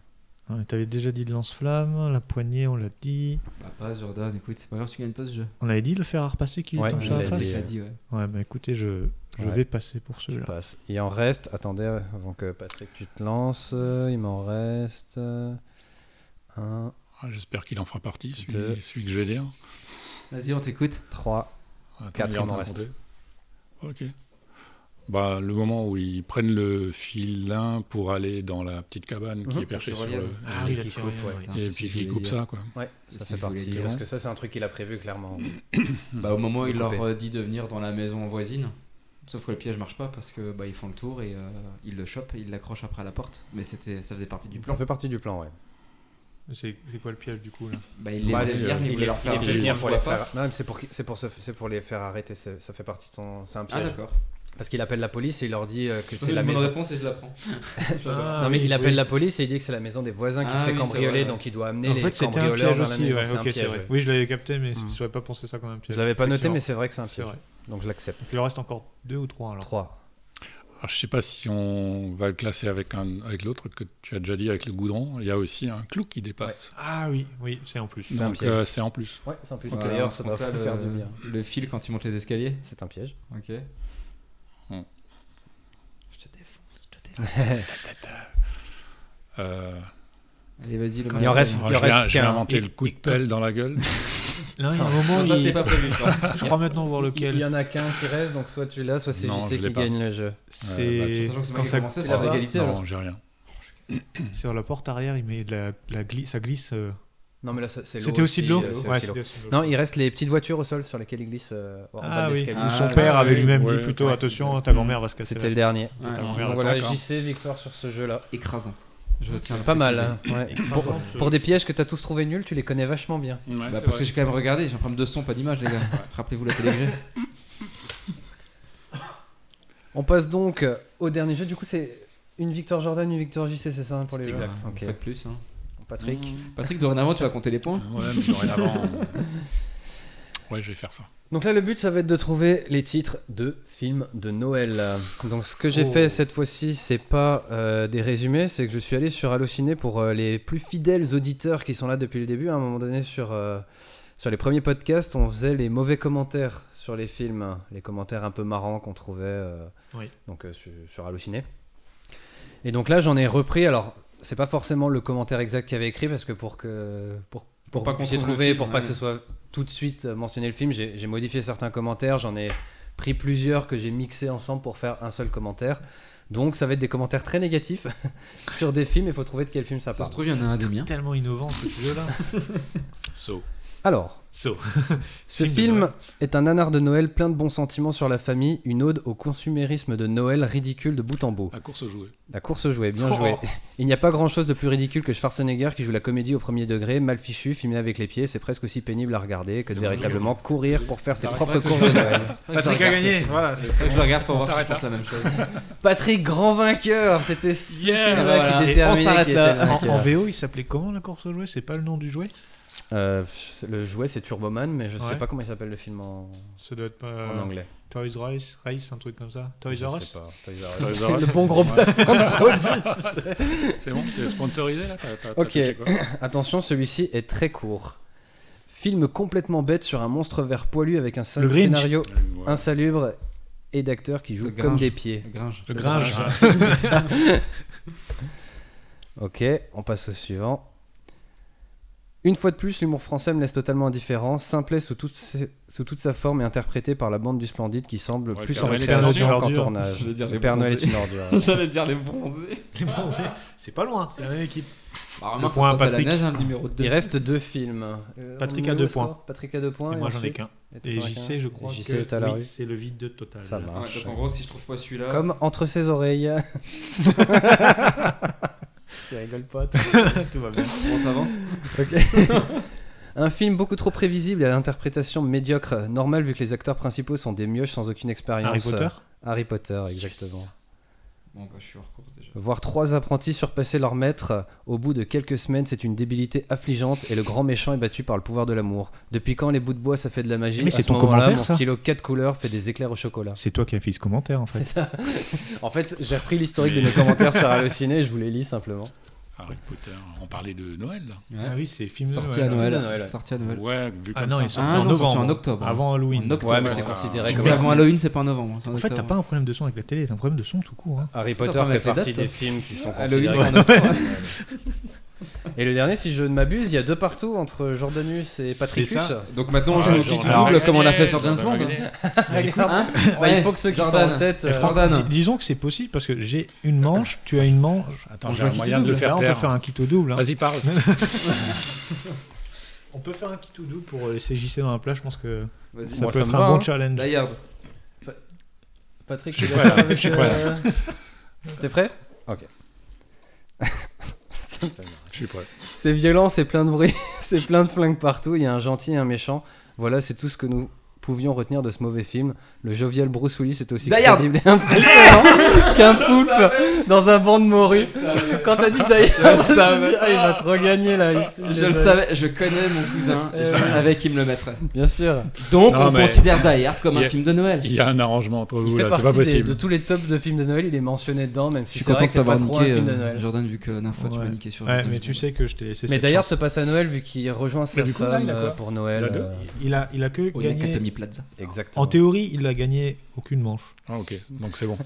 [SPEAKER 8] Ah, mais T'avais déjà dit de lance-flamme, la poignée, on l'a dit.
[SPEAKER 7] Bah, pas Jordan, écoute, c'est pas grave, tu gagnes pas ce jeu.
[SPEAKER 8] On avait dit le fer à repasser qui
[SPEAKER 9] Ouais,
[SPEAKER 8] tombe
[SPEAKER 9] on
[SPEAKER 8] sur la
[SPEAKER 9] l'a
[SPEAKER 8] face.
[SPEAKER 9] dit.
[SPEAKER 7] T'as dit, ouais.
[SPEAKER 8] Ouais, bah écoutez, je, je
[SPEAKER 9] Ouais.
[SPEAKER 8] vais passer pour
[SPEAKER 9] Je
[SPEAKER 8] celui-là.
[SPEAKER 9] passe. Il en reste. Attendez, avant que Patrick tu te lances, euh, il m'en reste. euh, Un,
[SPEAKER 10] Ah, J'espère qu'il en fera partie,
[SPEAKER 9] Deux.
[SPEAKER 10] celui, celui que je vais dire.
[SPEAKER 7] Vas-y, on t'écoute.
[SPEAKER 9] trois.
[SPEAKER 10] Attends,
[SPEAKER 9] Quatre,
[SPEAKER 10] il est
[SPEAKER 9] il
[SPEAKER 10] en
[SPEAKER 9] en
[SPEAKER 10] train de
[SPEAKER 9] reste.
[SPEAKER 10] compter. Ok. Bah, le moment où ils prennent le filin pour aller dans la petite cabane qui
[SPEAKER 9] Mhm.
[SPEAKER 10] est perchée
[SPEAKER 7] Sur
[SPEAKER 10] sur
[SPEAKER 7] le
[SPEAKER 10] le.
[SPEAKER 8] Ah,
[SPEAKER 9] Et
[SPEAKER 8] il a
[SPEAKER 9] qui
[SPEAKER 8] tiré,
[SPEAKER 9] coupe, ouais.
[SPEAKER 8] ouais.
[SPEAKER 7] Putain,
[SPEAKER 10] Et
[SPEAKER 7] c'est ce
[SPEAKER 10] puis
[SPEAKER 7] que je
[SPEAKER 10] qui
[SPEAKER 7] voulais
[SPEAKER 10] coupe
[SPEAKER 7] dire.
[SPEAKER 10] ça, quoi.
[SPEAKER 9] Ouais, ça
[SPEAKER 7] Si,
[SPEAKER 9] fait
[SPEAKER 7] je voulais
[SPEAKER 9] partie.
[SPEAKER 7] dire.
[SPEAKER 9] Parce que ça, c'est un truc qu'il a prévu, clairement.
[SPEAKER 7] Bah, au moment où il leur
[SPEAKER 9] Coupé.
[SPEAKER 7] euh, dit de venir dans la maison voisine, sauf que le piège marche pas parce que bah, ils font le tour et euh, ils le chopent et ils l'accrochent après à la porte. Mais c'était, ça faisait partie du
[SPEAKER 9] Ça
[SPEAKER 7] plan.
[SPEAKER 9] fait partie du plan, ouais.
[SPEAKER 8] C'est c'est quoi le piège du coup là
[SPEAKER 7] Bah, il les
[SPEAKER 9] Ouais,
[SPEAKER 7] aime
[SPEAKER 9] c'est-
[SPEAKER 7] bien, mais il
[SPEAKER 9] il
[SPEAKER 7] voulait
[SPEAKER 9] les-
[SPEAKER 7] leur
[SPEAKER 9] il
[SPEAKER 7] faire
[SPEAKER 9] les
[SPEAKER 7] un
[SPEAKER 9] fait
[SPEAKER 7] truc
[SPEAKER 9] venir
[SPEAKER 7] qu'on
[SPEAKER 9] pour les
[SPEAKER 7] voit pas.
[SPEAKER 9] faire. Non, mais c'est pour, qui- c'est pour, se- c'est pour les faire arrêter. c'est- Ça fait partie de son. C'est un
[SPEAKER 7] Ah
[SPEAKER 9] piège.
[SPEAKER 7] d'accord.
[SPEAKER 9] Parce qu'il appelle la police et il leur dit euh, que c'est
[SPEAKER 7] Une
[SPEAKER 9] la
[SPEAKER 7] bonne
[SPEAKER 9] maison.
[SPEAKER 7] réponse et je la prends.
[SPEAKER 8] Ah,
[SPEAKER 9] non mais
[SPEAKER 8] oui,
[SPEAKER 9] il appelle
[SPEAKER 8] oui.
[SPEAKER 9] la police et il dit que c'est la maison des voisins qui
[SPEAKER 7] Ah
[SPEAKER 9] se fait
[SPEAKER 7] oui, c'est vrai,
[SPEAKER 9] cambrioler,
[SPEAKER 7] ouais.
[SPEAKER 9] donc il doit amener
[SPEAKER 8] En
[SPEAKER 9] les
[SPEAKER 8] fait, c'était un
[SPEAKER 9] cambrioleurs
[SPEAKER 8] piège
[SPEAKER 9] dans la
[SPEAKER 8] aussi.
[SPEAKER 9] maison.
[SPEAKER 8] ouais,
[SPEAKER 9] c'est un
[SPEAKER 8] ok, c'est
[SPEAKER 9] piège,
[SPEAKER 8] vrai.
[SPEAKER 9] ouais.
[SPEAKER 8] Oui, je l'avais capté, mais
[SPEAKER 9] Mm.
[SPEAKER 8] j'aurais pas pensé ça comme un piège.
[SPEAKER 9] Je l'avais pas noté,
[SPEAKER 8] Effectivement.
[SPEAKER 9] mais c'est vrai que c'est un
[SPEAKER 8] C'est
[SPEAKER 9] piège.
[SPEAKER 8] vrai.
[SPEAKER 9] Donc je l'accepte.
[SPEAKER 8] Donc il en reste encore deux ou trois alors.
[SPEAKER 9] 3.
[SPEAKER 10] Alors, je sais pas si on va le classer avec, un- avec l'autre que tu as déjà dit avec le goudron. Il y a aussi un clou qui dépasse.
[SPEAKER 8] Ah oui, oui, c'est en plus.
[SPEAKER 9] Ouais. C'est un
[SPEAKER 10] Donc
[SPEAKER 9] piège.
[SPEAKER 10] euh, c'est en plus.
[SPEAKER 9] Ouais, c'est un plus.
[SPEAKER 7] Ouais, on
[SPEAKER 9] D'ailleurs,
[SPEAKER 7] se
[SPEAKER 9] ça doit
[SPEAKER 7] compte là, le-
[SPEAKER 9] faire du bien.
[SPEAKER 7] Le fil quand il monte les escaliers.
[SPEAKER 9] C'est un piège.
[SPEAKER 7] Ok.
[SPEAKER 10] Hmm.
[SPEAKER 7] Je te défonce, je te défonce.
[SPEAKER 10] Euh,
[SPEAKER 7] Allez, vas-y, le
[SPEAKER 9] Il en reste-
[SPEAKER 10] alors,
[SPEAKER 9] il
[SPEAKER 10] je, vais,
[SPEAKER 9] reste
[SPEAKER 10] je vais
[SPEAKER 9] qu'un.
[SPEAKER 10] inventer le coup de pelle dans la gueule.
[SPEAKER 8] Là, il y a un moment,
[SPEAKER 7] Non, ça,
[SPEAKER 8] il-
[SPEAKER 7] c'était pas prévu. ça.
[SPEAKER 8] je crois maintenant voir
[SPEAKER 9] Il y
[SPEAKER 8] lequel.
[SPEAKER 9] en a qu'un qui reste, donc soit tu l'as, soit c'est
[SPEAKER 10] Non,
[SPEAKER 9] JC
[SPEAKER 10] je l'ai
[SPEAKER 9] qui
[SPEAKER 10] pas.
[SPEAKER 9] gagne le jeu.
[SPEAKER 10] bah,
[SPEAKER 8] C'est
[SPEAKER 7] Sachant que c'est moi
[SPEAKER 8] quand
[SPEAKER 7] qui ai
[SPEAKER 8] ça
[SPEAKER 7] commencé, c'est
[SPEAKER 9] ça
[SPEAKER 7] hors
[SPEAKER 9] va.
[SPEAKER 7] d'égalité. alors.
[SPEAKER 10] non, j'ai rien.
[SPEAKER 8] sur la porte arrière, il met de la, de la glisse, ça glisse. euh.
[SPEAKER 9] Non, mais là, ça- c'est l'eau
[SPEAKER 8] C'était aussi de l'eau.
[SPEAKER 9] euh, c'est
[SPEAKER 8] Ouais,
[SPEAKER 9] aussi l'eau.
[SPEAKER 8] c'était aussi de l'eau.
[SPEAKER 9] Non, il reste les petites voitures au sol sur lesquelles il glisse euh, en bas
[SPEAKER 8] Ah
[SPEAKER 9] de
[SPEAKER 8] oui.
[SPEAKER 9] l'escalier.
[SPEAKER 8] Ou
[SPEAKER 7] Ah,
[SPEAKER 8] son père avait
[SPEAKER 10] oui,
[SPEAKER 8] lui-même
[SPEAKER 10] ouais,
[SPEAKER 8] dit plutôt
[SPEAKER 10] ouais,
[SPEAKER 8] attention, hein, ta
[SPEAKER 10] exactement.
[SPEAKER 8] grand-mère va se casser.
[SPEAKER 9] C'était
[SPEAKER 8] la-
[SPEAKER 9] le dernier.
[SPEAKER 7] Ouais.
[SPEAKER 8] Ta grand-mère
[SPEAKER 9] Donc
[SPEAKER 8] l'attend.
[SPEAKER 9] Ah, voilà,
[SPEAKER 10] D'accord.
[SPEAKER 9] JC, victoire sur ce jeu-là.
[SPEAKER 7] Écrasante. Bah, Je tiens à le
[SPEAKER 9] Pas mal.
[SPEAKER 7] préciser.
[SPEAKER 9] hein, ouais.
[SPEAKER 8] Écrasante,
[SPEAKER 9] Pour,
[SPEAKER 8] euh.
[SPEAKER 9] pour des pièges que t'as tous trouvé nuls, tu les connais vachement bien.
[SPEAKER 10] Ouais,
[SPEAKER 7] Bah,
[SPEAKER 10] c'est
[SPEAKER 7] parce
[SPEAKER 10] vrai.
[SPEAKER 7] que j'ai quand même regardé, j'ai un problème de son, pas d'image, les gars. Rappelez-vous la télé que j'ai.
[SPEAKER 9] On passe donc euh, au dernier jeu. Du coup, c'est une victoire Jordan, une victoire JC, c'est ça hein, pour les
[SPEAKER 7] C'est
[SPEAKER 9] jeux
[SPEAKER 7] exact. Une
[SPEAKER 9] Ok.
[SPEAKER 7] fois de plus. hein.
[SPEAKER 9] Patrick
[SPEAKER 7] Patrick, dorénavant, tu vas compter les points.
[SPEAKER 10] Ouais, mais dorénavant. euh, Ouais, je vais faire ça.
[SPEAKER 9] Donc là, le but, ça va être de trouver les titres de films de Noël. Donc ce que j'ai fait cette fois-ci, c'est pas euh, des résumés, c'est que je suis allé sur Allociné pour euh, les plus fidèles auditeurs qui sont là depuis le début. À un moment donné, sur, euh, sur les premiers podcasts, on faisait les mauvais commentaires sur les films, hein, les commentaires un peu marrants qu'on trouvait euh,
[SPEAKER 8] Oui.
[SPEAKER 9] donc, euh, sur, sur Allociné. Et donc là, j'en ai repris. Alors, c'est pas forcément le commentaire exact qu'il y avait écrit, parce que pour que... Pour, pour, que vous
[SPEAKER 7] pas qu'on
[SPEAKER 9] puissiez
[SPEAKER 7] trouve le
[SPEAKER 9] trouver,
[SPEAKER 7] film,
[SPEAKER 9] pour pas
[SPEAKER 7] ouais.
[SPEAKER 9] que ce soit tout de suite euh, mentionner le film. J'ai j'ai modifié certains commentaires, j'en ai pris plusieurs que j'ai mixés ensemble pour faire un seul commentaire. Donc ça va être des commentaires très négatifs sur des films, il faut trouver de quel film ça
[SPEAKER 7] Ça se
[SPEAKER 9] parle.
[SPEAKER 7] trouve, il y en a un des miens.
[SPEAKER 8] Tellement innovant ce jeu-là.
[SPEAKER 10] So.
[SPEAKER 9] Alors,
[SPEAKER 8] So.
[SPEAKER 9] ce
[SPEAKER 8] Film de
[SPEAKER 9] film
[SPEAKER 8] Noël.
[SPEAKER 9] est un nanar de Noël plein de bons sentiments sur la famille, une ode au consumérisme de Noël ridicule de bout en bout.
[SPEAKER 10] La course aux jouets.
[SPEAKER 9] La course jouée, bien
[SPEAKER 10] Oh.
[SPEAKER 9] joué. Il n'y a pas grand chose de plus ridicule que Schwarzenegger qui joue la comédie au premier degré, mal fichu, filmé avec les pieds, c'est presque aussi pénible à regarder que de véritablement courir pour faire ses
[SPEAKER 10] Arrête,
[SPEAKER 9] propres
[SPEAKER 10] arrête.
[SPEAKER 9] courses de Noël.
[SPEAKER 10] Patrick a gagné. Voilà, c'est-
[SPEAKER 7] Je le regarde pour
[SPEAKER 10] On
[SPEAKER 7] voir si je
[SPEAKER 10] s'arrête
[SPEAKER 7] pense
[SPEAKER 10] là.
[SPEAKER 7] la même chose.
[SPEAKER 9] Patrick, grand vainqueur C'était
[SPEAKER 10] Yeah,
[SPEAKER 9] Sylvain
[SPEAKER 7] voilà.
[SPEAKER 9] qui
[SPEAKER 7] Et on
[SPEAKER 9] déterminait
[SPEAKER 7] s'arrête
[SPEAKER 9] qui était
[SPEAKER 7] là.
[SPEAKER 9] le
[SPEAKER 8] En,
[SPEAKER 9] vainqueur.
[SPEAKER 8] en VO, il s'appelait comment la course au jouet C'est pas le nom du jouet
[SPEAKER 9] Euh, pff, le jouet c'est Turboman, mais je sais
[SPEAKER 8] Ouais.
[SPEAKER 9] pas comment il s'appelle le film en,
[SPEAKER 8] Ça doit être pas.
[SPEAKER 9] en anglais.
[SPEAKER 8] Toys Race, Race, un truc comme ça. Toys
[SPEAKER 9] Je
[SPEAKER 8] R
[SPEAKER 9] sais
[SPEAKER 8] Us
[SPEAKER 9] pas, Toys R Us.
[SPEAKER 10] Toys R Us.
[SPEAKER 9] Le bon gros
[SPEAKER 10] Ouais.
[SPEAKER 9] placement de produit, tu sais.
[SPEAKER 10] C'est bon, t'es sponsorisé là T'as- t'as- t'as
[SPEAKER 9] Ok,
[SPEAKER 10] touché quoi
[SPEAKER 9] attention, celui-ci est très court. Film complètement bête sur un monstre vert poilu avec un scén-
[SPEAKER 8] Le Grinch.
[SPEAKER 9] scénario
[SPEAKER 10] Ouais.
[SPEAKER 9] insalubre et d'acteurs qui jouent
[SPEAKER 7] Le
[SPEAKER 9] comme
[SPEAKER 7] Grinch.
[SPEAKER 9] des pieds.
[SPEAKER 7] Gringe.
[SPEAKER 8] Le Gringe.
[SPEAKER 9] Ok, on passe au suivant. Une fois de plus, l'humour français me laisse totalement indifférent, simplet sous toute, ses- sous toute sa forme et interprété par la bande du Splendide qui semble
[SPEAKER 10] Ouais,
[SPEAKER 9] plus
[SPEAKER 10] le
[SPEAKER 9] en
[SPEAKER 10] Père Noël est
[SPEAKER 8] une
[SPEAKER 9] récréation
[SPEAKER 8] ordure.
[SPEAKER 9] qu'en tournage.
[SPEAKER 7] Je vais dire
[SPEAKER 9] le
[SPEAKER 7] les
[SPEAKER 9] Père Noël est
[SPEAKER 7] bronzés.
[SPEAKER 9] une ordure.
[SPEAKER 7] J'allais dire les bronzés.
[SPEAKER 8] Les bronzés. C'est pas loin, c'est la même équipe.
[SPEAKER 7] Bah,
[SPEAKER 8] Le
[SPEAKER 7] remarque, ça
[SPEAKER 8] point
[SPEAKER 7] se
[SPEAKER 8] à
[SPEAKER 7] passe à la
[SPEAKER 8] Patrick.
[SPEAKER 7] neige, hein, le numéro 2.
[SPEAKER 9] Il reste deux films. Euh,
[SPEAKER 8] Patrick
[SPEAKER 9] on
[SPEAKER 8] a
[SPEAKER 9] est où
[SPEAKER 8] deux
[SPEAKER 9] au score
[SPEAKER 8] points.
[SPEAKER 9] Patrick a deux points.
[SPEAKER 8] Et moi, j'en ai
[SPEAKER 9] ensuite
[SPEAKER 8] qu'un.
[SPEAKER 9] Et toi,
[SPEAKER 8] Et
[SPEAKER 9] t'en as
[SPEAKER 8] JC,
[SPEAKER 9] qu'un.
[SPEAKER 8] je crois
[SPEAKER 9] JC est
[SPEAKER 8] que
[SPEAKER 9] à la
[SPEAKER 8] oui,
[SPEAKER 9] rue.
[SPEAKER 8] c'est le vide de total.
[SPEAKER 9] Ça
[SPEAKER 7] Ouais,
[SPEAKER 9] marche.
[SPEAKER 7] donc en gros, si je trouve pas celui-là.
[SPEAKER 9] Comme entre ses oreilles. tu rigoles pas, toi.
[SPEAKER 8] Tout va bien.
[SPEAKER 7] On t'avance.
[SPEAKER 9] Ok. Un film beaucoup trop prévisible et à l'interprétation médiocre. Normal vu que les acteurs principaux sont des mioches sans aucune expérience.
[SPEAKER 8] Harry Potter
[SPEAKER 9] Harry Potter, exactement.
[SPEAKER 7] Bon, bah, je suis hors course déjà.
[SPEAKER 9] Voir trois apprentis surpasser leur maître au bout de quelques semaines, c'est une débilité affligeante et le grand méchant est battu par le pouvoir de l'amour. Depuis quand les bouts de bois ça fait de la magie
[SPEAKER 8] Mais
[SPEAKER 9] À
[SPEAKER 8] c'est
[SPEAKER 9] ce
[SPEAKER 8] ton
[SPEAKER 9] moment-là,
[SPEAKER 8] commentaire,
[SPEAKER 9] mon
[SPEAKER 8] ça
[SPEAKER 9] stylo quatre couleurs fait des éclairs au chocolat.
[SPEAKER 8] C'est toi qui as fait ce commentaire en
[SPEAKER 9] C'est
[SPEAKER 8] fait.
[SPEAKER 9] ça. en fait, j'ai repris l'historique de mes commentaires sur Allociné et je vous les lis simplement.
[SPEAKER 10] Harry Potter, on parlait de Noël là.
[SPEAKER 8] Ah oui, c'est film
[SPEAKER 9] Sorti
[SPEAKER 8] ouais.
[SPEAKER 9] à Noël. Noël, ouais.
[SPEAKER 7] Sorti à Noël.
[SPEAKER 10] Ouais, vu
[SPEAKER 8] Ah
[SPEAKER 10] comme
[SPEAKER 8] non,
[SPEAKER 10] ça.
[SPEAKER 8] il est sorti
[SPEAKER 7] Ah
[SPEAKER 8] en
[SPEAKER 7] non, sorti
[SPEAKER 8] novembre.
[SPEAKER 7] en octobre.
[SPEAKER 8] Avant
[SPEAKER 7] En
[SPEAKER 8] Halloween.
[SPEAKER 7] octobre.
[SPEAKER 9] Ouais, mais
[SPEAKER 10] Ouais,
[SPEAKER 9] c'est
[SPEAKER 10] ça-
[SPEAKER 9] considéré
[SPEAKER 8] c'est
[SPEAKER 9] comme
[SPEAKER 7] C'est
[SPEAKER 9] un
[SPEAKER 7] avant
[SPEAKER 9] film.
[SPEAKER 7] Halloween, c'est pas en novembre. c'est en
[SPEAKER 8] En fait, t'as
[SPEAKER 7] octobre.
[SPEAKER 8] pas un problème de son avec la télé, t'as un problème de son tout court. hein.
[SPEAKER 9] Harry
[SPEAKER 7] Putain,
[SPEAKER 9] Potter
[SPEAKER 7] on a
[SPEAKER 9] fait
[SPEAKER 7] fait
[SPEAKER 9] partie
[SPEAKER 7] date.
[SPEAKER 9] des films qui sont
[SPEAKER 7] Halloween,
[SPEAKER 9] considérés
[SPEAKER 7] c'est en
[SPEAKER 9] comme
[SPEAKER 7] octobre.
[SPEAKER 9] Et le dernier, si je ne m'abuse, il y a deux partout entre Jordanus et Patricus.
[SPEAKER 8] C'est ça.
[SPEAKER 7] Donc maintenant, on
[SPEAKER 10] Ah,
[SPEAKER 7] joue au
[SPEAKER 10] genre,
[SPEAKER 7] qui tout
[SPEAKER 10] on a
[SPEAKER 7] double comme on l'a fait
[SPEAKER 10] gagné,
[SPEAKER 7] sur James
[SPEAKER 10] on a
[SPEAKER 7] Bond.
[SPEAKER 10] gagné.
[SPEAKER 8] Ah,
[SPEAKER 7] Hein
[SPEAKER 9] Bah,
[SPEAKER 7] Ouais.
[SPEAKER 9] il faut que ceux qui
[SPEAKER 7] Jordan.
[SPEAKER 9] sont en tête.
[SPEAKER 7] Et
[SPEAKER 9] euh,
[SPEAKER 7] Jordan.
[SPEAKER 8] eh, Dis- disons que c'est possible parce que j'ai une manche, tu as une manche.
[SPEAKER 10] Attends,
[SPEAKER 8] On
[SPEAKER 10] j'ai
[SPEAKER 8] joue
[SPEAKER 10] un
[SPEAKER 8] un kit
[SPEAKER 10] moyen
[SPEAKER 8] au
[SPEAKER 10] de le
[SPEAKER 8] double.
[SPEAKER 10] faire
[SPEAKER 8] Là, On
[SPEAKER 10] taire.
[SPEAKER 8] peut faire un kit au double. hein.
[SPEAKER 10] Vas-y, parle.
[SPEAKER 8] On peut faire un kit au double pour euh, laisser JC dans la plage. Je pense que
[SPEAKER 7] Vas-y.
[SPEAKER 8] ça
[SPEAKER 9] Moi,
[SPEAKER 8] peut
[SPEAKER 9] ça
[SPEAKER 8] être
[SPEAKER 9] me
[SPEAKER 8] un
[SPEAKER 9] va,
[SPEAKER 8] bon
[SPEAKER 9] hein.
[SPEAKER 8] challenge.
[SPEAKER 7] Dayard.
[SPEAKER 9] Patrick,
[SPEAKER 10] Je
[SPEAKER 9] t'es
[SPEAKER 10] suis
[SPEAKER 9] d'accord
[SPEAKER 10] pas là,
[SPEAKER 9] avec,
[SPEAKER 10] je suis pas là.
[SPEAKER 9] euh, T'es prêt Ok.
[SPEAKER 10] Je suis prêt.
[SPEAKER 9] c'est violent, c'est plein de bruit, c'est plein de flingues partout, il y a un gentil et un méchant. Voilà, c'est tout ce que nous pouvions retenir de ce mauvais film. Le jovial Bruce Willis est aussi
[SPEAKER 7] Die Hard.
[SPEAKER 9] crédible et impressionnant qu'un poulpe dans un banc de morue. Quand t'as dit d'ailleurs, je me suis dit, ah, il va trop gagner là. ici,
[SPEAKER 7] Je le
[SPEAKER 9] les-
[SPEAKER 7] savais, je connais mon cousin, et je savais qu'il me le mettrait.
[SPEAKER 9] Bien sûr.
[SPEAKER 7] Donc,
[SPEAKER 10] Non,
[SPEAKER 7] on
[SPEAKER 10] mais-
[SPEAKER 7] considère Die Hard comme
[SPEAKER 10] Il
[SPEAKER 7] un
[SPEAKER 10] y a-
[SPEAKER 7] film de Noël.
[SPEAKER 10] Il y a un arrangement entre
[SPEAKER 9] Il
[SPEAKER 10] vous
[SPEAKER 9] fait
[SPEAKER 10] là, c'est pas
[SPEAKER 9] partie des- de
[SPEAKER 10] possible.
[SPEAKER 9] tous les tops de films de Noël, il est mentionné dedans, même
[SPEAKER 7] Je
[SPEAKER 9] si
[SPEAKER 7] suis
[SPEAKER 9] c'est
[SPEAKER 7] content
[SPEAKER 9] vrai
[SPEAKER 7] de
[SPEAKER 9] que c'est pas
[SPEAKER 7] t'avoir
[SPEAKER 9] trop un
[SPEAKER 7] niqué,
[SPEAKER 9] film de
[SPEAKER 7] euh,
[SPEAKER 9] Noël.
[SPEAKER 7] Jordan, vu que la dernière fois tu
[SPEAKER 8] Ouais.
[SPEAKER 7] m'as niqué sur
[SPEAKER 8] Ouais,
[SPEAKER 7] Jordan.
[SPEAKER 8] mais tu sais que je t'ai laissé.
[SPEAKER 9] Mais
[SPEAKER 8] cette
[SPEAKER 9] d'ailleurs,
[SPEAKER 8] chance.
[SPEAKER 9] se passe à Noël vu qu'il rejoint sa
[SPEAKER 8] Mais du coup, là,
[SPEAKER 9] femme
[SPEAKER 8] il a quoi
[SPEAKER 9] euh, pour Noël.
[SPEAKER 10] Il a deux
[SPEAKER 9] euh,
[SPEAKER 8] il a, il a que
[SPEAKER 7] Au
[SPEAKER 8] gagné.
[SPEAKER 7] Nakatomi Plaza.
[SPEAKER 9] Exactement.
[SPEAKER 8] En théorie, il a gagné aucune manche.
[SPEAKER 10] Ah, ok, donc c'est bon.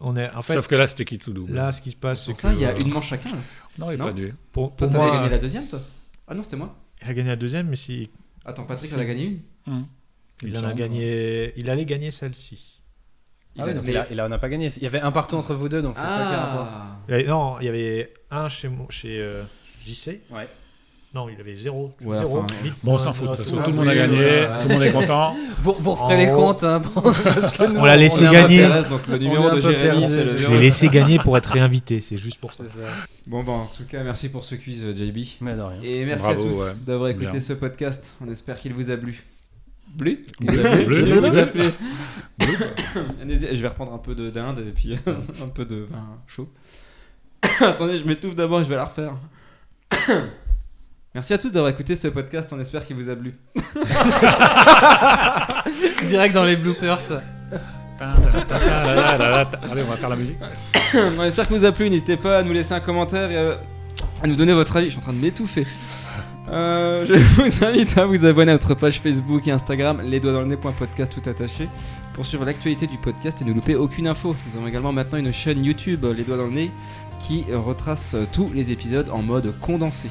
[SPEAKER 8] On est en fait
[SPEAKER 10] Sauf que là, c'était qui tout double.
[SPEAKER 8] là, ce qui se passe, c'est
[SPEAKER 7] Pour
[SPEAKER 8] que
[SPEAKER 7] ça, il y a
[SPEAKER 8] euh,
[SPEAKER 7] une manche chacun.
[SPEAKER 10] Non, il est
[SPEAKER 7] Non.
[SPEAKER 10] pas dû.
[SPEAKER 8] pour,
[SPEAKER 7] Toi,
[SPEAKER 8] pour
[SPEAKER 7] t'avais
[SPEAKER 8] moi,
[SPEAKER 7] gagné la deuxième, toi Ah non, c'était moi.
[SPEAKER 8] il a gagné la deuxième, mais si
[SPEAKER 7] Attends, Patrick, elle a gagné une
[SPEAKER 10] Il
[SPEAKER 8] il,
[SPEAKER 10] me
[SPEAKER 8] en a
[SPEAKER 10] semble.
[SPEAKER 8] gagné, il allait gagner celle-ci.
[SPEAKER 9] Ah
[SPEAKER 7] Il
[SPEAKER 9] oui,
[SPEAKER 7] a-
[SPEAKER 9] donc
[SPEAKER 7] mais-
[SPEAKER 9] il, a, il en a pas gagné. Il y avait un partout entre vous deux, donc c'est toi qui as un rapport.
[SPEAKER 7] Ah
[SPEAKER 8] Il avait- non, il y avait un chez mon- chez euh, JC.
[SPEAKER 9] Ouais.
[SPEAKER 8] Non, il avait zéro.
[SPEAKER 7] Ouais,
[SPEAKER 8] zéro.
[SPEAKER 7] enfin,
[SPEAKER 8] Vite,
[SPEAKER 10] Bon, on
[SPEAKER 8] euh,
[SPEAKER 10] s'en fout, de
[SPEAKER 8] zéro.
[SPEAKER 10] toute façon,
[SPEAKER 7] Ah,
[SPEAKER 10] tout le monde a
[SPEAKER 7] oui,
[SPEAKER 10] gagné,
[SPEAKER 7] voilà.
[SPEAKER 10] tout le monde est content.
[SPEAKER 9] Vous, vous referez les
[SPEAKER 8] Oh.
[SPEAKER 9] comptes, hein, pour- parce que nous,
[SPEAKER 8] On l'a
[SPEAKER 9] on-
[SPEAKER 8] laissé
[SPEAKER 9] on est un peu
[SPEAKER 8] gagner.
[SPEAKER 9] terrestre.
[SPEAKER 7] Thérèse, donc le
[SPEAKER 9] On
[SPEAKER 7] numéro
[SPEAKER 9] est un
[SPEAKER 7] de
[SPEAKER 9] peu
[SPEAKER 7] Jérémy,
[SPEAKER 9] perdu,
[SPEAKER 7] c'est le
[SPEAKER 9] c'est
[SPEAKER 8] Je l'ai
[SPEAKER 9] ça.
[SPEAKER 7] 06.
[SPEAKER 8] laissé gagner pour être réinvité, c'est juste pour ça.
[SPEAKER 9] C'est ça.
[SPEAKER 7] Bon, bah, en tout cas, merci pour ce quiz, euh, JB.
[SPEAKER 9] Mais de rien.
[SPEAKER 7] Et merci
[SPEAKER 10] Bravo,
[SPEAKER 7] à tous
[SPEAKER 10] ouais.
[SPEAKER 7] d'avoir écouté
[SPEAKER 10] Bien.
[SPEAKER 7] ce podcast. On espère qu'il vous a plu. Blu
[SPEAKER 10] Bleu, bleu,
[SPEAKER 7] Vous a
[SPEAKER 10] bleu.
[SPEAKER 7] plu. N'hésitez- Je vais reprendre un peu de dinde et puis un peu de vin chaud. Attendez, je m'étouffe d'abord et je vais la refaire. Merci à tous d'avoir écouté ce podcast. On espère qu'il vous a plu.
[SPEAKER 9] Direct dans les bloopers.
[SPEAKER 10] Ta, ta, ta, ta, la, la, la, la, ta. Allez, on va faire la musique.
[SPEAKER 7] On espère que vous a plu. N'hésitez pas à nous laisser un commentaire et à- à nous donner votre avis. Je suis en train de m'étouffer. Euh, je vous invite à vous abonner à notre page Facebook et Instagram, les doigts dans le nez.podcast tout attaché, pour suivre l'actualité du podcast et ne louper aucune info. Nous avons également maintenant une chaîne YouTube, les doigts dans le nez, qui retrace euh, tous les épisodes en mode condensé.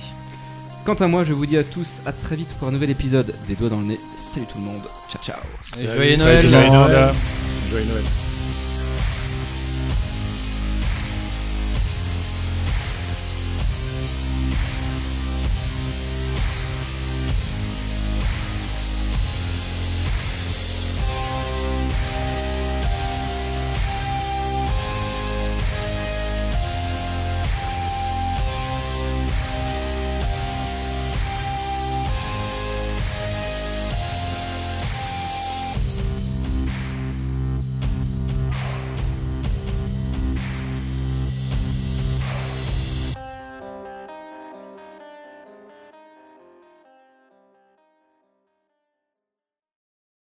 [SPEAKER 7] Quant à moi, je vous dis à tous à très vite pour un nouvel épisode des doigts dans le nez. Salut tout le monde, ciao ciao.
[SPEAKER 9] Et Joyeux Noël.
[SPEAKER 10] Joyeux Noël. Joyeux Noël.